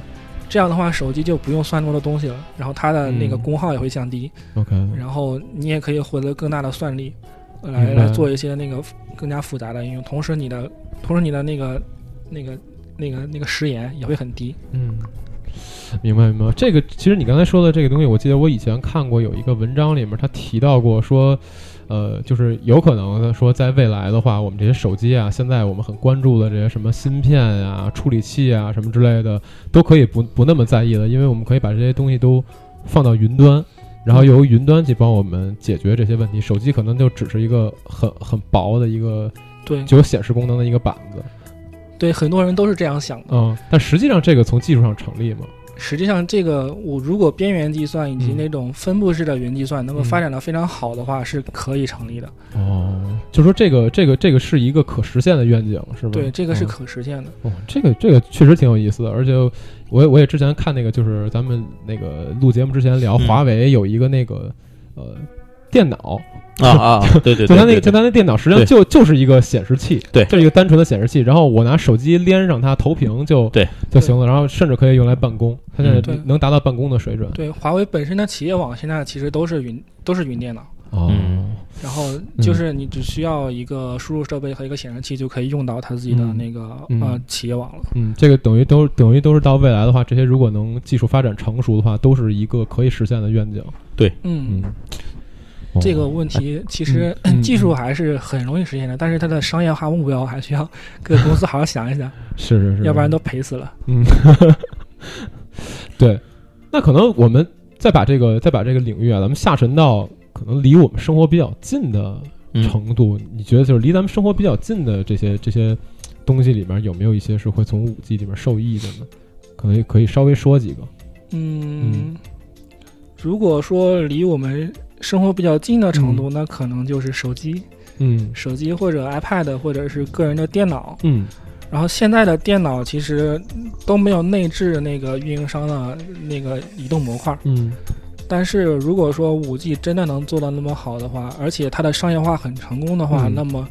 Speaker 3: 这样的话，手机就不用算那么多东西了，然后它的那个
Speaker 1: 嗯
Speaker 3: 功耗也会降低，
Speaker 1: ，OK，
Speaker 3: 然后你也可以获得更大的算力，呃来
Speaker 1: 明白
Speaker 3: 来做一些那个更加复杂的应用。同时，你的同时你的那个那个那个那个时延也会很低。
Speaker 1: 嗯，明白明白。这个其实你刚才说的这个东西，我记得我以前看过有一个文章里面他提到过说，呃，就是有可能的说在未来的话，我们这些手机啊，现在我们很关注的这些什么芯片啊、处理器啊什么之类的，都可以不不那么在意了，因为我们可以把这些东西都放到云端。然后由云端去帮我们解决这些问题，手机可能就只是一个很很薄的一个
Speaker 3: 对
Speaker 1: 具有显示功能的一个板子，
Speaker 3: 对，很多人都是这样想的。
Speaker 1: 嗯，但实际上这个从技术上成立吗？
Speaker 3: 实际上，这个我如果边缘计算以及
Speaker 1: 嗯
Speaker 3: 那种分布式的云计算能够
Speaker 1: 嗯
Speaker 3: 发展的非常好的话，是可以成立的。
Speaker 1: 哦，就说这个这个这个是一个可实现的愿景，是吧？
Speaker 3: 对，这个
Speaker 1: 嗯
Speaker 3: 是可实现的。
Speaker 1: 哦，这个这个确实挺有意思的，而且我也我也之前看那个，就是咱们那个录节目之前聊
Speaker 2: 嗯
Speaker 1: 华为有一个那个呃电脑，
Speaker 2: 啊啊，啊对对
Speaker 1: 就
Speaker 2: 对，
Speaker 1: 它那个
Speaker 2: 对
Speaker 1: 就它那电脑实际上
Speaker 2: 对
Speaker 1: 就就是一个显示器，
Speaker 2: 对
Speaker 1: 就是一个单纯的显示器，然后我拿手机连上它投屏就
Speaker 2: 对
Speaker 1: 就行了，然后甚至可以用来办公，它现
Speaker 2: 嗯
Speaker 1: 在
Speaker 3: 对
Speaker 1: 能达到办公的水准。
Speaker 3: 对，华为本身的企业网现在其实都是云，都是云电脑。
Speaker 1: 哦，
Speaker 2: 嗯
Speaker 3: 然后就是你只需要一个输入设备和一个显示器就可以用到它自己的
Speaker 1: 嗯
Speaker 3: 那个、
Speaker 1: 嗯
Speaker 3: 呃企业网了。
Speaker 1: 嗯，这个等于都等于都是到未来的话，这些如果能技术发展成熟的话，都是一个可以实现的愿景。
Speaker 3: 嗯，
Speaker 1: 嗯，哦
Speaker 3: 这个问题其实、
Speaker 1: 嗯嗯
Speaker 3: 技术还是很容易实现的，但是它的商业化目标还需要 各个公司好好想一想，
Speaker 1: 是 是是，
Speaker 3: 要不然都赔死了。
Speaker 1: 嗯，对。那可能我们再把这个再把这个领域啊，咱们下沉到可能离我们生活比较近的
Speaker 2: 嗯
Speaker 1: 程度，你觉得就是离咱们生活比较近的这些这些东西里面，有没有一些是会从五 G 里面受益的呢？可能可以稍微说几个。
Speaker 3: 嗯，如果说离我们生活比较近的程度，那可能就是手机、
Speaker 1: 嗯
Speaker 3: 手机或者 iPad 或者是个人的电脑。
Speaker 1: 嗯
Speaker 3: 然后现在的电脑其实都没有内置那个运营商的那个移动模块，
Speaker 1: 嗯
Speaker 3: 但是如果说五 G 真的能做到那么好的话，而且它的商业化很成功的话，
Speaker 1: 嗯
Speaker 3: 那么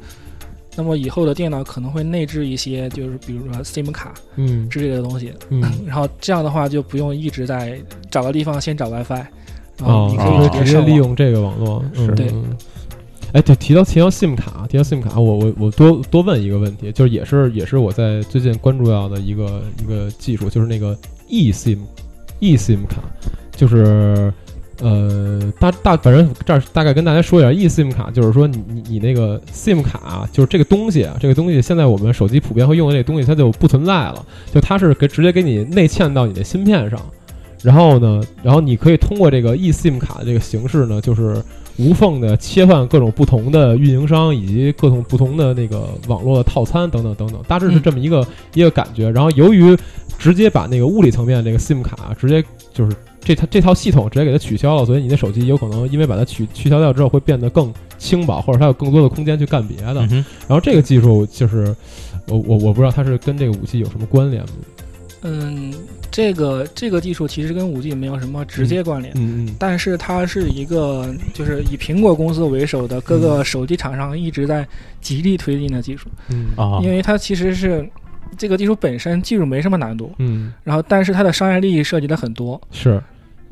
Speaker 3: 那么以后的电脑可能会内置一些，就是比如说 SIM 卡
Speaker 1: 嗯
Speaker 3: 之类的东西，
Speaker 1: 嗯，
Speaker 3: 然后这样的话就不用一直在找个地方先找 WiFi，然后
Speaker 1: 哦，
Speaker 3: 啊你可
Speaker 1: 就
Speaker 3: 以
Speaker 1: 是
Speaker 3: 直接
Speaker 1: 直接
Speaker 3: 上
Speaker 1: 利
Speaker 3: 网。
Speaker 1: 用这个网络，嗯
Speaker 2: 是
Speaker 3: 对
Speaker 1: 嗯哎，对，提到提到 SIM 卡，提到 SIM 卡，我我我多多问一个问题，就是也是也是我在最近关注到的一个一个技术，就是那个 eSIM eSIM 卡，就是呃大大反正这儿大概跟大家说一下，eSIM 卡就是说你你你那个 SIM 卡啊、就是这个东西啊，这个东西现在我们手机普遍会用的这个东西它就不存在了，就它是给直接给你内嵌到你的芯片上。然后呢，然后你可以通过这个 E eSIM 卡的这个形式呢，就是无缝的切换各种不同的运营商以及各种不同的那个网络的套餐等等等等，大致是这么一个、一个感觉。然后由于直接把那个物理层面这个 SIM 卡直接就是这套这套系统直接给它取消了，所以你的手机有可能因为把它取取消掉之后会变得更轻薄，或者它有更多的空间去干别的。
Speaker 2: 嗯哼
Speaker 1: 然后这个技术就是我我我不知道它是跟这个武器有什么关联吗？
Speaker 3: 嗯，这个这个技术其实跟五 G 没有什么直接关联，
Speaker 1: 嗯嗯
Speaker 3: 但是它是一个就是以苹果公司为首的各个手机厂商一直在极力推进的技术，
Speaker 1: 嗯
Speaker 2: 啊
Speaker 3: 因为它其实是这个技术本身技术没什么难度，
Speaker 1: 嗯
Speaker 3: 然后但是它的商业利益涉及的很多，
Speaker 1: 是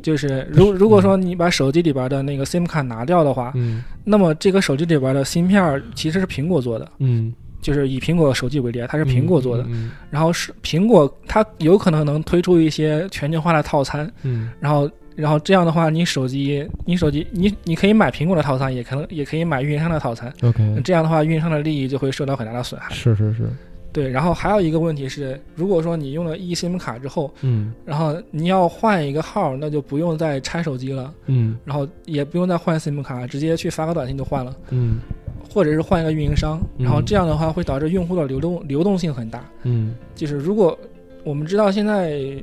Speaker 3: 就是如如果说你把手机里边的那个 SIM 卡拿掉的话，
Speaker 1: 嗯
Speaker 3: 那么这个手机里边的芯片儿其实是苹果做的，
Speaker 1: 嗯
Speaker 3: 就是以苹果手机为例，啊它是
Speaker 1: 是
Speaker 3: 苹果做的，
Speaker 1: 嗯
Speaker 3: 然后是苹果它有可能能推出一些全球化的套餐，
Speaker 1: 嗯
Speaker 3: 然后然后这样的话，你手机你手机你你可以买苹果的套餐，也可能也可以买运营商的套餐，
Speaker 1: 嗯 OK
Speaker 3: 这样的话运营商的利益就会受到很大的损害。
Speaker 1: 是是是
Speaker 3: 对，然后还有一个问题是，如果说你用了 eSIM 卡之后，
Speaker 1: 嗯
Speaker 3: 然后你要换一个号，那就不用再拆手机了，
Speaker 1: 嗯
Speaker 3: 然后也不用再换 SIM 卡，直接去发个短信就换了。
Speaker 1: 嗯
Speaker 3: 或者是换一个运营商，然后
Speaker 1: 嗯
Speaker 3: 这样的话会导致用户的流动流动性很大。
Speaker 1: 嗯
Speaker 3: 就是如果我们知道现在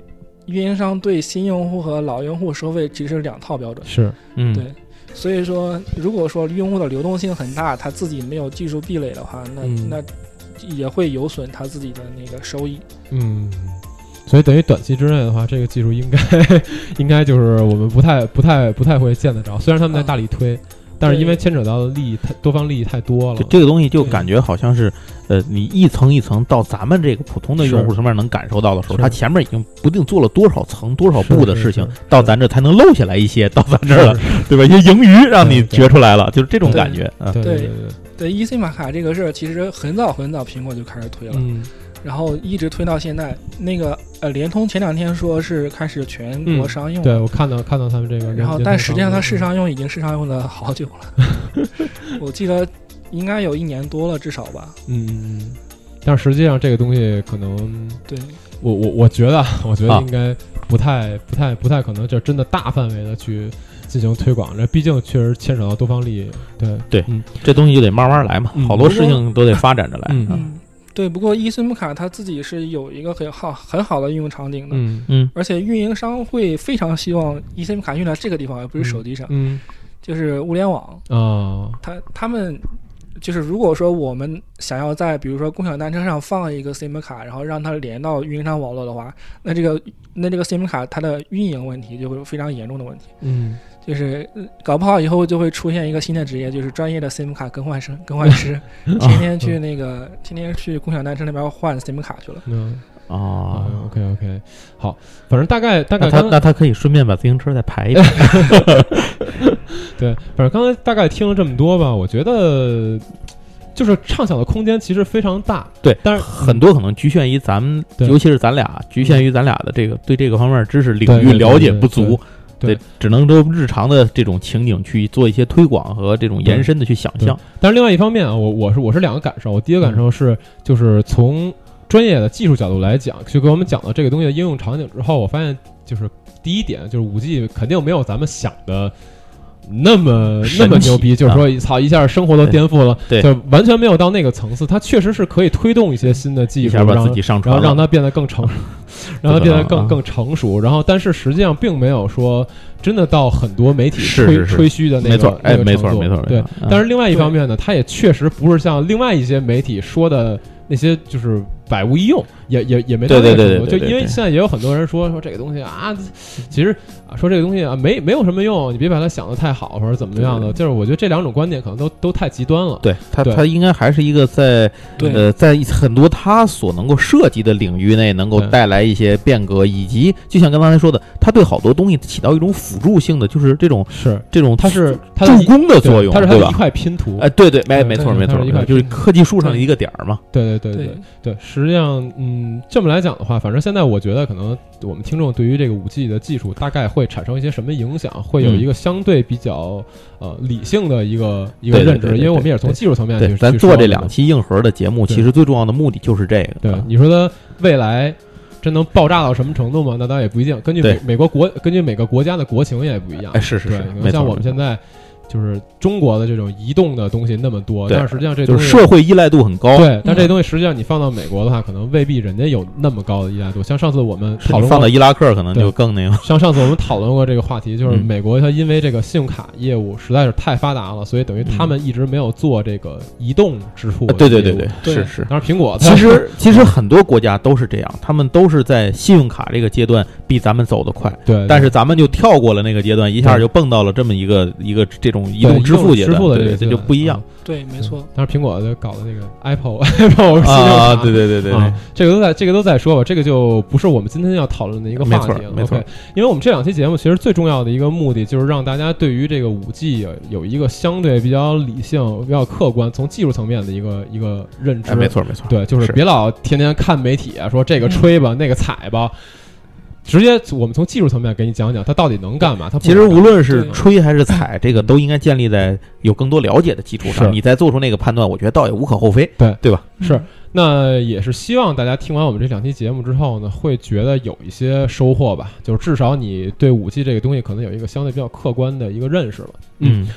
Speaker 3: 运营商对新用户和老用户收费其实是两套标准，
Speaker 1: 是
Speaker 2: 嗯，
Speaker 3: 对所以说如果说用户的流动性很大，他自己没有技术壁垒的话，那、
Speaker 1: 嗯
Speaker 3: 那也会有损他自己的那个收益。
Speaker 1: 嗯。所以等于短期之内的话，这个技术应该 应该就是我们不太不太不太会见得着。虽然他们在大力推，但是因为牵扯到的利益太多方利益太多了
Speaker 2: 就，这个东西就感觉好像是，呃，你一层一层到咱们这个普通的用户身边能感受到的时候，
Speaker 1: 是
Speaker 2: 它前面已经不定做了多少层、多少步的
Speaker 1: 是
Speaker 2: 事情
Speaker 1: 是是，
Speaker 2: 到咱这才能漏下来一些，到咱这儿了，
Speaker 1: 是
Speaker 2: 对吧？一些盈余让你
Speaker 1: 对对
Speaker 2: 觉出来了，就是这种
Speaker 1: 对
Speaker 2: 感觉啊。
Speaker 1: 对
Speaker 3: 对
Speaker 1: 对对，
Speaker 3: 对 eSIM 卡这个事儿，其实很早很早苹果就开始推了，
Speaker 1: 嗯
Speaker 3: 然后一直推到现在。那个呃，联通前两天说是开始全国
Speaker 1: 嗯
Speaker 3: 商用了、
Speaker 1: 对我看到看到他们这个人
Speaker 3: 然后，
Speaker 1: 间
Speaker 3: 但
Speaker 1: 蒸
Speaker 3: 实际上
Speaker 1: 发
Speaker 3: 它
Speaker 1: 布
Speaker 3: 市商用已经市商用了好久了， 我记得应该有一年多了，至少吧。
Speaker 1: 嗯嗯嗯，但实际上这个东西可能，
Speaker 3: 对，
Speaker 1: 我我我觉得啊， 我觉得
Speaker 2: 啊
Speaker 1: 应该不太、不太不太可能，就真的大范围的去进行推广，这毕竟确实牵扯到多方利益。对，
Speaker 2: 这东西就得慢慢来嘛
Speaker 1: 嗯，
Speaker 2: 好多事情都得发展着来。
Speaker 1: 嗯
Speaker 2: 啊
Speaker 3: 嗯，对。不过伊森姆卡它自己是有一个很好很好的应用场景的，
Speaker 1: 嗯
Speaker 2: 嗯
Speaker 3: 而且运营商会非常希望伊森姆卡用在这个地方，而不是手机上，
Speaker 1: 嗯
Speaker 3: 就是物联网。
Speaker 1: 啊，
Speaker 3: 它他们就是如果说我们想要在比如说共享单车上放一个 SIM 卡，然后让它连到运营商网络的话，那这个那这个 SIM 卡它的运营问题就会有非常严重的问题。
Speaker 1: 嗯，
Speaker 3: 就是呃搞不好以后就会出现一个新的职业，就是专业的 SIM 卡更换生更换 师，天天去那个天天去共享单车那边换 SIM 卡去了。
Speaker 1: 嗯
Speaker 2: 啊，
Speaker 1: o k OK，好，反正大概大概
Speaker 2: 那他
Speaker 1: 刚
Speaker 2: 那他可以顺便把自行车再排一排。
Speaker 1: 对，反正刚才大概听了这么多吧，我觉得就是畅想的空间其实非常大。
Speaker 2: 对，
Speaker 1: 但是
Speaker 2: 很多可能局限于咱们，
Speaker 1: 对嗯
Speaker 2: 尤其是咱俩局限于咱俩的这个对这个方面知识领
Speaker 1: 对
Speaker 2: 域
Speaker 1: 对
Speaker 2: 了解不足，
Speaker 1: 对对对
Speaker 2: 得只能都日常的这种情景去做一些推广和这种延伸的去想象。
Speaker 1: 但是另外一方面啊，我我是我是两个感受，我第一
Speaker 2: 嗯
Speaker 1: 个感受是，就是从专业的技术角度来讲，就给我们讲了这个东西的应用场景之后，我发现就是第一点，就是五 G 肯定没有咱们想的。那么
Speaker 2: 神奇啊
Speaker 1: 那么牛逼，就是说，操，一下生活都颠覆了，
Speaker 2: 对
Speaker 1: 就完全没有到那个层次。它确实是可以推动一些新的技
Speaker 2: 一
Speaker 1: 术，
Speaker 2: 下
Speaker 1: 然
Speaker 2: 把
Speaker 1: 后
Speaker 2: 自己上
Speaker 1: 然
Speaker 2: 传
Speaker 1: 后
Speaker 2: 了，
Speaker 1: 让它变得更 成，让它变得更
Speaker 2: 啊
Speaker 1: 更成熟。然后，但是实际上并没有说真的到很多媒体
Speaker 2: 是
Speaker 1: 吹
Speaker 2: 是是
Speaker 1: 吹嘘的那个
Speaker 2: 没错，
Speaker 1: 那
Speaker 2: 哎，
Speaker 1: 个
Speaker 2: 没
Speaker 1: 程
Speaker 2: 错，
Speaker 1: 度
Speaker 2: 没错，
Speaker 1: 对
Speaker 2: 没。错
Speaker 1: 但
Speaker 2: 嗯
Speaker 1: 是另外一方面呢，它也确实不是像另外一些媒体说的那些，就是百无一用，也也也没到
Speaker 2: 对
Speaker 1: 那个
Speaker 2: 对
Speaker 1: 程度。
Speaker 2: 对对对
Speaker 1: 就因为
Speaker 2: 对
Speaker 1: 现在也有很多人说说这个东西啊，其实啊说这个东西啊没没有什么用，你别把它想的太好或者怎么样的。
Speaker 2: 对
Speaker 1: 就是我觉得这两种观点可能都都太极端了。
Speaker 2: 对他，
Speaker 1: 对
Speaker 2: 他应该还是一个在
Speaker 3: 对
Speaker 2: 呃，在很多他所能够涉及的领域内，能够
Speaker 1: 对
Speaker 2: 带来一些变革，以及就像刚才说的，他对好多东西起到一种辅助性的，就是这种
Speaker 1: 是，
Speaker 2: 这种
Speaker 1: 它是它的
Speaker 2: 助
Speaker 1: 一
Speaker 2: 攻的作
Speaker 1: 对
Speaker 2: 用，
Speaker 1: 它是它
Speaker 2: 对
Speaker 1: 的一
Speaker 2: 吧？
Speaker 1: 块拼图。
Speaker 2: 哎，对对，没
Speaker 1: 对
Speaker 2: 没
Speaker 1: 对
Speaker 2: 错
Speaker 1: 对
Speaker 2: 没
Speaker 1: 它
Speaker 2: 错
Speaker 1: 是一块，
Speaker 2: 就是
Speaker 1: 拼
Speaker 2: 科技树上的一个点儿嘛。
Speaker 1: 对对对
Speaker 3: 对
Speaker 1: 对对，实际上，嗯，这么来讲的话，反正现在我觉得，可能我们听众对于这个五 G 的技术大概会产生一些什么影响，会有
Speaker 2: 嗯
Speaker 1: 一个相对比较呃理性的一个一个
Speaker 2: 对对
Speaker 1: 认知，
Speaker 2: 对对
Speaker 1: 因为我们也是从
Speaker 2: 对
Speaker 1: 技术层面去
Speaker 2: 对，咱
Speaker 1: 去
Speaker 2: 做
Speaker 1: 说
Speaker 2: 这
Speaker 1: 的
Speaker 2: 两期硬核的节目，
Speaker 1: 对
Speaker 2: 其实最重要的目的就是这个。
Speaker 1: 对
Speaker 2: 啊，
Speaker 1: 你说它未来真能爆炸到什么程度吗？那倒也不一定，根据
Speaker 2: 对
Speaker 1: 美美国国根据每个国家的国情也不一样
Speaker 2: 哎，。是是
Speaker 1: 对
Speaker 2: 是，，
Speaker 1: 可
Speaker 2: 没
Speaker 1: 能
Speaker 2: 错
Speaker 1: 像我们现在。就是中国的这种移动的东西那么多，
Speaker 2: 对
Speaker 1: 但是实际上这
Speaker 2: 就
Speaker 1: 东
Speaker 2: 是
Speaker 1: 西
Speaker 2: 社会依赖度很高。
Speaker 1: 对，但
Speaker 3: 嗯
Speaker 1: 这东西实际上你放到美国的话，可能未必人家有那么高的依赖度。像上次我们
Speaker 2: 是
Speaker 1: 讨
Speaker 2: 你
Speaker 1: 论
Speaker 2: 放
Speaker 1: 过
Speaker 2: 到伊拉克可能
Speaker 1: 对
Speaker 2: 就更那个，
Speaker 1: 像上次我们讨论过这个话题，就是
Speaker 2: 嗯
Speaker 1: 美国它因为这个信用卡业务实在是太发达了，所以等于他们一直没有做这个移动支付
Speaker 2: 嗯啊。对对对对，，
Speaker 3: 对
Speaker 2: 是是。
Speaker 1: 当然苹果它
Speaker 2: 其实其实很多国家都是这样，他们都是在信用卡这个阶段比咱们走得快，
Speaker 1: 对，对
Speaker 2: 但是咱们就跳过了那个阶段，一下就蹦到了这么一个一个这种移
Speaker 1: 对
Speaker 2: 动支付阶
Speaker 1: 支付
Speaker 2: 段，
Speaker 1: 的这
Speaker 2: 对，
Speaker 1: 个
Speaker 2: 这
Speaker 1: 阶
Speaker 2: 就
Speaker 1: 段啊
Speaker 2: 不一样。
Speaker 3: 对，没错，
Speaker 1: 当然苹果就搞的那个 Apple Apple 信用
Speaker 2: 啊
Speaker 1: 卡，，
Speaker 2: 对对对对对
Speaker 1: 啊，这个都在这个都在说吧，这个就不是我们今天要讨论的一个话题了。
Speaker 2: 没错没错
Speaker 1: OK，因为我们这两期节目其实最重要的一个目的就是让大家对于这个五 G 有有一个相对比较理性、比较客观，从技术层面的一个一个认知。
Speaker 2: 哎，没错没错，
Speaker 1: 对，就是
Speaker 2: 是
Speaker 1: 别老天天看媒体啊，说这个吹吧，那个踩吧，直接我们从技术层面给你讲讲它到底能干嘛。它不
Speaker 2: 其实
Speaker 1: 能干
Speaker 2: 无论是
Speaker 3: 对
Speaker 2: 吹还是踩，这个都应该建立在有更多了解的基础
Speaker 1: 是
Speaker 2: 上，你再做出那个判断，我觉得倒也无可厚非。
Speaker 1: 是那也是希望大家听完我们这两期节目之后呢，会觉得有一些收获吧，就是至少你对五 G 这个东西可能有一个相对比较客观的一个认识了。嗯，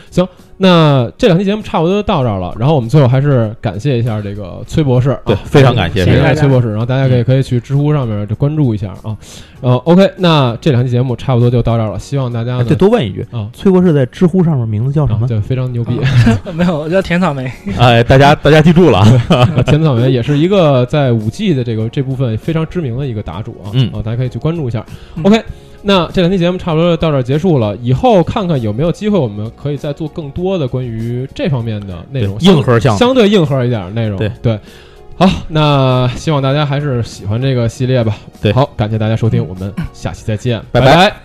Speaker 1: 那这两期节目差不多就到这儿了，然后我们最后还是感谢一下这个崔博士啊，
Speaker 2: 对，非常感谢
Speaker 1: 感
Speaker 3: 谢谢
Speaker 2: 非常
Speaker 3: 大
Speaker 1: 谢
Speaker 3: 家
Speaker 1: 崔博士，然后大家可以
Speaker 2: 嗯
Speaker 1: 可以去知乎上面就关注一下啊。呃，OK，那这两期节目差不多就到这儿了，希望大家
Speaker 2: 哎
Speaker 1: 呢
Speaker 2: 再多问一句，
Speaker 1: 啊
Speaker 2: 崔博士在知乎上面名字叫什
Speaker 1: 啊
Speaker 2: 么？
Speaker 1: 对非常牛逼。
Speaker 3: 啊 没有，我叫甜草莓，
Speaker 2: 哎，大家大家记住了啊，
Speaker 1: 啊，田草莓也是一个在五 G 的这个这部分非常知名的一个答主啊，
Speaker 2: 嗯
Speaker 1: 啊，大家可以去关注一下。
Speaker 3: 嗯
Speaker 1: OK，那这两期节目差不多到这儿结束了，以后看看有没有机会，我们可以再做更多的关于这方面的内容，
Speaker 2: 对硬核项目
Speaker 1: 相对硬核一点的内容。
Speaker 2: 对
Speaker 1: 对，好，那希望大家还是喜欢这个系列吧。
Speaker 2: 对
Speaker 1: 好，感谢大家收听，我们下期再见，
Speaker 2: 拜
Speaker 1: 拜
Speaker 2: 拜